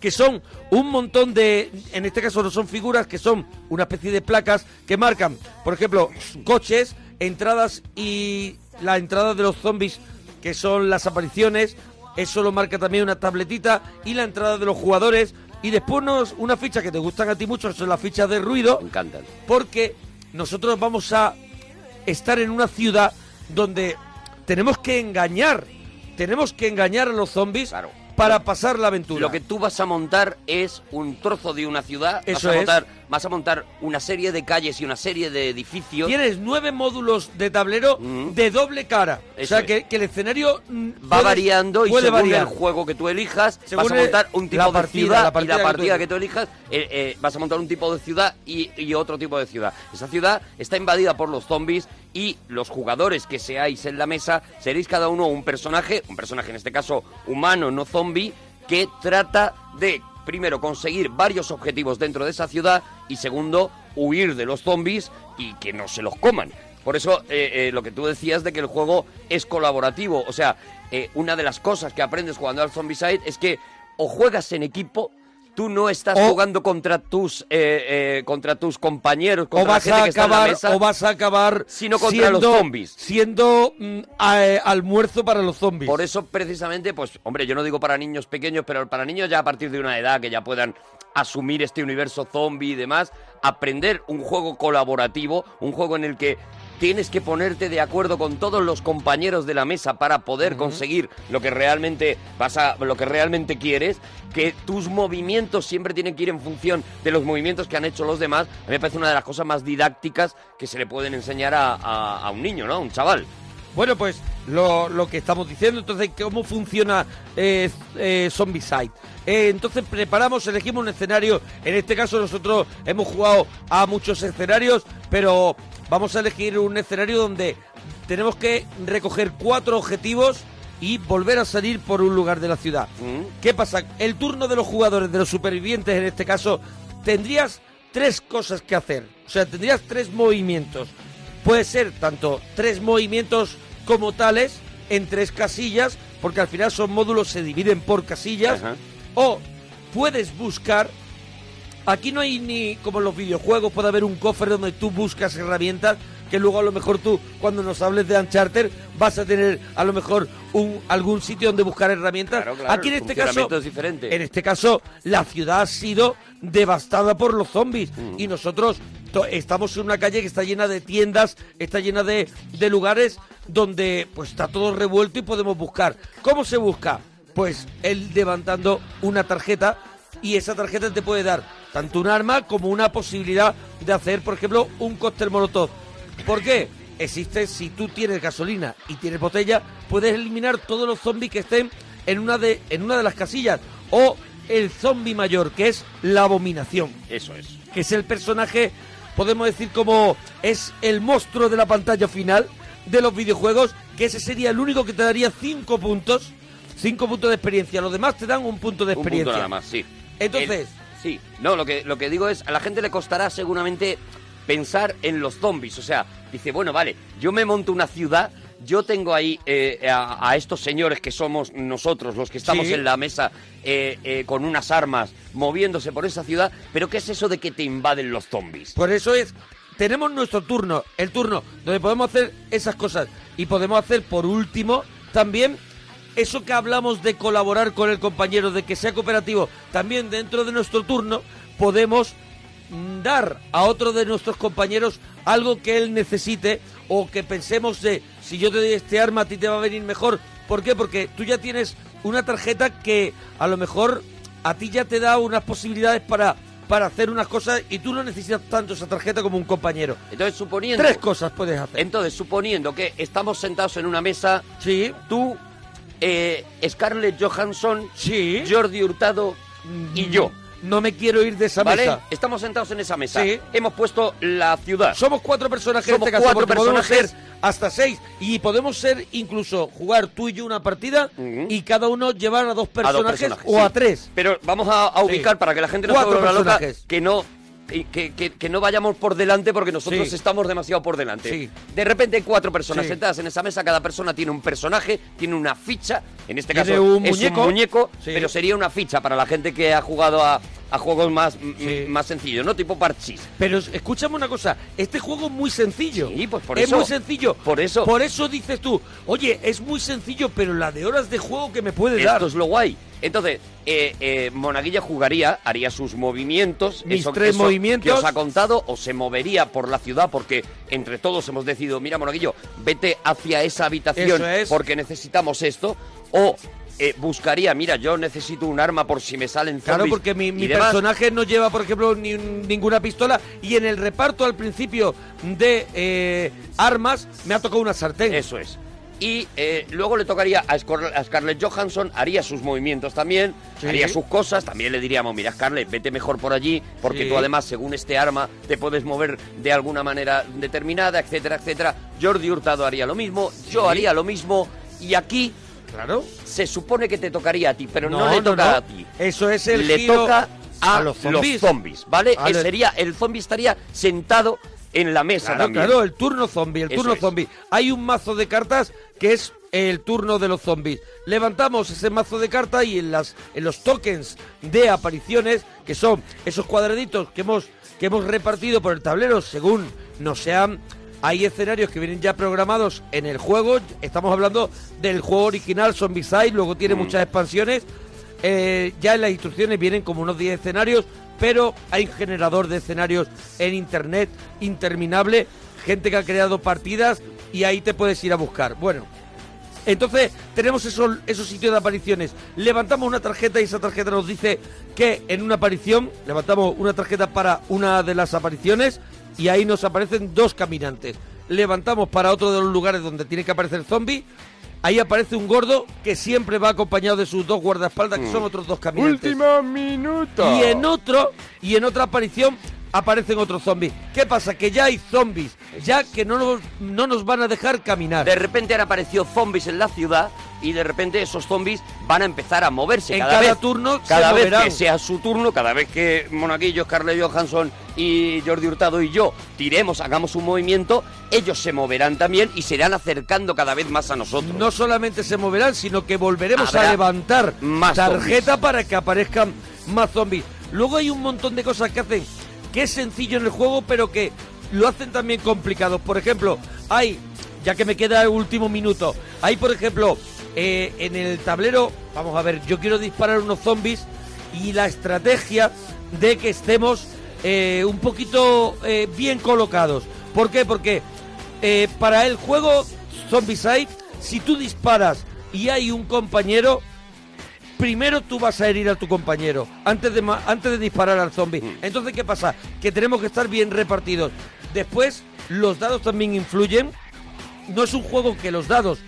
Speaker 2: que son un montón de, en este caso no son figuras, que son una especie de placas que marcan, por ejemplo, coches, entradas y la entrada de los zombies, que son las apariciones, eso lo marca también una tabletita y la entrada de los jugadores. Y después nos, una ficha que te gustan a ti mucho, son las fichas de ruido. Me
Speaker 4: encantan.
Speaker 2: Porque nosotros vamos a estar en una ciudad donde tenemos que engañar, tenemos que engañar a los zombies para pasar la aventura.
Speaker 4: Lo que tú vas a montar es un trozo de una ciudad.
Speaker 2: Eso
Speaker 4: vas a
Speaker 2: es.
Speaker 4: montar, Vas a montar una serie de calles y una serie de edificios.
Speaker 2: Tienes nueve módulos de tablero de doble cara. o sea,
Speaker 4: es.
Speaker 2: que, que el escenario mm,
Speaker 4: Va
Speaker 2: puede-
Speaker 4: variando y
Speaker 2: puede
Speaker 4: según
Speaker 2: variar.
Speaker 4: el juego que tú elijas,
Speaker 2: Según
Speaker 4: vas a montar
Speaker 2: el-
Speaker 4: un tipo
Speaker 2: la
Speaker 4: de
Speaker 2: partida,
Speaker 4: ciudad
Speaker 2: la
Speaker 4: y
Speaker 2: partida
Speaker 4: la
Speaker 2: que tú
Speaker 4: partida que
Speaker 2: elijas.
Speaker 4: tú elijas, eh, eh, vas a montar un tipo de ciudad y, y otro tipo de ciudad. Esa ciudad está invadida por los zombies y los jugadores que seáis en la mesa seréis cada uno un personaje, un personaje en este caso humano, no zombie, que trata de primero conseguir varios objetivos dentro de esa ciudad y segundo huir de los zombies y que no se los coman. Por eso eh, eh, lo que tú decías de que el juego es colaborativo, o sea, eh, una de las cosas que aprendes jugando al Zombicide es que o juegas en equipo, tú no estás jugando contra tus eh, eh, contra tus compañeros,
Speaker 2: o
Speaker 4: contra la
Speaker 2: vas
Speaker 4: gente
Speaker 2: a
Speaker 4: que está en la
Speaker 2: acabar
Speaker 4: mesa.
Speaker 2: o vas a acabar
Speaker 4: sino contra los zombies.
Speaker 2: siendo mm, a- eh, almuerzo para los zombies.
Speaker 4: Por eso, precisamente, pues, hombre, yo no digo para niños pequeños, pero para niños ya a partir de una edad que ya puedan asumir este universo zombie y demás, aprender un juego colaborativo, un juego en el que tienes que ponerte de acuerdo con todos los compañeros de la mesa para poder conseguir lo que realmente vas a, lo que realmente quieres, que tus movimientos siempre tienen que ir en función de los movimientos que han hecho los demás. A mí me parece una de las cosas más didácticas que se le pueden enseñar a, a- a un niño, ¿no? A un chaval.
Speaker 2: Bueno, pues lo, lo que estamos diciendo, entonces, ¿cómo funciona eh, eh, Zombicide? Eh, entonces preparamos, elegimos un escenario. En este caso nosotros hemos jugado a muchos escenarios, pero vamos a elegir un escenario donde tenemos que recoger cuatro objetivos y volver a salir por un lugar de la ciudad. ¿Qué pasa? El turno de los jugadores, de los supervivientes en este caso, tendrías tres cosas que hacer. O sea, tendrías tres movimientos. Puede ser tanto tres movimientos como tales en tres casillas, porque al final son módulos, se dividen por casillas. O puedes buscar Aquí no hay ni como en los videojuegos, puede haber un cofre donde tú buscas herramientas que luego a lo mejor tú, cuando nos hables de Uncharted, vas a tener a lo mejor un, algún sitio donde buscar herramientas.
Speaker 4: Claro, claro,
Speaker 2: Aquí en
Speaker 4: el
Speaker 2: este caso,
Speaker 4: funcionamiento es diferente.
Speaker 2: en este caso, la ciudad ha sido devastada por los zombies y nosotros to- estamos en una calle que está llena de tiendas, está llena de, de lugares donde pues está todo revuelto y podemos buscar. ¿Cómo se busca? Pues él levantando una tarjeta y esa tarjeta te puede dar tanto un arma como una posibilidad de hacer, por ejemplo, un cóctel molotov. ¿Por qué? Existe, si tú tienes gasolina y tienes botella, puedes eliminar todos los zombies que estén en una de, en una de las casillas. O el zombie mayor, que es la abominación.
Speaker 4: Eso es.
Speaker 2: Que es el personaje, podemos decir como es el monstruo de la pantalla final de los videojuegos, que ese sería el único que te daría 5 puntos. 5 puntos de experiencia. Los demás te dan un punto de
Speaker 4: Un punto
Speaker 2: experiencia.
Speaker 4: nada más, sí.
Speaker 2: Entonces-
Speaker 4: El- sí. No, lo que, lo que digo es, a la gente le costará seguramente pensar en los zombies. O sea, dice, bueno, vale, yo me monto una ciudad, yo tengo ahí eh, a, a estos señores que somos nosotros, los que estamos
Speaker 2: Sí.
Speaker 4: en la mesa eh, eh, con unas armas, moviéndose por esa ciudad, pero ¿qué es eso de que te invaden los zombies?
Speaker 2: Por eso es, tenemos nuestro turno, el turno donde podemos hacer esas cosas y podemos hacer por último también eso que hablamos de colaborar con el compañero, de que sea cooperativo. También dentro de nuestro turno podemos mm, dar a otro de nuestros compañeros algo que él necesite o que pensemos de si yo te doy este arma a ti te va a venir mejor. ¿Por qué? Porque tú ya tienes una tarjeta que a lo mejor a ti ya te da unas posibilidades para, para hacer unas cosas y tú no necesitas tanto esa tarjeta como un compañero.
Speaker 4: Entonces, suponiendo...
Speaker 2: Tres cosas puedes hacer.
Speaker 4: Entonces, suponiendo que estamos sentados en una mesa, tú, eh, Scarlett Johansson, Jordi Hurtado y yo.
Speaker 2: No me quiero ir de esa
Speaker 4: ¿Vale?
Speaker 2: mesa.
Speaker 4: Estamos sentados en esa mesa.
Speaker 2: Sí.
Speaker 4: Hemos puesto la ciudad.
Speaker 2: Somos cuatro personajes en
Speaker 4: Somos
Speaker 2: este caso,
Speaker 4: cuatro
Speaker 2: porque podemos
Speaker 4: personajes.
Speaker 2: ser hasta seis. Y podemos ser incluso jugar tú y yo una partida y cada uno llevar a dos
Speaker 4: A dos
Speaker 2: personajes,
Speaker 4: personajes,
Speaker 2: o
Speaker 4: sí.
Speaker 2: a tres.
Speaker 4: Pero vamos a, a
Speaker 2: Sí.
Speaker 4: ubicar para que la gente no se
Speaker 2: Cuatro
Speaker 4: vuelva loca,
Speaker 2: personajes.
Speaker 4: que no que, que- que no vayamos por delante porque nosotros
Speaker 2: Sí.
Speaker 4: estamos demasiado por delante.
Speaker 2: Sí.
Speaker 4: De repente hay cuatro personas
Speaker 2: Sí.
Speaker 4: sentadas en esa mesa, cada persona tiene un personaje, tiene una ficha, en este
Speaker 2: Tiene
Speaker 4: caso
Speaker 2: un
Speaker 4: es
Speaker 2: muñeco.
Speaker 4: un muñeco,
Speaker 2: Sí.
Speaker 4: pero sería una ficha para la gente que ha jugado a, a juegos más, m- más sencillos, ¿no? Tipo parchís.
Speaker 2: Pero escúchame una cosa, este juego es muy sencillo.
Speaker 4: pues por
Speaker 2: es
Speaker 4: eso.
Speaker 2: muy sencillo.
Speaker 4: Por eso.
Speaker 2: Por eso dices tú, oye, es muy sencillo, pero la de horas de juego que me puede
Speaker 4: Esto
Speaker 2: dar.
Speaker 4: es lo guay. Entonces, eh, eh, Monaguilla jugaría, haría sus movimientos.
Speaker 2: Mis tres movimientos.
Speaker 4: Que os ha contado, o se movería por la ciudad, porque entre todos hemos decidido: mira, Monaguillo, vete hacia esa habitación
Speaker 2: Eso es.
Speaker 4: porque necesitamos esto. O. eh, buscaría, mira, yo necesito un arma por si me salen
Speaker 2: Claro,
Speaker 4: zombies
Speaker 2: porque mi,
Speaker 4: y
Speaker 2: mi
Speaker 4: demás.
Speaker 2: personaje no lleva, por ejemplo, ni un- ninguna pistola. Y en el reparto al principio de eh, armas me ha tocado una sartén.
Speaker 4: Eso es. Y eh, luego le tocaría a, Scor- a Scarlett Johansson, haría sus movimientos también,
Speaker 2: Sí.
Speaker 4: haría sus cosas, también le diríamos, mira Scarlett, vete mejor por allí, porque
Speaker 2: Sí.
Speaker 4: tú además, según este arma, te puedes mover de alguna manera determinada, etcétera, etcétera. Jordi Hurtado haría lo mismo, yo haría lo mismo, y aquí
Speaker 2: claro.
Speaker 4: se supone que te tocaría a ti, pero no, le toca
Speaker 2: no.
Speaker 4: a ti.
Speaker 2: Eso es el
Speaker 4: le
Speaker 2: giro
Speaker 4: toca a,
Speaker 2: a
Speaker 4: los,
Speaker 2: los
Speaker 4: zombies.
Speaker 2: zombis.
Speaker 4: ¿vale?
Speaker 2: A
Speaker 4: Eh,
Speaker 2: los-
Speaker 4: Sería, el zombie estaría sentado en la mesa
Speaker 2: Claro,
Speaker 4: también.
Speaker 2: claro, el turno zombie, el
Speaker 4: Eso
Speaker 2: turno
Speaker 4: es.
Speaker 2: zombie. Hay un mazo de cartas que es el turno de los zombies. Levantamos ese mazo de cartas y en las en los tokens de apariciones, que son esos cuadraditos que hemos que hemos repartido por el tablero según nos sean hay escenarios que vienen ya programados en el juego. Estamos hablando del juego original Zombicide, luego
Speaker 4: Mm.
Speaker 2: tiene muchas expansiones. Eh, ya en las instrucciones vienen como unos 10 escenarios, pero hay generador de escenarios en internet interminable, gente que ha creado partidas y ahí te puedes ir a buscar. Bueno, entonces tenemos esos, esos sitios de apariciones. Levantamos una tarjeta y esa tarjeta nos dice que en una aparición, levantamos una tarjeta para una de las apariciones y ahí nos aparecen dos caminantes. levantamos para otro de los lugares donde tiene que aparecer zombie. Ahí aparece un gordo que siempre va acompañado de sus dos guardaespaldas,
Speaker 1: Mm.
Speaker 2: que son otros dos caminantes.
Speaker 4: Último minuto.
Speaker 2: Y en otro, y en otra aparición aparecen otros zombies. ¿Qué pasa? Que ya hay zombies, ya que no nos, no nos van a dejar caminar.
Speaker 4: De repente han aparecido zombies en la ciudad y de repente esos zombies van a empezar a moverse.
Speaker 2: En
Speaker 4: cada,
Speaker 2: cada
Speaker 4: vez,
Speaker 2: turno se
Speaker 4: cada vez
Speaker 2: moverán.
Speaker 4: que sea su turno, cada vez que Monaguillo, Scarlett Johansson y Jordi Hurtado y yo tiremos, hagamos un movimiento, ellos se moverán también y se irán acercando cada vez más a nosotros.
Speaker 2: No solamente se moverán, sino que volveremos
Speaker 4: Habrá
Speaker 2: a levantar
Speaker 4: más
Speaker 2: tarjeta
Speaker 4: zombies.
Speaker 2: para que aparezcan más zombies. Luego hay un montón de cosas que hacen que es sencillo en el juego, pero que lo hacen también complicado. Por ejemplo, hay, ya que me queda el último minuto, hay, por ejemplo, eh, en el tablero, vamos a ver, yo quiero disparar unos zombies y la estrategia de que estemos eh, un poquito eh, bien colocados. ¿Por qué? Porque eh, para el juego Zombicide, si tú disparas y hay un compañero, primero tú vas a herir a tu compañero antes de, ma- antes de disparar al zombie.
Speaker 4: Mm.
Speaker 2: Entonces, ¿qué pasa? Que tenemos que estar bien repartidos. Después, los dados también influyen. No es un juego que los dados...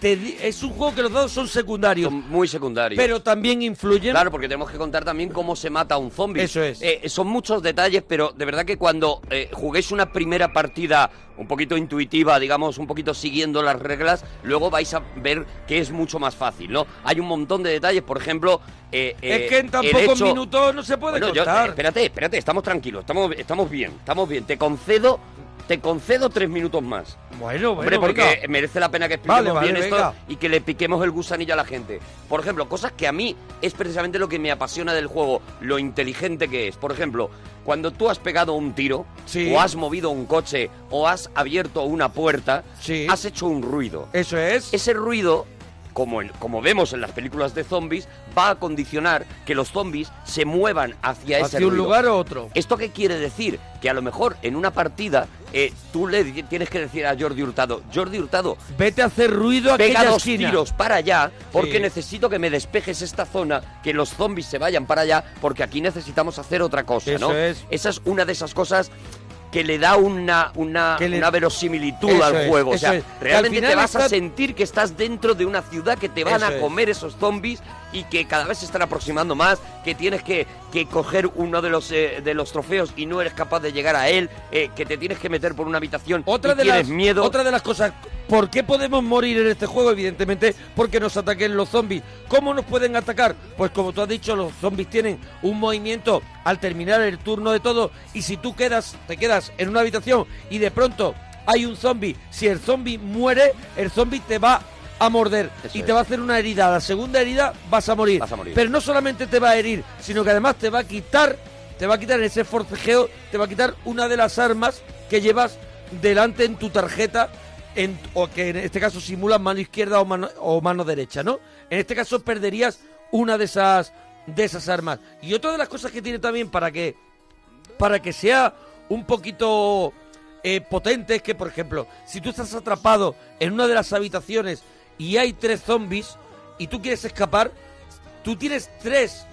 Speaker 2: te di- es un juego que los dados son secundarios.
Speaker 4: muy secundarios.
Speaker 2: Pero también influyen...
Speaker 4: Claro, porque tenemos que contar también cómo se mata a un zombie.
Speaker 2: Eso es.
Speaker 4: Eh, son muchos detalles, pero de verdad que cuando eh, juguéis una primera partida un poquito intuitiva, digamos, un poquito siguiendo las reglas, luego vais a ver que es mucho más fácil, ¿no? Hay un montón de detalles, por ejemplo... eh, eh,
Speaker 2: es que en tan
Speaker 4: el
Speaker 2: pocos
Speaker 4: hecho-
Speaker 2: minutos no se puede
Speaker 4: Bueno, yo-
Speaker 2: contar.
Speaker 4: eh, espérate, espérate, estamos tranquilos, estamos, estamos bien, estamos bien. Te concedo... Te concedo tres minutos más.
Speaker 2: Bueno, bueno,
Speaker 4: Hombre, porque
Speaker 2: venga.
Speaker 4: merece la pena que expliquemos
Speaker 2: Vale, vale,
Speaker 4: bien esto
Speaker 2: venga.
Speaker 4: y que le piquemos el gusanillo a la gente. Por ejemplo, cosas que a mí es precisamente lo que me apasiona del juego, lo inteligente que es. Por ejemplo, cuando tú has pegado un tiro,
Speaker 2: Sí.
Speaker 4: o has movido un coche, o has abierto una puerta, has hecho un ruido.
Speaker 2: Eso es.
Speaker 4: Ese ruido, como, en- como vemos en las películas de zombies, va a condicionar que los zombies se muevan hacia, ese
Speaker 2: Hacia un
Speaker 4: ruido.
Speaker 2: lugar o otro.
Speaker 4: ¿Esto qué quiere decir? Que a lo mejor en una partida eh, tú le di- tienes que decir a Jordi Hurtado, Jordi Hurtado,
Speaker 2: Vete a hacer ruido a
Speaker 4: pega
Speaker 2: aquella
Speaker 4: dos
Speaker 2: esquina.
Speaker 4: tiros para allá porque
Speaker 2: Sí.
Speaker 4: necesito que me despejes esta zona, que los zombies se vayan para allá porque aquí necesitamos hacer otra cosa,
Speaker 2: Eso
Speaker 4: ¿no?
Speaker 2: es.
Speaker 4: Esa es una de esas cosas que le da una, una,
Speaker 2: Que le-
Speaker 4: una verosimilitud
Speaker 2: Eso
Speaker 4: al
Speaker 2: es,
Speaker 4: juego. o
Speaker 2: eso
Speaker 4: sea,
Speaker 2: es. Que al
Speaker 4: realmente
Speaker 2: final
Speaker 4: te vas a
Speaker 2: está-
Speaker 4: sentir que estás dentro de una ciudad que te van
Speaker 2: Eso
Speaker 4: a
Speaker 2: es.
Speaker 4: comer esos zombies y que cada vez se están aproximando más, que tienes que, que coger uno de los, eh, de los trofeos y no eres capaz de llegar a él, eh, que te tienes que meter por una habitación
Speaker 2: otra
Speaker 4: y
Speaker 2: de
Speaker 4: tienes
Speaker 2: las,
Speaker 4: miedo.
Speaker 2: Otra de las cosas, ¿por qué podemos morir en este juego? Evidentemente, porque nos ataquen los zombies. ¿Cómo nos pueden atacar? Pues como tú has dicho, los zombies tienen un movimiento al terminar el turno de todo. Y si tú quedas, te quedas en una habitación y de pronto hay un zombie, si el zombie muere, el zombie te va a morder y te va a hacer una herida. A la segunda herida vas a morir.
Speaker 4: Vas a morir.
Speaker 2: Pero no solamente te va a herir, sino que además te va a quitar, te va a quitar en ese forcejeo, te va a quitar una de las armas que llevas delante en tu tarjeta, en, o que en este caso simulan mano izquierda o mano, o mano derecha, ¿no? En este caso perderías una de esas, de esas armas. Y otra de las cosas que tiene también para que para que sea un poquito eh, potente es que, por ejemplo, si tú estás atrapado en una de las habitaciones y hay tres zombies y tú quieres escapar, tú tienes tres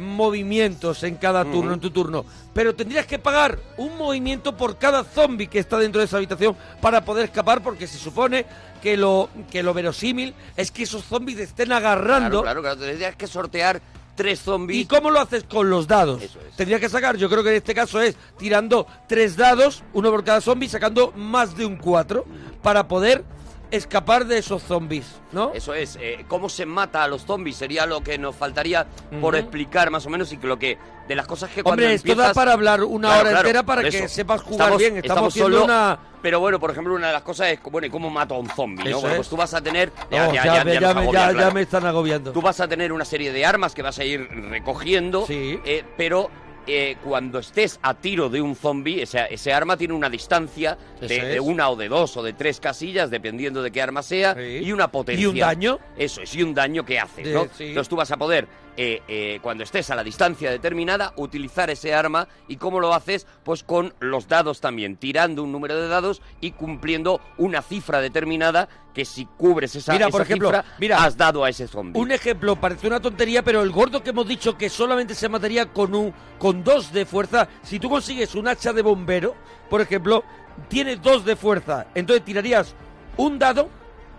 Speaker 2: movimientos en cada turno,
Speaker 4: Ujú.
Speaker 2: en tu turno, pero tendrías que pagar un movimiento por cada zombie que está dentro de esa habitación para poder escapar, porque se supone que lo, que lo verosímil es que esos zombies te estén agarrando.
Speaker 4: Claro, claro, claro, tendrías que sortear tres zombies.
Speaker 2: ¿Y cómo lo haces? Con los dados. Tendrías que sacar, yo creo que en este caso es tirando tres dados, uno por cada zombie, sacando más de un cuatro para poder escapar de esos zombies, ¿no?
Speaker 4: Eso es, eh, cómo se mata a los zombies sería lo que nos faltaría por
Speaker 2: Ujú.
Speaker 4: explicar más o menos y que lo que de las cosas que cuando
Speaker 2: Hombre, esto da
Speaker 4: empiezas-
Speaker 2: para hablar una
Speaker 4: Claro,
Speaker 2: hora
Speaker 4: claro,
Speaker 2: entera para
Speaker 4: por
Speaker 2: que
Speaker 4: eso.
Speaker 2: sepas jugar bien. Estamos, haciendo
Speaker 4: solo-
Speaker 2: una...
Speaker 4: Pero bueno, por ejemplo, una de las cosas es, bueno, ¿y cómo mato a un zombie?
Speaker 2: Eso
Speaker 4: ¿no? Bueno,
Speaker 2: es.
Speaker 4: pues tú vas a tener...
Speaker 2: No, Oh, ya, me-
Speaker 4: nos
Speaker 2: ya me-
Speaker 4: agobia,
Speaker 2: ya-
Speaker 4: claro.
Speaker 2: ya me están agobiando.
Speaker 4: Tú vas a tener una serie de armas que vas a ir recogiendo, eh, pero eh, cuando estés a tiro de un zombie, ese, ese arma tiene una distancia de,
Speaker 2: Eso es.
Speaker 4: de una o de dos o de tres casillas, dependiendo de qué arma sea, y una potencia.
Speaker 2: daño.
Speaker 4: Eso es, y un daño que hace,
Speaker 2: De-
Speaker 4: ¿no?
Speaker 2: sí.
Speaker 4: Entonces tú vas a poder eh, eh, cuando estés a la distancia determinada, utilizar ese arma y cómo lo haces, pues con los dados también, tirando un número de dados y cumpliendo una cifra determinada que si cubres esa,
Speaker 2: Mira, por
Speaker 4: esa
Speaker 2: ejemplo,
Speaker 4: cifra,
Speaker 2: mira,
Speaker 4: has dado a ese zombie.
Speaker 2: Un ejemplo, parece una tontería, pero el gordo que hemos dicho que solamente se mataría con un con dos de fuerza, si tú consigues un hacha de bombero, por ejemplo, tiene dos de fuerza, entonces tirarías un dado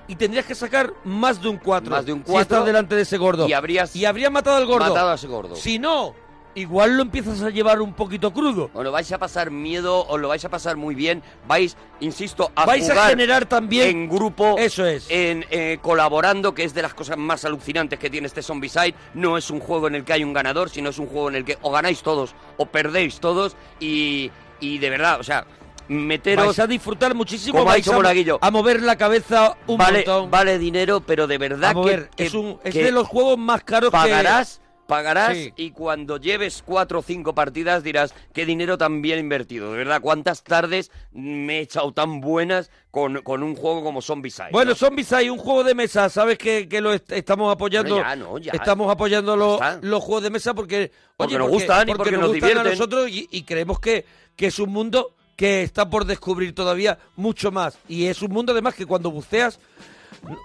Speaker 2: y tendrías que sacar más de un 4.
Speaker 4: Más de un
Speaker 2: Si estás
Speaker 4: cuatro,
Speaker 2: delante de ese gordo.
Speaker 4: y habrías
Speaker 2: y habría matado al gordo.
Speaker 4: matado a ese gordo.
Speaker 2: Si no, igual lo empiezas a llevar un poquito crudo.
Speaker 4: O lo vais a pasar miedo, o lo vais a pasar muy bien. Vais, insisto, a
Speaker 2: Vais a
Speaker 4: jugar
Speaker 2: generar también-
Speaker 4: en grupo.
Speaker 2: Eso es.
Speaker 4: En, eh, colaborando, que es de las cosas más alucinantes que tiene este Zombicide. No es un juego en el que hay un ganador, sino es un juego en el que o ganáis todos o perdéis todos. Y, y de verdad, o sea, meteros.
Speaker 2: vais a disfrutar muchísimo,
Speaker 4: como ha
Speaker 2: vais
Speaker 4: dicho
Speaker 2: a-
Speaker 4: Monaguillo.
Speaker 2: a mover la cabeza un
Speaker 4: vale,
Speaker 2: montón.
Speaker 4: vale dinero, pero de verdad
Speaker 2: A mover,
Speaker 4: que,
Speaker 2: es
Speaker 4: que-
Speaker 2: un- es
Speaker 4: que
Speaker 2: de los juegos más caros que-
Speaker 4: pagarás, Pagarás
Speaker 2: Sí.
Speaker 4: y cuando lleves cuatro o cinco partidas dirás qué dinero tan bien invertido. De verdad, cuántas tardes me he echado tan buenas con, con un juego como Zombicide.
Speaker 2: Bueno, Zombies hay un juego de mesa, sabes que, que lo est- estamos apoyando.
Speaker 4: Bueno, ya, no, ya.
Speaker 2: Estamos apoyando los, los juegos de mesa porque,
Speaker 4: Porque nos gustan y porque nos
Speaker 2: gustan
Speaker 4: divierten.
Speaker 2: a nosotros y, y creemos que, que es un mundo que está por descubrir todavía mucho más. Y es un mundo además que cuando buceas.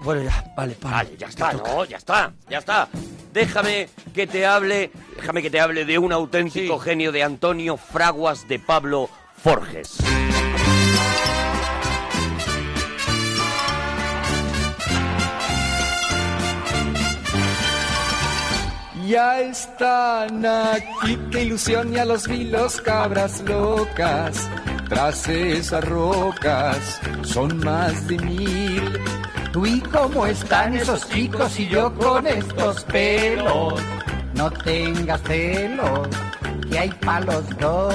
Speaker 2: Bueno, ya, vale, para.
Speaker 4: ya está, Ah, no, ya está, ya está. Déjame que te hable, déjame que te hable de un auténtico genio de Antonio Fraguas de Pablo Forges.
Speaker 1: Ya están aquí, qué ilusión, ya los vi los cabras locas. Tras esas rocas son más de mil. Uy, cómo están esos chicos y yo con estos pelos. No tengas celos, que hay palos dos.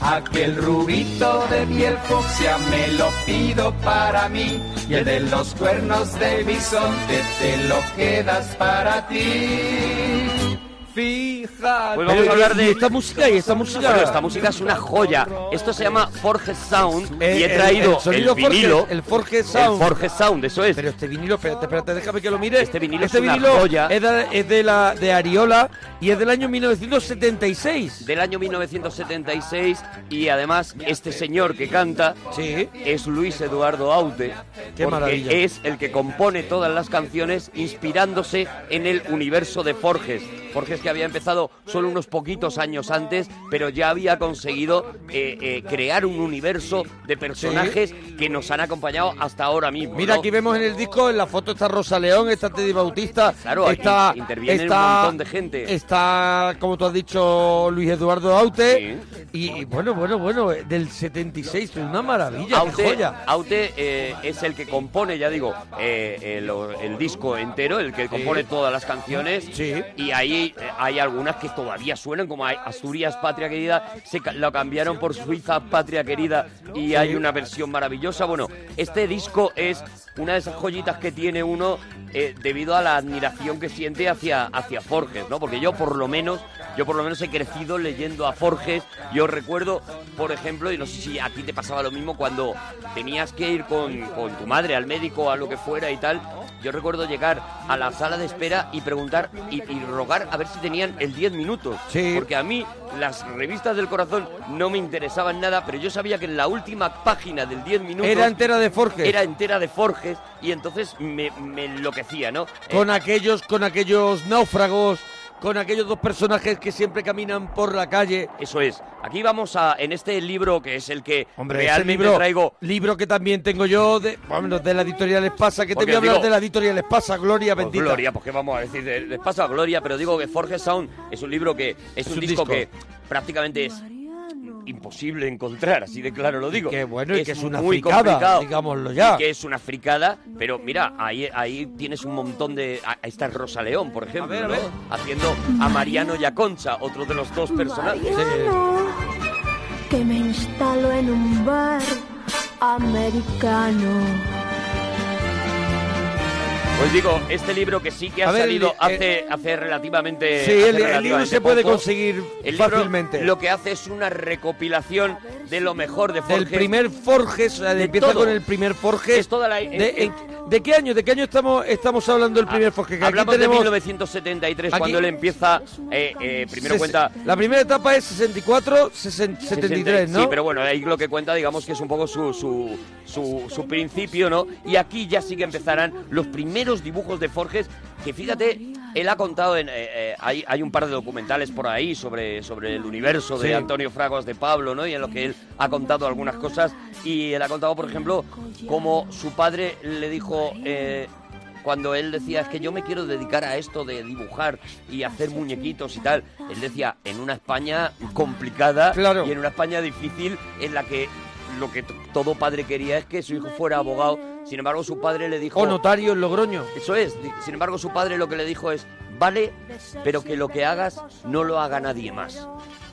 Speaker 1: Aquel rubito de piel fucsia me lo pido para mí y el de los cuernos de bisonte te lo quedas para ti. Fíjate.
Speaker 4: Pues vamos a hablar de
Speaker 2: esta música y esta música.
Speaker 4: Bueno, esta música es una joya. Esto se llama Forges Sound
Speaker 2: Eh,
Speaker 4: y he
Speaker 2: el-
Speaker 4: traído
Speaker 2: el sonido Forges,
Speaker 4: vinilo.
Speaker 2: el Forges Sound.
Speaker 4: El Forges Sound, eso es.
Speaker 2: Pero este vinilo, espérate, espérate, déjame que lo mire. Este vinilo,
Speaker 4: es una joya.
Speaker 2: es de, es de la de Ariola y es del año 1976.
Speaker 4: Del año 1976 y además este señor que canta es Luis Eduardo Aute,
Speaker 2: Qué
Speaker 4: porque
Speaker 2: maravilla.
Speaker 4: es el que compone todas las canciones inspirándose en el universo de Forges. Forges que había empezado solo unos poquitos años antes, pero ya había conseguido eh, eh, crear un universo de personajes que nos han acompañado hasta ahora mismo.
Speaker 2: Mira,
Speaker 4: ¿no?
Speaker 2: aquí vemos en el disco, en la foto está Rosa León, está Teddy Bautista,
Speaker 4: Claro, aquí
Speaker 2: está,
Speaker 4: interviene
Speaker 2: está-
Speaker 4: un montón de gente.
Speaker 2: Está, como tú has dicho, Luis Eduardo Aute. Y, y bueno, bueno, bueno, eh, del 76, una maravilla, qué
Speaker 4: Aute,
Speaker 2: joya.
Speaker 4: Aute, eh, es el que compone, ya digo, eh, el, el disco entero, el que compone todas las canciones. Y ahí eh, hay algunas que todavía suenan, como hay Asturias, Patria Querida, se ca- lo cambiaron por Suiza, Patria Querida, y
Speaker 2: Sí.
Speaker 4: hay una versión maravillosa. Bueno, este disco es una de esas joyitas que tiene uno eh, debido a la admiración que siente hacia, hacia Forges, ¿no? Porque yo por lo menos, yo por lo menos he crecido leyendo a Forges. Yo recuerdo, por ejemplo, y no sé si a ti te pasaba lo mismo cuando tenías que ir con, con tu madre al médico, a lo que fuera y tal. Yo recuerdo llegar a la sala de espera y preguntar y, y rogar a ver si tenían el 10 minutos. Porque a mí las revistas del corazón no me interesaban nada, pero yo sabía que en la última página del 10 minutos...
Speaker 2: Era entera de Forges.
Speaker 4: Era entera de Forges y entonces me, me enloquecía, ¿no?
Speaker 2: Con aquellos, con aquellos náufragos, con aquellos dos personajes que siempre caminan por la calle.
Speaker 4: Eso es. Aquí vamos a, en este libro que es el que
Speaker 2: Hombre, ese
Speaker 4: realmente
Speaker 2: libro,
Speaker 4: traigo.
Speaker 2: libro que también tengo yo, de, bueno, de la editorial Espasa, que te
Speaker 4: Porque
Speaker 2: voy a hablar
Speaker 4: digo- pues
Speaker 2: de la editorial Espasa, Gloria bendita.
Speaker 4: Gloria, porque vamos a decir, de- les pasa a Gloria, pero digo que Forges Sound es un libro que es, un,
Speaker 2: un
Speaker 4: disco,
Speaker 2: disco.
Speaker 4: que prácticamente es imposible encontrar, así de claro lo digo.
Speaker 2: que bueno, y que es una
Speaker 4: muy
Speaker 2: fricada,
Speaker 4: complicado.
Speaker 2: digámoslo ya.
Speaker 4: Y que es una fricada, pero mira, ahí, ahí tienes un montón de... a- Ahí está Rosa León, por ejemplo,
Speaker 2: ver, a
Speaker 4: ¿no?
Speaker 2: ver.
Speaker 4: haciendo a Mariano y a Concha, otro de los dos personajes.
Speaker 6: Mariano, que me instalo en un bar americano.
Speaker 4: Pues digo, este libro que sí que ha
Speaker 2: A ver, el
Speaker 4: salido
Speaker 2: li-
Speaker 4: hace, hace relativamente.
Speaker 2: Sí,
Speaker 4: hace
Speaker 2: el- el libro
Speaker 4: relativamente
Speaker 2: se puede
Speaker 4: poco,
Speaker 2: conseguir
Speaker 4: el libro
Speaker 2: fácilmente.
Speaker 4: Lo que hace es una recopilación de lo mejor de Forges.
Speaker 2: Del primer Forges, o sea,
Speaker 4: De
Speaker 2: empieza
Speaker 4: todo.
Speaker 2: con el primer Forges.
Speaker 4: Es toda la-
Speaker 2: de, en- ¿de qué año? ¿De qué año estamos, estamos hablando del primer Forges? Que aquí
Speaker 4: Hablamos
Speaker 2: tenemos-
Speaker 4: de 1973,
Speaker 2: aquí-
Speaker 4: cuando él empieza. eh, eh, primero
Speaker 2: ses-
Speaker 4: cuenta.
Speaker 2: La primera etapa es 64, 60, 73, ¿no?
Speaker 4: Sí, pero bueno, ahí lo que cuenta, digamos que es un poco su, su, su, su principio, ¿no? Y aquí ya sí que empezarán los primeros dibujos de Forges, que fíjate, él ha contado, en, eh, eh, hay, hay un par de documentales por ahí sobre, sobre el universo de
Speaker 2: Sí.
Speaker 4: Antonio Fraguas de Pablo, ¿no? Y en los que él ha contado algunas cosas. Y él ha contado, por ejemplo, cómo su padre le dijo... eh, cuando él decía, es que yo me quiero dedicar a esto de dibujar y hacer muñequitos y tal, él decía, en una España complicada y en una España difícil en la que lo que t- todo padre quería es que su hijo fuera abogado. Sin embargo, su padre le dijo...
Speaker 2: O notario en Logroño.
Speaker 4: Eso es. Di- Sin embargo, su padre lo que le dijo es, vale, pero que lo que hagas no lo haga nadie más.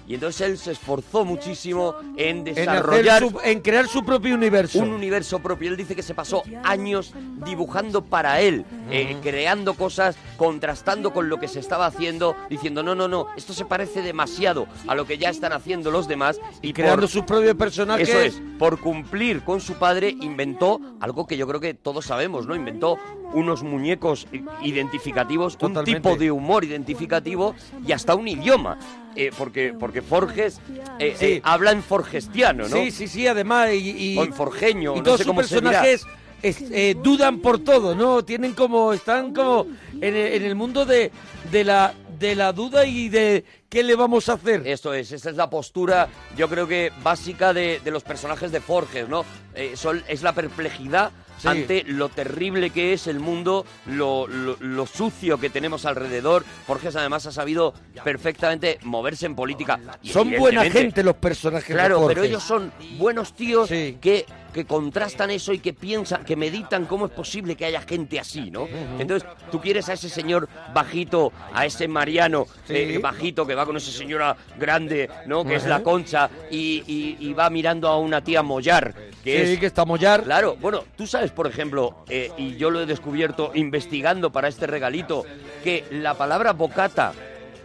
Speaker 4: Y entonces él se esforzó muchísimo en
Speaker 2: En, hacer
Speaker 4: desarrollar
Speaker 2: su- en crear su propio universo.
Speaker 4: un universo propio. Él dice que se pasó años dibujando para él, eh, creando cosas, contrastando con lo que se estaba haciendo, diciendo, no, no, no, esto se parece demasiado a lo que ya están haciendo los demás. Y,
Speaker 2: creando
Speaker 4: por-
Speaker 2: sus propios personajes.
Speaker 4: Eso es, por cumplir con su padre inventó algo que yo creo que todos sabemos, ¿no? Inventó unos muñecos i- identificativos, un tipo de humor identificativo y hasta un idioma. Eh, porque, porque Forges eh,
Speaker 2: Sí.
Speaker 4: eh, habla en forgestiano, ¿no?
Speaker 2: Sí, sí, sí, además. Y, y-
Speaker 4: O en forjeño,
Speaker 2: Y
Speaker 4: no
Speaker 2: todos
Speaker 4: sé
Speaker 2: sus
Speaker 4: cómo se dirá.
Speaker 2: personajes es- eh, dudan por todo, ¿no? Tienen como. Están como en el, en el mundo de, de, la, de la duda y de qué le vamos a hacer.
Speaker 4: Esto es, esa es la postura, yo creo que básica de, de los personajes de Forges, ¿no? Eh, son- es la perplejidad
Speaker 2: Sí.
Speaker 4: ante lo terrible que es el mundo, lo, lo- lo sucio que tenemos alrededor. Forges además ha sabido perfectamente moverse en política. Y
Speaker 2: Son buena
Speaker 4: evidentemente-
Speaker 2: gente los personajes de
Speaker 4: Claro,
Speaker 2: Forges.
Speaker 4: pero ellos son buenos tíos que, que contrastan eso y que piensan, que meditan cómo es posible que haya gente así, ¿no? Entonces, tú quieres a ese señor bajito, a ese Mariano eh, bajito que va con esa señora grande, ¿no? Que es la
Speaker 2: Ajá.
Speaker 4: concha y, y- y va mirando a una tía Mollar, que
Speaker 2: Sí,
Speaker 4: es
Speaker 2: que está Mollar.
Speaker 4: Claro, bueno, tú sabes, por ejemplo, eh, y yo lo he descubierto investigando para este regalito, que la palabra bocata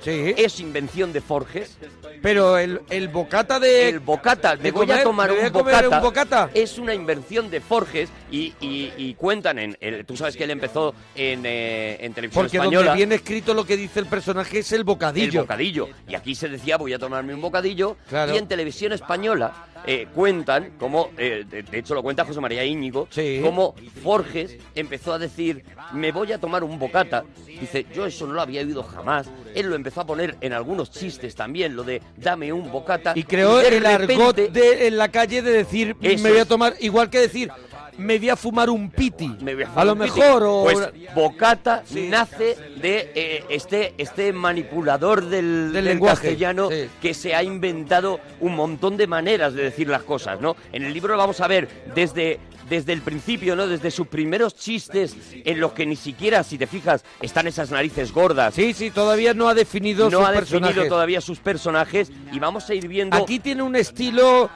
Speaker 4: es invención de Forges.
Speaker 2: Pero el, el bocata de.
Speaker 4: El bocata,
Speaker 2: de
Speaker 4: me voy
Speaker 2: comer,
Speaker 4: a tomar
Speaker 2: me voy
Speaker 4: un,
Speaker 2: a comer
Speaker 4: bocata,
Speaker 2: un
Speaker 4: Es una invención de Forges y, y- y cuentan en. el- tú sabes que él empezó en, eh, en televisión
Speaker 2: Porque
Speaker 4: española.
Speaker 2: donde viene escrito lo que dice el personaje es el
Speaker 4: El
Speaker 2: bocadillo.
Speaker 4: bocadillo. Y aquí se decía, voy a tomarme un bocadillo.
Speaker 2: Claro.
Speaker 4: Y en televisión española eh, cuentan, como, eh, de, de hecho lo cuenta José María Íñigo, como Forges empezó a decir, me voy a tomar un bocata. Dice, yo eso no lo había oído jamás. Él lo empezó a poner en algunos chistes también, lo de dame un bocata.
Speaker 2: Y creó
Speaker 4: de
Speaker 2: el argot
Speaker 4: repente-
Speaker 2: de, en la calle de decir,
Speaker 4: Eso
Speaker 2: me voy a
Speaker 4: es.
Speaker 2: tomar, igual que decir, me voy a fumar un piti. a,
Speaker 4: Fue
Speaker 2: lo
Speaker 4: un piti.
Speaker 2: mejor, o.
Speaker 4: Pues Bocata nace de eh, este, este manipulador del, del
Speaker 2: lenguaje,
Speaker 4: castellano que se ha inventado un montón de maneras de decir las cosas, ¿no? En el libro vamos a ver desde... Desde el principio, ¿no? Desde sus primeros chistes, en los que ni siquiera, si te fijas, están esas narices gordas.
Speaker 2: Sí, sí, todavía no ha definido
Speaker 4: No
Speaker 2: sus
Speaker 4: ha definido
Speaker 2: personajes.
Speaker 4: todavía sus personajes y vamos a ir viendo...
Speaker 2: Aquí tiene un estilo,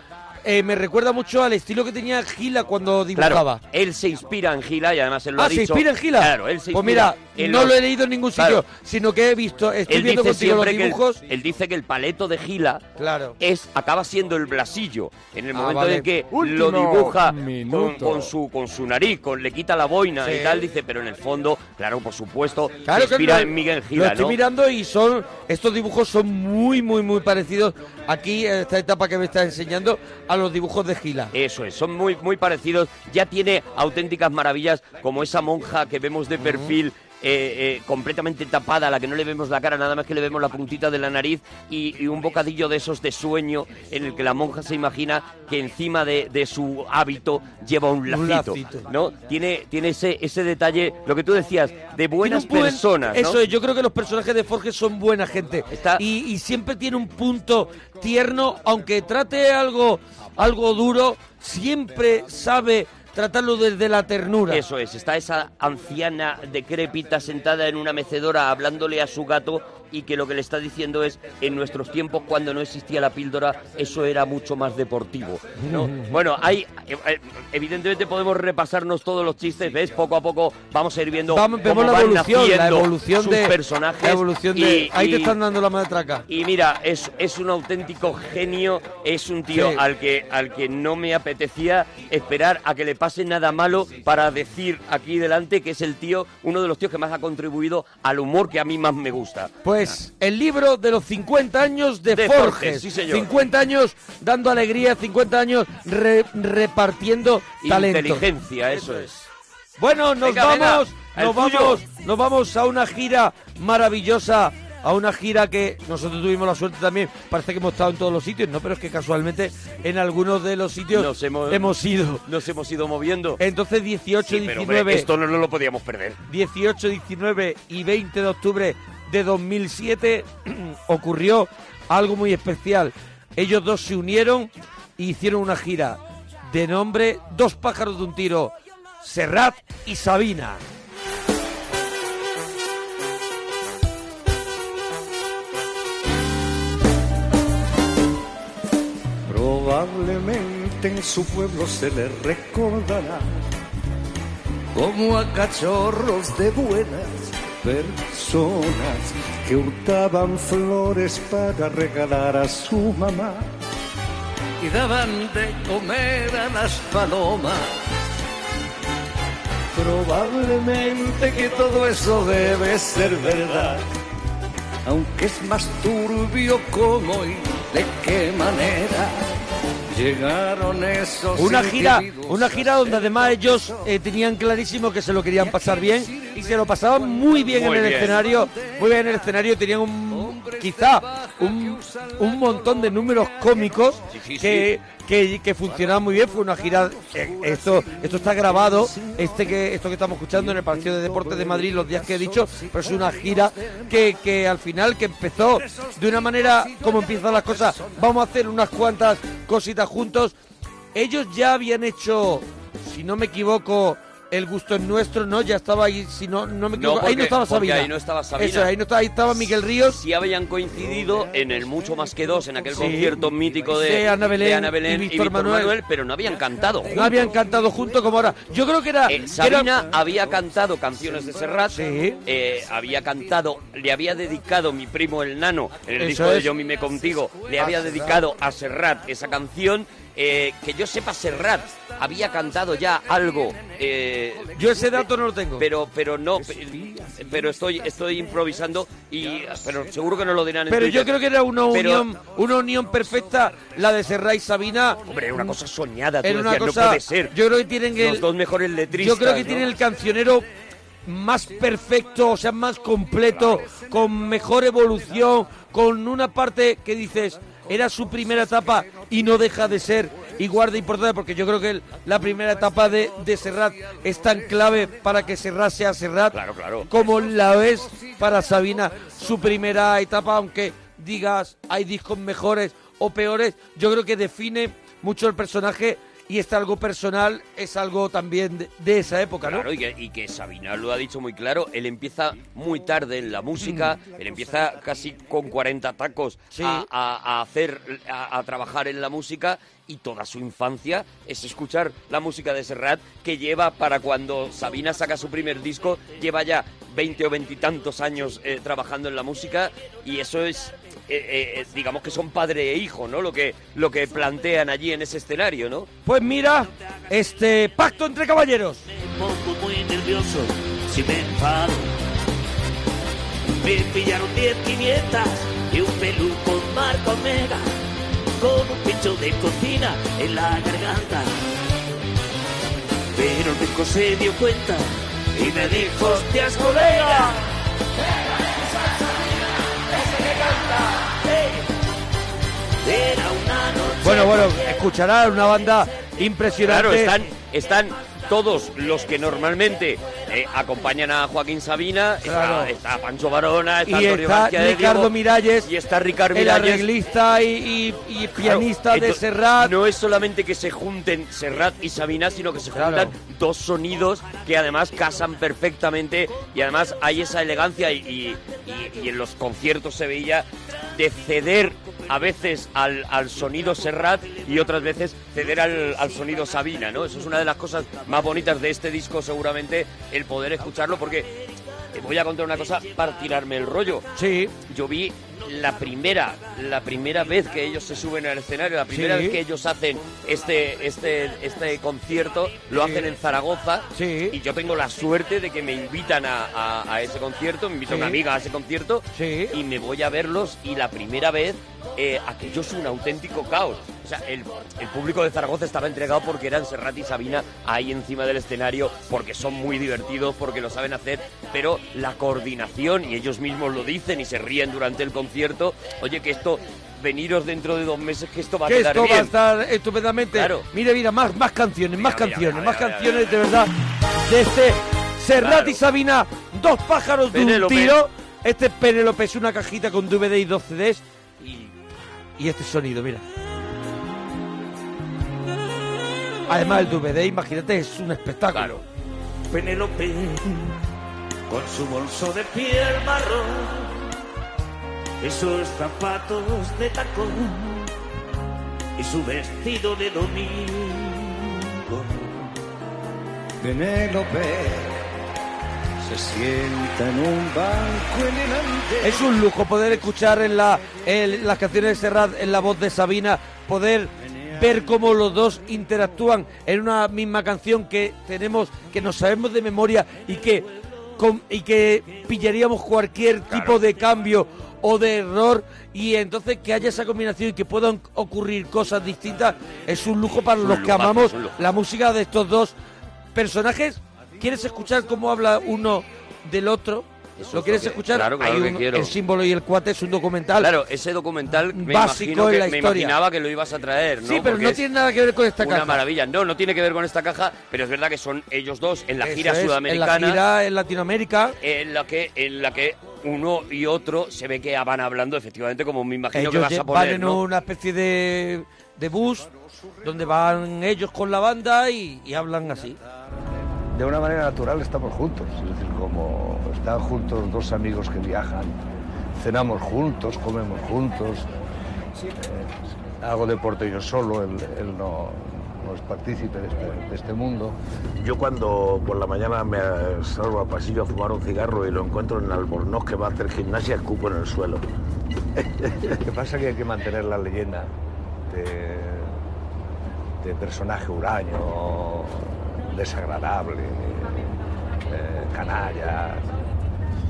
Speaker 2: eh, me recuerda mucho al estilo que tenía Gila cuando dibujaba.
Speaker 4: Claro, él se inspira en Gila y además él lo
Speaker 2: ah,
Speaker 4: ha dicho.
Speaker 2: se inspira en Gila.
Speaker 4: Claro, él se
Speaker 2: Pues
Speaker 4: inspira
Speaker 2: mira,
Speaker 4: en
Speaker 2: no
Speaker 4: los-
Speaker 2: lo he leído en ningún sitio,
Speaker 4: Claro.
Speaker 2: sino que he visto, estoy
Speaker 4: él
Speaker 2: viendo
Speaker 4: dice
Speaker 2: contigo los
Speaker 4: siempre que el-
Speaker 2: dibujos.
Speaker 4: él dice que el paleto de Gila
Speaker 2: Claro.
Speaker 4: es acaba siendo el blasillo en el
Speaker 2: Ah,
Speaker 4: momento
Speaker 2: vale.
Speaker 4: en que
Speaker 2: Último
Speaker 4: lo dibuja con,
Speaker 2: minuto.
Speaker 4: con su con su nariz, con le quita la boina
Speaker 2: Sí.
Speaker 4: y tal dice, pero en el fondo, claro, por supuesto,
Speaker 2: Claro
Speaker 4: se
Speaker 2: que
Speaker 4: inspira
Speaker 2: lo-
Speaker 4: en Miguel
Speaker 2: Lo
Speaker 4: Gila,
Speaker 2: estoy
Speaker 4: ¿no?
Speaker 2: mirando y son estos dibujos son muy muy muy parecidos aquí en esta etapa que me estás enseñando a los dibujos de Gila.
Speaker 4: Eso es, son muy, muy parecidos. Ya tiene auténticas maravillas como esa monja que vemos de perfil. eh, eh, completamente tapada, a la que no le vemos la cara, nada más que le vemos la puntita de la nariz y, y un bocadillo de esos de sueño en el que la monja se imagina que encima de, de su hábito lleva un
Speaker 2: Un
Speaker 4: lacito.
Speaker 2: lacito.
Speaker 4: ¿no? Tiene, tiene ese, ese detalle, lo que tú decías, de buenas
Speaker 2: Tiene un buen-
Speaker 4: personas. ¿no?
Speaker 2: Eso es, yo creo que los personajes de Forges son buena gente. Y, y siempre tiene un punto tierno, aunque trate algo, algo duro, siempre sabe tratarlo desde la ternura.
Speaker 4: Eso es, está esa anciana decrépita sentada en una mecedora hablándole a su gato y que lo que le está diciendo es en nuestros tiempos cuando no existía la píldora eso era mucho más deportivo. ¿no? Bueno, hay eh, eh, evidentemente podemos repasarnos todos los chistes, ves poco a poco vamos a ir viendo
Speaker 2: Vamos,
Speaker 4: cómo
Speaker 2: vemos la
Speaker 4: van
Speaker 2: evolución, la
Speaker 4: naciendo
Speaker 2: evolución
Speaker 4: sus
Speaker 2: de
Speaker 4: personajes
Speaker 2: la evolución de
Speaker 4: y-
Speaker 2: ahí te
Speaker 4: y-
Speaker 2: están dando la matraca.
Speaker 4: y mira, es, es un auténtico genio, es un tío
Speaker 2: Sí.
Speaker 4: al, que, al que no me apetecía esperar a que le pase nada malo para decir aquí delante que es el tío, uno de los tíos que más ha contribuido al humor que a mí más me gusta.
Speaker 2: Pues el libro de los 50 años de,
Speaker 4: De
Speaker 2: Forges.
Speaker 4: Forges, sí, señor.
Speaker 2: 50 años dando alegría, 50 años re- repartiendo talento.
Speaker 4: Inteligencia, eso es.
Speaker 2: Bueno, nos
Speaker 4: Venga, venga,
Speaker 2: vamos,
Speaker 4: el
Speaker 2: nos
Speaker 4: tuyo.
Speaker 2: vamos, nos vamos a una gira maravillosa, a una gira que nosotros tuvimos la suerte también. Parece que hemos estado en todos los sitios, no, pero es que casualmente en algunos de los sitios
Speaker 4: Nos hemos-
Speaker 2: ido.
Speaker 4: Nos hemos ido moviendo.
Speaker 2: Entonces 18,
Speaker 4: Sí, pero, hombre,
Speaker 2: 19,
Speaker 4: esto no, no lo podíamos perder.
Speaker 2: 18, 19 y 20 de octubre de 2007 ocurrió algo muy especial. Ellos dos se unieron e hicieron una gira de nombre Dos pájaros de un tiro, Serrat y Sabina.
Speaker 7: Probablemente en su pueblo se le recordará como a cachorros de buenas personas que hurtaban flores para regalar a su mamá y daban de comer a las palomas. Probablemente que todo eso debe ser verdad, aunque es más turbio cómo y de qué manera llegaron esos
Speaker 2: Una gira,
Speaker 7: individuos.
Speaker 2: una gira donde además ellos eh, tenían clarísimo que se lo querían pasar bien y se lo pasaban muy bien
Speaker 4: Muy
Speaker 2: en el
Speaker 4: bien.
Speaker 2: escenario, muy bien en el escenario, tenían un quizá un, un montón de números cómicos
Speaker 4: sí, sí.
Speaker 2: que, que, que funcionaban muy bien, fue una gira eh, esto, esto está grabado, este que, esto que estamos escuchando en el Partido de Deportes de Madrid los días que he dicho, pero es una gira que, que al final que empezó de una manera como empiezan las cosas, vamos a hacer unas cuantas cositas juntos. Ellos ya habían hecho, si no me equivoco, el gusto es nuestro, ¿no? Ya estaba ahí, si no, no me equivoco. ahí no
Speaker 4: porque-
Speaker 2: estaba
Speaker 4: porque
Speaker 2: Sabina.
Speaker 4: Ahí no estaba Sabina.
Speaker 2: Eso, ahí no estaba, ahí estaba Miguel Ríos.
Speaker 4: Sí habían coincidido en el Mucho Más que Dos, en aquel
Speaker 2: Sí.
Speaker 4: concierto mítico de,
Speaker 2: De Ana Belén
Speaker 4: Belén
Speaker 2: y
Speaker 4: y,
Speaker 2: Víctor
Speaker 4: Víctor
Speaker 2: Manuel. Ah,
Speaker 4: Manuel. pero no habían cantado.
Speaker 2: No habían cantado juntos como ahora. Yo creo que era. que era-
Speaker 4: Sabina había cantado canciones de Serrat, eh, había cantado, le había dedicado mi primo el Nano en el
Speaker 2: Eso
Speaker 4: disco de
Speaker 2: es.
Speaker 4: Yo Mime Contigo, le
Speaker 2: A
Speaker 4: había
Speaker 2: Serrat.
Speaker 4: dedicado a Serrat esa canción. eh, que yo sepa, Serrat había cantado ya algo. eh,
Speaker 2: yo ese dato no lo tengo.
Speaker 4: Pero, pero no, pe- pero estoy, estoy improvisando y pero seguro que no lo dirán. en
Speaker 2: Pero yo
Speaker 4: Twitter.
Speaker 2: creo que era una
Speaker 4: Pero-
Speaker 2: unión, una unión perfecta, la de Serra y Sabina.
Speaker 4: Hombre, era una cosa soñada, tú
Speaker 2: Era una
Speaker 4: decías,
Speaker 2: cosa-
Speaker 4: no puede ser.
Speaker 2: Yo creo que tienen el-
Speaker 4: Los dos mejores
Speaker 2: Yo
Speaker 4: letristas.
Speaker 2: creo que
Speaker 4: ¿no?
Speaker 2: tienen el cancionero más perfecto, o sea, más completo, con mejor evolución, con una parte que dices, era su primera etapa y no deja de ser y guarda importante, porque yo creo que el- la primera etapa de, de Serrat es tan clave para que Serrat sea Serrat como la es para Sabina su primera etapa, aunque digas hay discos mejores o peores, yo creo que define mucho el personaje y este algo personal es algo también de, de esa época, ¿no?
Speaker 4: Claro, y que, y que Sabina lo ha dicho muy claro, él empieza muy tarde en la música, él empieza casi con 40 tacos a, a- a hacer, a, a trabajar en la música y toda su infancia es escuchar la música de Serrat que lleva para cuando Sabina saca su primer disco, lleva ya 20 o veintitantos años eh, trabajando en la música y eso es... eh, eh, digamos que son padre e hijo, ¿no? Lo que, lo que plantean allí en ese escenario, ¿no?
Speaker 2: Pues mira, este pacto entre caballeros.
Speaker 8: pongo muy nervioso si me enfado. Me pillaron 10 500 y un pelú con marca omega, con un pincho de cocina en la garganta. Pero el pico se dio cuenta y me dijo, hostias colega. Era una noche
Speaker 2: Bueno, bueno, escuchará una banda impresionante.
Speaker 4: Claro, están, están todos los que normalmente eh, acompañan a Joaquín Sabina, está-
Speaker 2: Claro.
Speaker 4: está, Pancho Barona, está
Speaker 2: y
Speaker 4: Antonio
Speaker 2: está
Speaker 4: García de
Speaker 2: Ricardo
Speaker 4: Diego,
Speaker 2: Miralles,
Speaker 4: y está Ricardo
Speaker 2: el
Speaker 4: Miralles.
Speaker 2: arreglista y, y- y
Speaker 4: Claro,
Speaker 2: pianista de
Speaker 4: entonces,
Speaker 2: Serrat.
Speaker 4: No es solamente que se junten Serrat y Sabina, sino que se juntan dos sonidos que además casan perfectamente y además hay esa elegancia y, y- y- y en los conciertos se veía de ceder a veces al, al sonido Serrat y otras veces ceder al, al sonido Sabina, ¿no? Eso es una de las cosas más bonitas de este disco seguramente, el poder escucharlo porque te voy a contar una cosa para tirarme el rollo.
Speaker 2: Sí.
Speaker 4: Yo vi la primera, la primera vez que ellos se suben al escenario, la primera
Speaker 2: Sí.
Speaker 4: vez que ellos hacen este, este, este concierto, lo
Speaker 2: Sí.
Speaker 4: hacen en Zaragoza.
Speaker 2: Sí.
Speaker 4: Y yo tengo la suerte de que me invitan a, a- a ese concierto, me invita
Speaker 2: Sí.
Speaker 4: una amiga a ese concierto y me voy a verlos y la primera vez eh, aquello es un auténtico caos. O sea, el, el público de Zaragoza estaba entregado porque eran Serrat y Sabina ahí encima del escenario, porque son muy divertidos, porque lo saben hacer, pero la coordinación, y ellos mismos lo dicen y se ríen durante el concierto, oye, que esto, veniros dentro de dos meses, que esto va a
Speaker 2: que
Speaker 4: quedar
Speaker 2: esto va a
Speaker 4: bien.
Speaker 2: estar estupendamente.
Speaker 4: Claro.
Speaker 2: Mira, mira, más, más canciones, más
Speaker 4: mira,
Speaker 2: canciones,
Speaker 4: mira,
Speaker 2: más
Speaker 4: mira,
Speaker 2: canciones de verdad. De este Serrat y Sabina, dos pájaros de un
Speaker 4: Penélope.
Speaker 2: tiro. Este Penélope es una cajita con DVD y dos CDs. Y, y este sonido, mira. Además, el DVD, imagínate, es un espectáculo.
Speaker 8: Penélope con su bolso de piel marrón, esos zapatos de tacón y su vestido de domingo.
Speaker 7: Penélope se sienta en un banco en el andén.
Speaker 2: Es un lujo poder escuchar en la, en las canciones de Serrat, en la voz de Sabina, poder ver cómo los dos interactúan en una misma canción que tenemos, que nos sabemos de memoria y que, con- y que pillaríamos cualquier tipo de cambio o de error y entonces que haya esa combinación y que puedan ocurrir cosas distintas es un lujo para
Speaker 4: Es un
Speaker 2: los que
Speaker 4: lujazo,
Speaker 2: amamos
Speaker 4: es un lujo.
Speaker 2: la música de estos dos personajes. ¿Quieres escuchar cómo habla uno del otro?
Speaker 4: Eso
Speaker 2: ¿Lo
Speaker 4: es
Speaker 2: quieres
Speaker 4: lo que-
Speaker 2: escuchar?
Speaker 4: claro, claro
Speaker 2: Hay
Speaker 4: que
Speaker 2: un-
Speaker 4: quiero.
Speaker 2: El símbolo y el cuate es un documental.
Speaker 4: Claro, eh, ese documental me,
Speaker 2: Básico
Speaker 4: imagino
Speaker 2: en
Speaker 4: que-
Speaker 2: la
Speaker 4: me
Speaker 2: historia.
Speaker 4: imaginaba que lo ibas a traer, ¿no?
Speaker 2: sí, pero
Speaker 4: Porque
Speaker 2: no
Speaker 4: es-
Speaker 2: tiene nada que ver con esta
Speaker 4: Una
Speaker 2: caja.
Speaker 4: maravilla. No, no tiene que ver con esta caja, pero es verdad que son ellos dos en la
Speaker 2: Eso
Speaker 4: gira
Speaker 2: es,
Speaker 4: sudamericana.
Speaker 2: En la gira en Latinoamérica.
Speaker 4: en la que en la que uno y otro se ve que van hablando efectivamente como me imagino
Speaker 2: Ellos
Speaker 4: que vas
Speaker 2: lle-
Speaker 4: a poner
Speaker 2: van en
Speaker 4: ¿no?
Speaker 2: una especie de, de bus donde van ellos con la banda y, y hablan así.
Speaker 5: de una manera natural estamos juntos, es decir, como están juntos dos amigos que viajan, cenamos juntos, comemos juntos, eh, hago deporte yo solo, él, él no, no es partícipe de este, de este mundo.
Speaker 9: Yo cuando por la mañana me salgo al pasillo a fumar un cigarro y lo encuentro en Albornoz que va a hacer gimnasia, escupo en el suelo.
Speaker 5: Lo que pasa es que hay que mantener la leyenda de, de personaje huraño, desagradable, eh, canalla.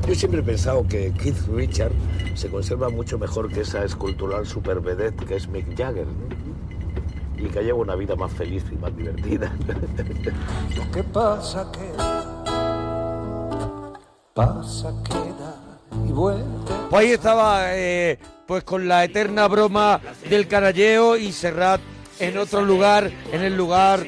Speaker 9: Yo siempre he pensado que Keith Richard se conserva mucho mejor que esa escultural super vedette que es Mick Jagger. ¿no? Y que lleva una vida más feliz y más divertida.
Speaker 7: Lo que pasa que pasa queda y vuelve.
Speaker 2: Pues ahí estaba, eh, pues con la eterna broma del canalleo y Serrat en otro lugar, en el lugar,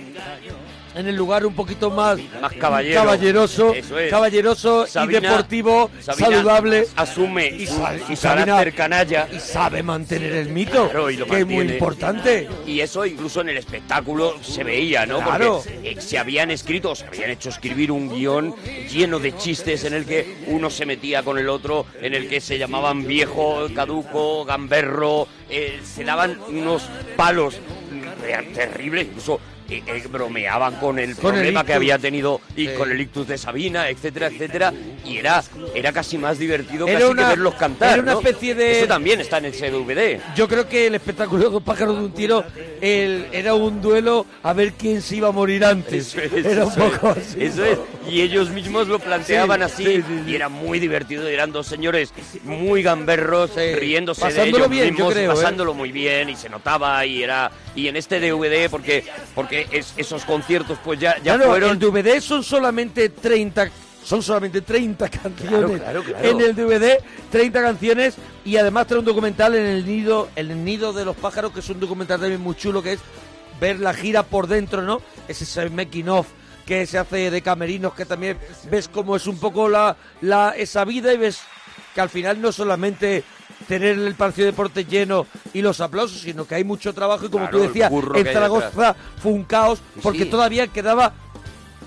Speaker 2: en el lugar un poquito más,
Speaker 4: más caballero.
Speaker 2: caballeroso,
Speaker 4: Eso es.
Speaker 2: caballeroso
Speaker 4: Sabina-
Speaker 2: y deportivo,
Speaker 4: Sabina
Speaker 2: saludable.
Speaker 4: Asume
Speaker 2: y,
Speaker 4: su-
Speaker 2: sa-
Speaker 4: su
Speaker 2: y Sabina
Speaker 4: carácter canalla.
Speaker 2: y sabe mantener el mito,
Speaker 4: Claro, y lo
Speaker 2: que es muy
Speaker 4: mantiene.
Speaker 2: importante.
Speaker 4: Y eso incluso en el espectáculo se veía, ¿no?
Speaker 2: Claro.
Speaker 4: Porque eh, se habían escrito, se habían hecho escribir un guión lleno de chistes en el que uno se metía con el otro, en el que se llamaban viejo, caduco, gamberro, eh, se daban unos palos real- terribles, incluso eh, eh, bromeaban con el
Speaker 2: Con el
Speaker 4: problema que
Speaker 2: ictus.
Speaker 4: había tenido y
Speaker 2: Sí.
Speaker 4: con el ictus de Sabina, etcétera, etcétera, y era, era casi más divertido
Speaker 2: Era
Speaker 4: casi
Speaker 2: una-
Speaker 4: que verlos cantar.
Speaker 2: era una
Speaker 4: ¿no?
Speaker 2: especie de-
Speaker 4: Eso también está en el CDVD.
Speaker 2: Yo creo que el espectáculo Dos pájaros de un tiro el- era un duelo a ver quién se iba a morir antes.
Speaker 4: Eso es,
Speaker 2: era un
Speaker 4: eso
Speaker 2: poco
Speaker 4: es,
Speaker 2: así,
Speaker 4: eso
Speaker 2: ¿no?
Speaker 4: es. Y ellos mismos lo planteaban
Speaker 2: Sí,
Speaker 4: así.
Speaker 2: sí, sí,
Speaker 4: Y era muy divertido. Y eran dos señores muy gamberros, eh, riéndose
Speaker 2: Pasándolo
Speaker 4: de ellos
Speaker 2: bien, yo
Speaker 4: mismos,
Speaker 2: creo, ¿eh?
Speaker 4: pasándolo muy bien. Y se notaba. Y era y en este DVD, porque porque es- esos conciertos pues ya, ya
Speaker 2: Claro,
Speaker 4: fueron...
Speaker 2: el DVD son solamente 30 son solamente 30 canciones.
Speaker 4: claro, claro.
Speaker 2: En el DVD 30 canciones y además trae un documental en el nido el nido de los pájaros que es un documental también muy chulo que es ver la gira por dentro, ¿no? Ese es el making of que se hace de camerinos, que también ves cómo es un poco la, la esa vida y ves que al final no solamente tener el Palacio de Deportes lleno y los aplausos, sino que hay mucho trabajo y como
Speaker 4: Claro,
Speaker 2: tú
Speaker 4: el
Speaker 2: decías,
Speaker 4: burro que
Speaker 2: en
Speaker 4: hay
Speaker 2: Zaragoza
Speaker 4: detrás.
Speaker 2: fue un caos porque
Speaker 4: Sí.
Speaker 2: todavía quedaba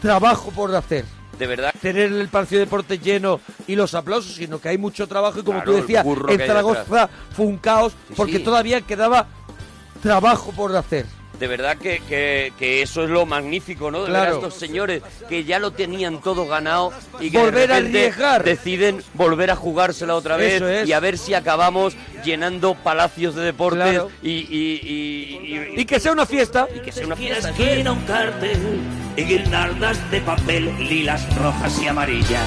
Speaker 2: trabajo por hacer.
Speaker 4: De verdad.
Speaker 2: Tener el Palacio de Deportes lleno y los aplausos, sino que hay mucho trabajo y como
Speaker 4: Claro,
Speaker 2: tú
Speaker 4: el
Speaker 2: decías,
Speaker 4: burro que
Speaker 2: en
Speaker 4: hay
Speaker 2: Zaragoza
Speaker 4: detrás.
Speaker 2: fue un caos porque
Speaker 4: sí.
Speaker 2: todavía quedaba trabajo por hacer.
Speaker 4: De verdad que, que- que eso es lo magnífico, ¿no? De
Speaker 2: Claro.
Speaker 4: verdad, estos señores que ya lo tenían todo ganado y que
Speaker 2: Volver
Speaker 4: de
Speaker 2: a
Speaker 4: repente
Speaker 2: arriesgar.
Speaker 4: deciden volver a jugársela otra vez
Speaker 2: Eso es.
Speaker 4: y a ver si acabamos llenando palacios de deportes
Speaker 2: Claro.
Speaker 4: y, y- y- y-
Speaker 2: que sea una fiesta.
Speaker 4: Y que sea una fiesta. ¿eh?
Speaker 8: Quiera un cartel en guirnaldas de papel lilas, rojas y amarillas.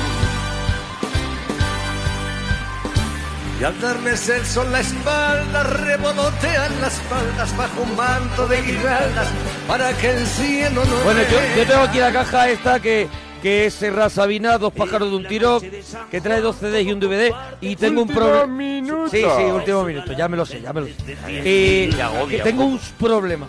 Speaker 7: Y al darles el sol la espalda, revolotean las faldas bajo un manto de guirnaldas para que el cielo no
Speaker 2: Bueno, yo,
Speaker 7: vea.
Speaker 2: yo tengo aquí la caja esta que, que es Serra Sabina, dos pájaros de un tiro, que trae dos CDs y un DVD. Y tengo un
Speaker 4: Último
Speaker 2: problema.
Speaker 4: minuto.
Speaker 2: Sí, sí, último minuto, ya me lo sé, ya me lo sé. Eh,
Speaker 4: Te agobia
Speaker 2: que
Speaker 4: un
Speaker 2: tengo
Speaker 4: poco.
Speaker 2: un problema.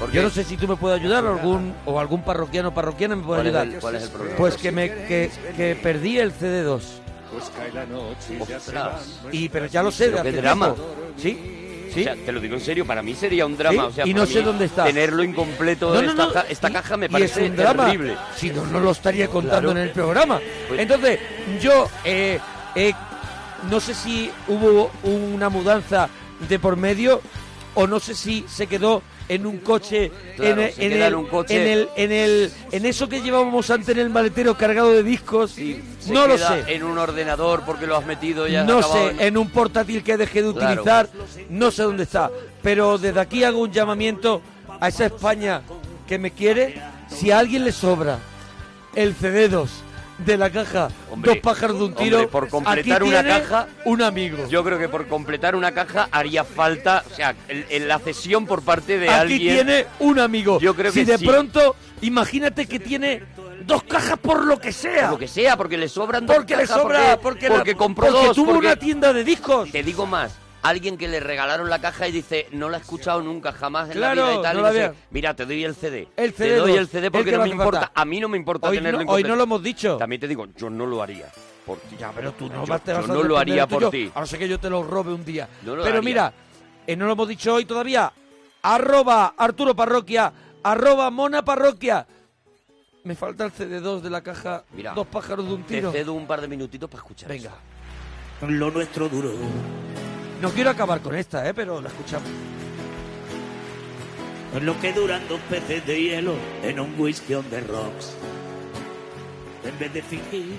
Speaker 4: ¿Por qué?
Speaker 2: Yo no sé si tú me puedes ayudar o algún, o algún parroquiano o parroquiana me puede
Speaker 4: ¿Cuál es
Speaker 2: ayudar.
Speaker 4: el- cuál es el problema?
Speaker 2: Pues que, me, que, que perdí el CD2.
Speaker 7: Pues cae la noche y ya se
Speaker 4: Ostras.
Speaker 7: van
Speaker 2: Y, pero ya lo sé. de
Speaker 4: Pero qué
Speaker 2: hace
Speaker 4: drama.
Speaker 2: tiempo. Sí, sí.
Speaker 4: O sea, te lo digo en serio, para mí sería un drama.
Speaker 2: Sí,
Speaker 4: O sea,
Speaker 2: y
Speaker 4: para
Speaker 2: no sé
Speaker 4: mí
Speaker 2: dónde está.
Speaker 4: Tenerlo incompleto,
Speaker 2: No, no,
Speaker 4: esta,
Speaker 2: no,
Speaker 4: ca- esta caja me
Speaker 2: y
Speaker 4: parece
Speaker 2: es un drama,
Speaker 4: terrible.
Speaker 2: Si no, no lo estaría contando
Speaker 4: Claro.
Speaker 2: en el programa.
Speaker 4: Pues-
Speaker 2: Entonces, yo eh, eh, no sé si hubo una mudanza de por medio o no sé si se quedó en un coche,
Speaker 4: Claro,
Speaker 2: en, el,
Speaker 4: se queda en
Speaker 2: el-
Speaker 4: un coche.
Speaker 2: en el en el- en eso que llevábamos antes en el maletero cargado de discos.
Speaker 4: Se
Speaker 2: no lo
Speaker 4: queda
Speaker 2: sé.
Speaker 4: En un ordenador porque lo has metido ya.
Speaker 2: No
Speaker 4: acabado
Speaker 2: sé, eh,
Speaker 4: en-
Speaker 2: en un portátil que dejé de
Speaker 4: Claro.
Speaker 2: utilizar, no sé dónde está. Pero desde aquí hago un llamamiento a esa España que me quiere. Si a alguien le sobra el CD2 de la caja,
Speaker 4: Hombre,
Speaker 2: dos pájaros de un
Speaker 4: hombre,
Speaker 2: tiro,
Speaker 4: por completar
Speaker 2: aquí
Speaker 4: una
Speaker 2: tiene
Speaker 4: caja,
Speaker 2: un amigo.
Speaker 4: Yo creo que por completar una caja haría falta, o sea, el- el- la cesión por parte de
Speaker 2: Aquí
Speaker 4: alguien.
Speaker 2: tiene un amigo.
Speaker 4: Yo creo
Speaker 2: si
Speaker 4: que
Speaker 2: de
Speaker 4: sí.
Speaker 2: pronto, imagínate que tiene dos cajas por lo que sea.
Speaker 4: Por lo que sea, porque le sobran dos
Speaker 2: Porque le
Speaker 4: cajas,
Speaker 2: sobra,
Speaker 4: porque,
Speaker 2: porque, la-
Speaker 4: compró
Speaker 2: porque
Speaker 4: dos,
Speaker 2: tuvo
Speaker 4: porque-
Speaker 2: una tienda de discos.
Speaker 4: Te digo más, alguien que le regalaron la caja y dice, no la he escuchado nunca, jamás en
Speaker 2: Claro,
Speaker 4: la vida y tal,
Speaker 2: no
Speaker 4: y
Speaker 2: la
Speaker 4: dice,
Speaker 2: había.
Speaker 4: mira, te doy el CD.
Speaker 2: El
Speaker 4: Te
Speaker 2: CD
Speaker 4: doy
Speaker 2: dos,
Speaker 4: el CD
Speaker 2: el
Speaker 4: porque
Speaker 2: que
Speaker 4: no
Speaker 2: me
Speaker 4: me
Speaker 2: hace
Speaker 4: importa.
Speaker 2: falta.
Speaker 4: A mí no me importa
Speaker 2: Hoy
Speaker 4: tenerlo
Speaker 2: no- hoy
Speaker 4: incompleto.
Speaker 2: no lo hemos dicho.
Speaker 4: También te digo, yo no lo haría por ti.
Speaker 2: Ya, pero tú no
Speaker 4: Yo-
Speaker 2: vas- te
Speaker 4: yo
Speaker 2: vas a
Speaker 4: no lo
Speaker 2: depender
Speaker 4: haría
Speaker 2: de
Speaker 4: por
Speaker 2: yo,
Speaker 4: ti.
Speaker 2: A no ser que yo te lo robe un día.
Speaker 4: No lo
Speaker 2: pero
Speaker 4: haría.
Speaker 2: mira, eh, no lo hemos dicho hoy todavía. Arroba Arturo Parroquia, arroba Mona Parroquia. Me falta el CD2 de la caja.
Speaker 4: Mira,
Speaker 2: dos pájaros de un
Speaker 4: Te
Speaker 2: tiro.
Speaker 4: cedo un par de minutitos para escuchar Venga.
Speaker 8: Lo nuestro duro.
Speaker 2: No quiero acabar con esta, eh, pero la escuchamos.
Speaker 8: Lo que duran dos peces de hielo en un whisky on the rocks. En vez de fingir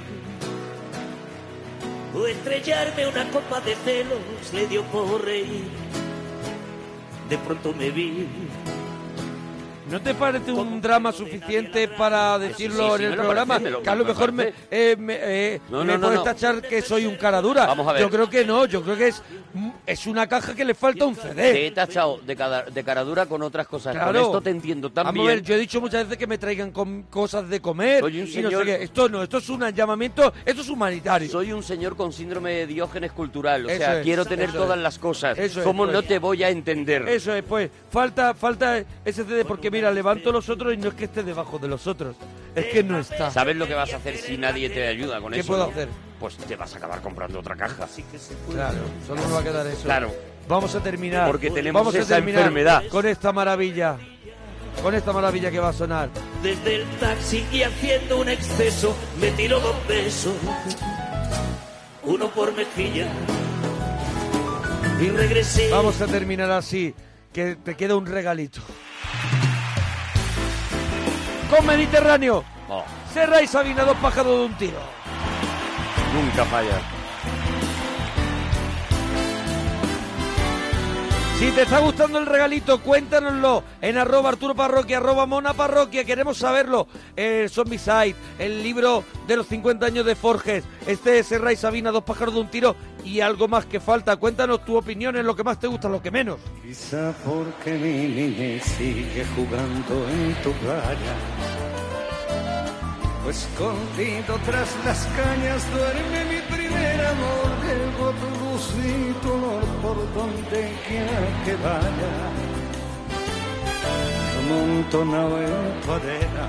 Speaker 8: o estrellarme una copa de celos, le dio por reír. De pronto me vi
Speaker 2: ¿No te parece un drama suficiente para decirlo
Speaker 4: Sí, sí, sí,
Speaker 2: en
Speaker 4: me
Speaker 2: el
Speaker 4: lo
Speaker 2: programa?
Speaker 4: parece, me lo-
Speaker 2: que a lo
Speaker 4: me
Speaker 2: mejor me, eh, me, eh,
Speaker 4: No,
Speaker 2: me
Speaker 4: no, no,
Speaker 2: puedes
Speaker 4: no.
Speaker 2: tachar que soy un cara dura.
Speaker 4: Vamos a ver.
Speaker 2: Yo creo que no, yo creo que es, es una caja que le falta un CD.
Speaker 4: Te he tachado de, cada, de cara dura con otras cosas. Con
Speaker 2: Claro.
Speaker 4: esto te entiendo
Speaker 2: Vamos
Speaker 4: también.
Speaker 2: a ver, yo he dicho muchas veces que me traigan com- cosas de comer.
Speaker 4: Soy un
Speaker 2: y no sé
Speaker 4: señor-
Speaker 2: qué. Esto no, esto es un llamamiento, esto es humanitario.
Speaker 4: Soy un señor con síndrome de Diógenes cultural, o
Speaker 2: Eso
Speaker 4: sea,
Speaker 2: es,
Speaker 4: quiero tener
Speaker 2: eso
Speaker 4: todas
Speaker 2: es.
Speaker 4: las cosas.
Speaker 2: Eso es,
Speaker 4: ¿Cómo
Speaker 2: pues.
Speaker 4: no te voy a entender?
Speaker 2: Eso es, pues, falta, falta ese CD porque mira, levanto los otros y no es que esté debajo de los otros, es que no está.
Speaker 4: ¿Sabes lo que vas a hacer si nadie te ayuda con
Speaker 2: ¿Qué
Speaker 4: eso?
Speaker 2: puedo
Speaker 4: no?
Speaker 2: hacer?
Speaker 4: Pues te vas a acabar comprando otra caja.
Speaker 2: Claro, solo nos va a quedar eso.
Speaker 4: Claro.
Speaker 2: Vamos a terminar.
Speaker 4: Porque tenemos
Speaker 2: Vamos a
Speaker 4: esa
Speaker 2: terminar
Speaker 4: enfermedad.
Speaker 2: Con esta maravilla. Con esta maravilla que va a sonar.
Speaker 8: desde el taxi y haciendo un exceso, me tiró dos besos, uno por mejilla y regresé.
Speaker 2: Vamos a terminar así, que te queda un regalito. Con Mediterráneo,
Speaker 4: Oh,
Speaker 2: Serra y Sabina, dos pájaros de un tiro.
Speaker 4: nunca falla.
Speaker 2: Si te está gustando el regalito, cuéntanoslo en arroba Arturo Parroquia, arroba Mona Parroquia, queremos saberlo. Eh, Zombicide, el libro de los 50 años de Forges, este es Serra y Sabina, dos pájaros de un tiro y algo más que falta. Cuéntanos tu opinión en lo que más te gusta, lo que menos.
Speaker 7: Quizá porque mi niñez sigue jugando en tu playa. O escondido tras las cañas duerme mi primer amor. Llevo tu luz y tu olor por donde quiera que vaya. Amontonado en tu arena.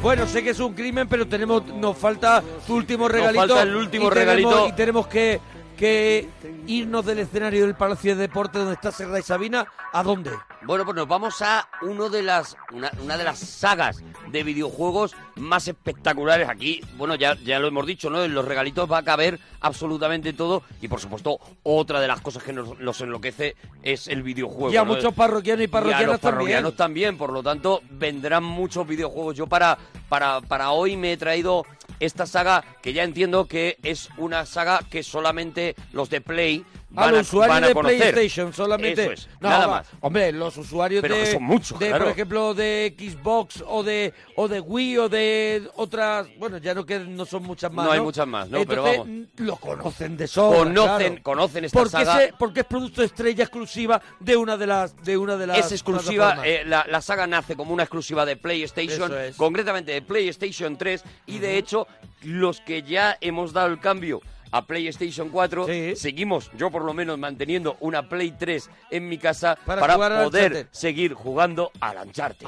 Speaker 2: Bueno, sé que es un crimen, pero tenemos, nos falta tu último regalito.
Speaker 4: falta el último
Speaker 2: y tenemos-
Speaker 4: regalito.
Speaker 2: Y tenemos que, que irnos del escenario del Palacio de Deportes donde está Serra y Sabina. ¿A dónde?
Speaker 4: Bueno, pues nos vamos a uno de las, una, una de las sagas de videojuegos más espectaculares. Aquí, bueno, ya, ya lo hemos dicho, ¿no? En los regalitos va a caber absolutamente todo. Y por supuesto, otra de las cosas que nos, nos enloquece es el videojuego.
Speaker 2: y a
Speaker 4: ¿no?
Speaker 2: muchos parroquianos y parroquianas
Speaker 4: y a los
Speaker 2: también.
Speaker 4: parroquianos también. Por lo tanto, vendrán muchos videojuegos. Yo para, para, para hoy me he traído esta saga que ya entiendo que es una saga que solamente los de Play
Speaker 2: A
Speaker 4: van a,
Speaker 2: los usuarios
Speaker 4: van a
Speaker 2: de
Speaker 4: conocer.
Speaker 2: PlayStation solamente.
Speaker 4: Eso es,
Speaker 2: No,
Speaker 4: nada
Speaker 2: va-
Speaker 4: más.
Speaker 2: Hombre, los usuarios
Speaker 4: Pero
Speaker 2: de,
Speaker 4: que son muchos,
Speaker 2: de,
Speaker 4: claro.
Speaker 2: por ejemplo, de Xbox o de o de Wii o de otras, bueno, ya no que no son muchas más.
Speaker 4: No hay muchas más, no, pero
Speaker 2: Entonces,
Speaker 4: vamos.
Speaker 2: mm, Lo conocen de sobra.
Speaker 4: Conocen-
Speaker 2: claro.
Speaker 4: conocen esta
Speaker 2: porque
Speaker 4: saga.
Speaker 2: se- porque es producto estrella exclusiva de una de las de una de las
Speaker 4: es exclusiva,
Speaker 2: plataformas.
Speaker 4: eh, la, la saga nace como una exclusiva de PlayStation,
Speaker 2: Eso es.
Speaker 4: concretamente de PlayStation 3, y de hecho, los que ya hemos dado el cambio a PlayStation 4, seguimos, yo por lo menos, manteniendo una Play 3 en mi casa para,
Speaker 2: jugar al
Speaker 4: poder
Speaker 2: Uncharted. Ah.
Speaker 4: seguir jugando a lancharte.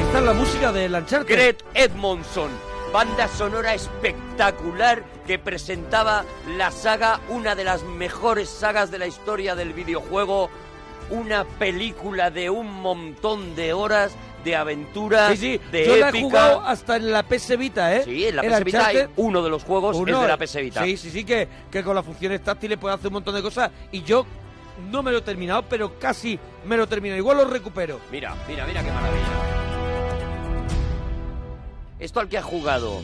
Speaker 2: Esta es la música de Lancharte.
Speaker 4: Gret Edmondson, banda sonora espectacular que presentaba la saga, una de las mejores sagas de la historia del videojuego, una película de un montón de horas de aventura,
Speaker 2: Sí, sí,
Speaker 4: de
Speaker 2: yo la he
Speaker 4: épica.
Speaker 2: jugado hasta en la PS Vita, ¿eh?
Speaker 4: Sí, en la
Speaker 2: El
Speaker 4: PS Vita hay
Speaker 2: Uncharted-
Speaker 4: uno de los juegos
Speaker 2: Uno,
Speaker 4: es de la PS Vita.
Speaker 2: Sí, sí, sí, que, que con las funciones táctiles puede hacer un montón de cosas. Y yo no me lo he terminado, pero casi me lo termino. Igual lo recupero.
Speaker 4: Mira, mira, mira qué maravilla. Esto al que ha jugado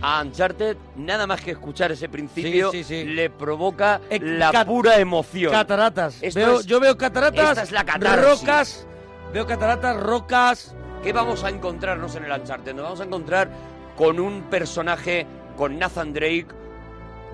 Speaker 4: a Uncharted, nada más que escuchar ese principio,
Speaker 2: Sí, sí, sí.
Speaker 4: le provoca la
Speaker 2: cat-
Speaker 4: pura emoción.
Speaker 2: Cataratas.
Speaker 4: Esto
Speaker 2: Veo-
Speaker 4: es-
Speaker 2: yo veo cataratas.
Speaker 4: esta es la catarsis.
Speaker 2: Rocas. Veo cataratas, rocas.
Speaker 4: ¿Qué vamos a encontrarnos en el Uncharted? Nos vamos a encontrar con un personaje, con Nathan Drake.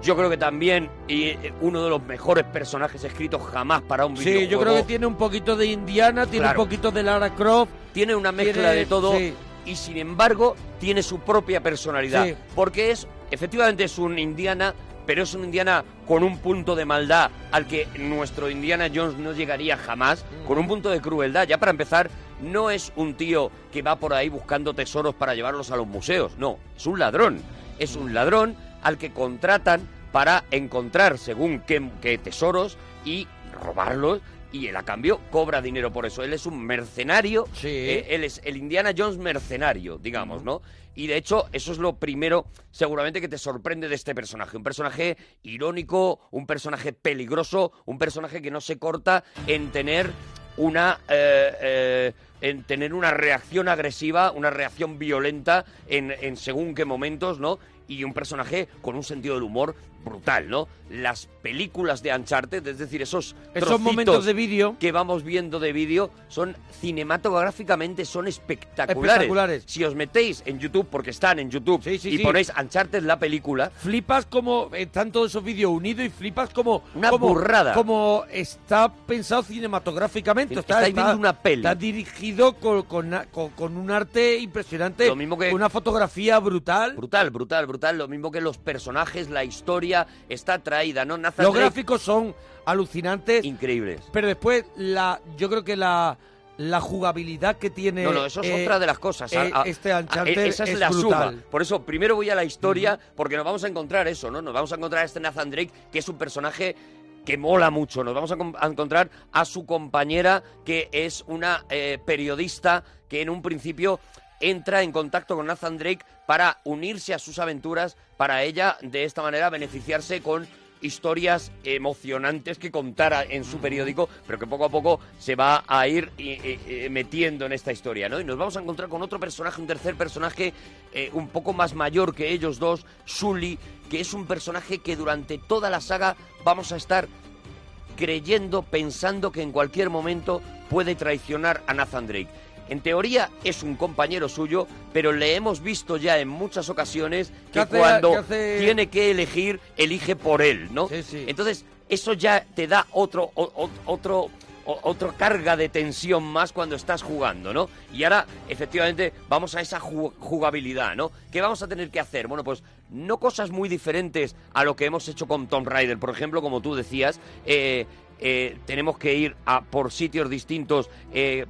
Speaker 4: Yo creo que también y eh, uno de los mejores personajes escritos jamás para un
Speaker 2: Sí,
Speaker 4: videojuego.
Speaker 2: yo creo que tiene un poquito de Indiana, tiene
Speaker 4: Claro.
Speaker 2: un poquito de Lara Croft.
Speaker 4: Tiene una mezcla
Speaker 2: tiene-
Speaker 4: de todo
Speaker 2: sí.
Speaker 4: y sin embargo tiene su propia personalidad.
Speaker 2: Sí.
Speaker 4: Porque es, efectivamente es un Indiana, pero es un Indiana con un punto de maldad al que nuestro Indiana Jones no llegaría jamás, con un punto de crueldad. Ya para empezar, no es un tío que va por ahí buscando tesoros para llevarlos a los museos, no, es un ladrón. Es un ladrón al que contratan para encontrar según qué, qué tesoros y robarlos y él a cambio cobra dinero por eso. Él es un mercenario, eh, él es el Indiana Jones mercenario, digamos, ¿no? Y de hecho, eso es lo primero seguramente que te sorprende de este personaje. Un personaje irónico, un personaje peligroso, un personaje que no se corta en tener una... eh, eh, en tener una reacción agresiva, una reacción violenta en, en según qué momentos, ¿no? Y un personaje con un sentido del humor brutal, ¿no? Las películas de Uncharted, es decir, esos
Speaker 2: Esos momentos
Speaker 4: trocitos
Speaker 2: de vídeo.
Speaker 4: que vamos viendo de vídeo son cinematográficamente son espectaculares.
Speaker 2: Espectaculares.
Speaker 4: Si os metéis en YouTube, porque están en YouTube, y
Speaker 2: sí.
Speaker 4: ponéis Uncharted la película,
Speaker 2: Flipas como están todos esos vídeos unidos y flipas como
Speaker 4: Una
Speaker 2: como-
Speaker 4: burrada.
Speaker 2: Como está pensado cinematográficamente. Está,
Speaker 4: Estáis
Speaker 2: está-
Speaker 4: viendo una peli.
Speaker 2: Está dirigido con, con, con- con un arte impresionante.
Speaker 4: Lo mismo que-
Speaker 2: Una fotografía brutal.
Speaker 4: brutal, brutal, brutal, lo mismo que los personajes, la historia está traída, ¿no? Nathan
Speaker 2: Los
Speaker 4: Drake,
Speaker 2: gráficos son alucinantes.
Speaker 4: increíbles.
Speaker 2: Pero después, la, yo creo que la, la jugabilidad que tiene.
Speaker 4: No, no, eso es
Speaker 2: eh,
Speaker 4: otra de las cosas. A-
Speaker 2: eh,
Speaker 4: a-
Speaker 2: este
Speaker 4: a-
Speaker 2: Uncharted
Speaker 4: e- esa es, la
Speaker 2: brutal.
Speaker 4: suma. Por eso, primero voy a la historia, porque nos vamos a encontrar eso, ¿no? Nos vamos a encontrar a este Nathan Drake, que es un personaje que mola mucho. Nos vamos a, com- a encontrar a su compañera, que es una eh, periodista que en un principio entra en contacto con Nathan Drake para unirse a sus aventuras, para ella de esta manera beneficiarse con historias emocionantes que contara en su periódico, pero que poco a poco se va a ir eh, eh, metiendo en esta historia, ¿no? Y nos vamos a encontrar con otro personaje, un tercer personaje eh, un poco más mayor que ellos dos, Sully, que es un personaje que durante toda la saga vamos a estar creyendo, pensando que en cualquier momento puede traicionar a Nathan Drake. En teoría es un compañero suyo, pero le hemos visto ya en muchas ocasiones
Speaker 2: ¿Qué
Speaker 4: que
Speaker 2: hace-
Speaker 4: cuando
Speaker 2: qué hace-
Speaker 4: tiene que elegir, elige por él, ¿no? Entonces, eso ya te da otro, o- o- otro, o- otra carga de tensión más cuando estás jugando, ¿no? Y ahora, efectivamente, vamos a esa ju- jugabilidad, ¿no? ¿Qué vamos a tener que hacer? Bueno, pues no cosas muy diferentes a lo que hemos hecho con Tomb Raider, por ejemplo, como tú decías, eh, eh, tenemos que ir a por sitios distintos. eh,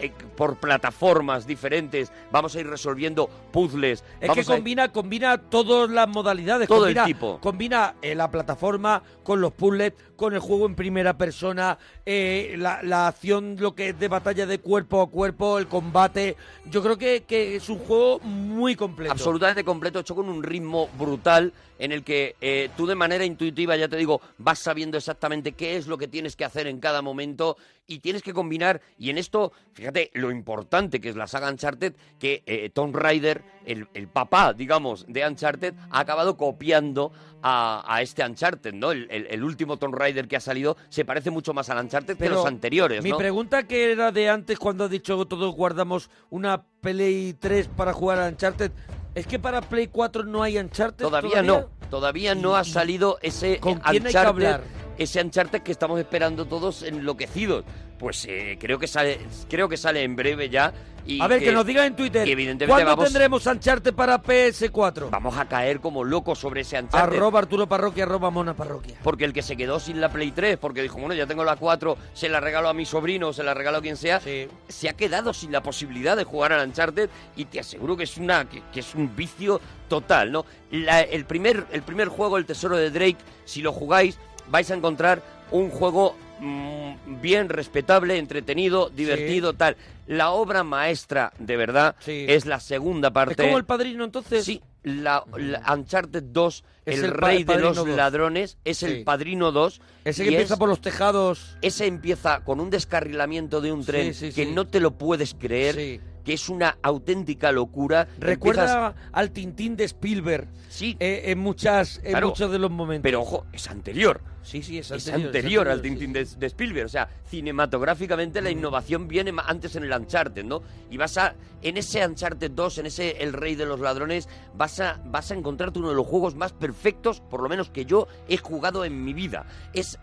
Speaker 4: eh, por plataformas diferentes, vamos a ir resolviendo puzzles.
Speaker 2: Es que
Speaker 4: vamos a-
Speaker 2: combina, combina todas las modalidades.
Speaker 4: Todo el
Speaker 2: combina,
Speaker 4: tipo.
Speaker 2: Combina eh, la plataforma con los puzzles, con el juego en primera persona, eh, la, la acción, lo que es de batalla de cuerpo a cuerpo, el combate. Yo creo que, que es un juego muy completo.
Speaker 4: absolutamente completo, hecho con un ritmo brutal en el que eh, tú de manera intuitiva, ya te digo, vas sabiendo exactamente qué es lo que tienes que hacer en cada momento y tienes que combinar. Y en esto, fíjate lo importante que es la saga Uncharted, que eh, Tom Ryder, el, el papá, digamos, de Uncharted, ha acabado copiando a, a este Uncharted, ¿no? El, el- el último Tom Ryder que ha salido se parece mucho más al Uncharted que los anteriores,
Speaker 2: Mi
Speaker 4: ¿no?
Speaker 2: pregunta que era de antes cuando has dicho todos guardamos una Play 3 para jugar a Uncharted, es que para Play 4 no hay Uncharted
Speaker 4: Todavía, no, todavía no ha salido ese
Speaker 2: ¿Con
Speaker 4: eh,
Speaker 2: quién hay que
Speaker 4: Uncharted-
Speaker 2: hablar?
Speaker 4: ese Uncharted que estamos esperando todos enloquecidos. Pues eh, creo que sale, creo que sale en breve ya. Y
Speaker 2: A ver, que nos digan en Twitter,
Speaker 4: y evidentemente
Speaker 2: ¿Cuándo
Speaker 4: vamos,
Speaker 2: tendremos Uncharted para PS4?
Speaker 4: vamos a caer como locos sobre ese Uncharted.
Speaker 2: Arroba Arturo Parroquia, arroba Mona Parroquia.
Speaker 4: Porque el que se quedó sin la Play 3, porque dijo, bueno, ya tengo la 4, se la regalo a mi sobrino, se la regalo a quien sea, se ha quedado sin la posibilidad de jugar al Uncharted y te aseguro que es, una, que, que es un vicio total, ¿no? La- el, primer, el primer juego, El Tesoro de Drake, si lo jugáis, vais a encontrar un juego mm, bien respetable, entretenido, divertido, tal. La obra maestra, de verdad, es la segunda parte.
Speaker 2: ¿Es como el padrino entonces? Mm.
Speaker 4: Sí, la, la Uncharted 2,
Speaker 2: Es
Speaker 4: el,
Speaker 2: el pa-
Speaker 4: rey de
Speaker 2: Padrino
Speaker 4: los
Speaker 2: 2.
Speaker 4: ladrones, es el
Speaker 2: Sí.
Speaker 4: Padrino 2.
Speaker 2: Ese
Speaker 4: y
Speaker 2: que empieza
Speaker 4: es-
Speaker 2: por los tejados.
Speaker 4: Ese empieza con un descarrilamiento de un tren
Speaker 2: Sí, sí,
Speaker 4: que
Speaker 2: sí.
Speaker 4: no te lo puedes creer, que es una auténtica locura.
Speaker 2: Recuerda
Speaker 4: Empiezas-
Speaker 2: al Tintín de Spielberg. Eh,
Speaker 4: Sí.
Speaker 2: en muchas, en
Speaker 4: Claro.
Speaker 2: muchos de los momentos.
Speaker 4: Pero ojo, es anterior.
Speaker 2: Sí, sí, Mm. es
Speaker 4: Es
Speaker 2: anterior.
Speaker 4: anterior,
Speaker 2: es
Speaker 4: al
Speaker 2: anterior,
Speaker 4: Tintín de, de Spielberg. O sea, cinematográficamente la innovación viene ma- antes en el Uncharted, ¿no? Y vas a. En ese Uncharted 2, en ese El Rey de los Ladrones, vas a, vas a encontrarte uno de los juegos más perfectos, por lo menos que yo he jugado en mi vida. Es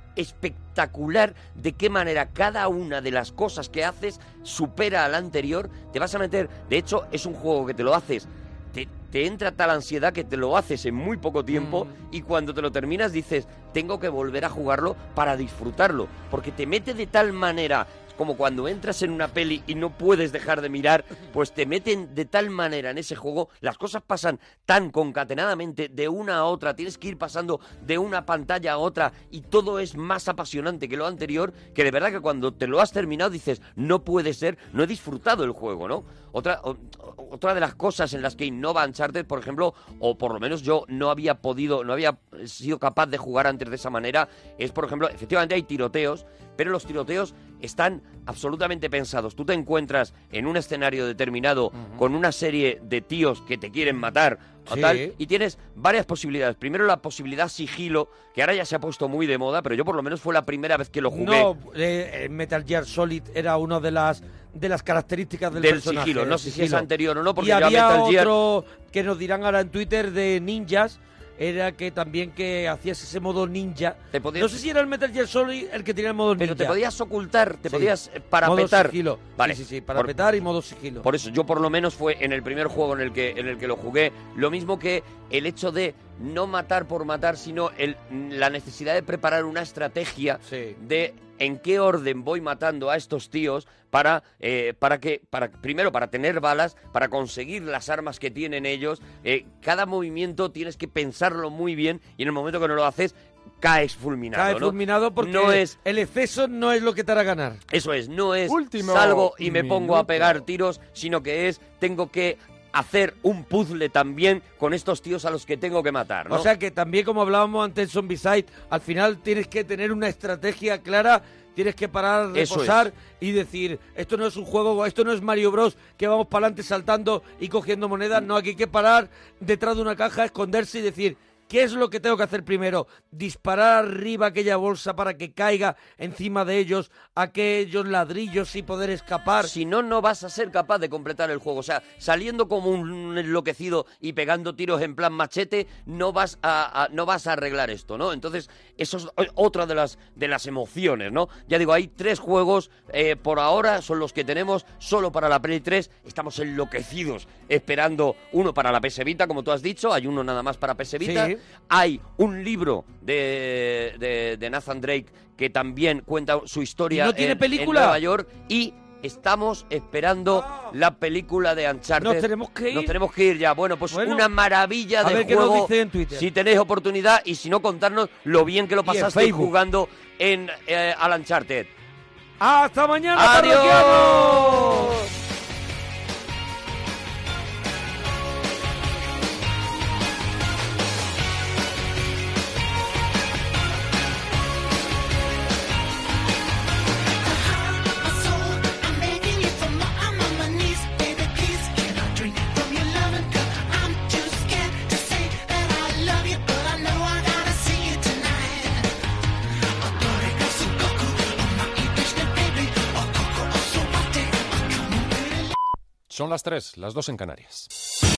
Speaker 4: espectacular de qué manera cada una de las cosas que haces supera a la anterior. Te vas a meter. De hecho, es un juego que te lo haces te, te entra tal ansiedad que te lo haces en muy poco tiempo y cuando te lo terminas dices, tengo que volver a jugarlo para disfrutarlo, porque te mete de tal manera, como cuando entras en una peli y no puedes dejar de mirar, pues te meten de tal manera en ese juego, las cosas pasan tan concatenadamente de una a otra, tienes que ir pasando de una pantalla a otra y todo es más apasionante que lo anterior, que de verdad que cuando te lo has terminado dices, no puede ser, no he disfrutado el juego, ¿no? Otra, o- otra de las cosas en las que innova Uncharted, por ejemplo, o por lo menos yo no había podido, no había sido capaz de jugar antes de esa manera, es por ejemplo, efectivamente hay tiroteos, pero los tiroteos están absolutamente pensados. Tú te encuentras en un escenario determinado con una serie de tíos que te quieren matar o
Speaker 2: Sí.
Speaker 4: tal, y tienes varias posibilidades. Primero la posibilidad sigilo, que ahora ya se ha puesto muy de moda, pero yo por lo menos fue la primera vez que lo jugué.
Speaker 2: No, eh, eh, Metal Gear Solid era una de las de las características del,
Speaker 4: Del
Speaker 2: personaje,
Speaker 4: sigilo, no
Speaker 2: del
Speaker 4: sé si
Speaker 2: sigilo.
Speaker 4: es anterior o no, porque
Speaker 2: y
Speaker 4: yo a
Speaker 2: había
Speaker 4: Metal Gear-
Speaker 2: otro que nos dirán ahora en Twitter de ninjas, era que también que hacías ese modo ninja. No sé si era el Metal Gear Solid el que tenía el modo ninja.
Speaker 4: te podías ocultar, te
Speaker 2: Sí.
Speaker 4: podías eh, parapetar.
Speaker 2: Modo sigilo.
Speaker 4: Vale.
Speaker 2: Sí, sí, sí, parapetar y modo sigilo.
Speaker 4: Por eso, yo por lo menos fue en el primer juego en el que, en el que lo jugué, lo mismo que el hecho de no matar por matar, sino el, la necesidad de preparar una estrategia de en qué orden voy matando a estos tíos para, eh, para que, para, primero para tener balas, para conseguir las armas que tienen ellos. eh, cada movimiento tienes que pensarlo muy bien y en el momento que no lo haces, caes fulminado.
Speaker 2: Cae
Speaker 4: ¿no?
Speaker 2: fulminado porque
Speaker 4: No es
Speaker 2: el exceso no es lo que te hará ganar.
Speaker 4: eso es, no es
Speaker 2: Último
Speaker 4: salgo y me pongo a
Speaker 2: minuto.
Speaker 4: pegar tiros, sino que es tengo que hacer un puzzle también con estos tíos a los que tengo que matar, ¿no?
Speaker 2: O sea que también, como hablábamos antes en Zombicide, al final tienes que tener una estrategia clara, tienes que parar,
Speaker 4: Eso
Speaker 2: reposar y decir, esto no es un juego, esto no es Mario Bros, que vamos
Speaker 4: Mm.
Speaker 2: para adelante saltando y cogiendo monedas, no, aquí hay que parar detrás de una caja, esconderse y decir, ¿Qué es lo que tengo que hacer primero? ¿Disparar arriba aquella bolsa para que caiga encima de ellos aquellos ladrillos y poder escapar?
Speaker 4: Si no, no vas a ser capaz de completar el juego. O sea, saliendo como un enloquecido y pegando tiros en plan machete, no vas a, a- no vas a arreglar esto, ¿no? Entonces, eso es o- otra de las, de las emociones, ¿no? Ya digo, hay tres juegos eh, por ahora, son los que tenemos solo para la Play 3. Estamos enloquecidos esperando uno para la PS Vita, como tú has dicho, hay uno nada más para PS Vita.
Speaker 2: Sí.
Speaker 4: Hay un libro de, de- de Nathan Drake que también cuenta su historia
Speaker 2: ¿Y no tiene
Speaker 4: en- en
Speaker 2: película? Ah.
Speaker 4: Nueva York y estamos esperando la película de Uncharted.
Speaker 2: Nos tenemos que ir.
Speaker 4: Nos tenemos que ir ya. Bueno, pues
Speaker 2: Bueno.
Speaker 4: una maravilla
Speaker 2: A
Speaker 4: de
Speaker 2: ver qué nos
Speaker 4: juego.
Speaker 2: dice en Twitter.
Speaker 4: Si tenéis oportunidad y si no contarnos lo bien que lo
Speaker 2: en
Speaker 4: pasasteis
Speaker 2: Facebook.
Speaker 4: jugando en eh, al Uncharted.
Speaker 2: ¡Hasta mañana,
Speaker 4: ¡Adiós!
Speaker 2: parroquianos!
Speaker 1: I'm begging you for more. I'm on my knees, baby, please. Can I drink from your loving cup? I'm too scared to say that I love you, but I know I gotta see you tonight. A party got some cocoa on my Englishman, baby. A cocoa, so hot,
Speaker 13: Son las 3, las 2 en Canarias.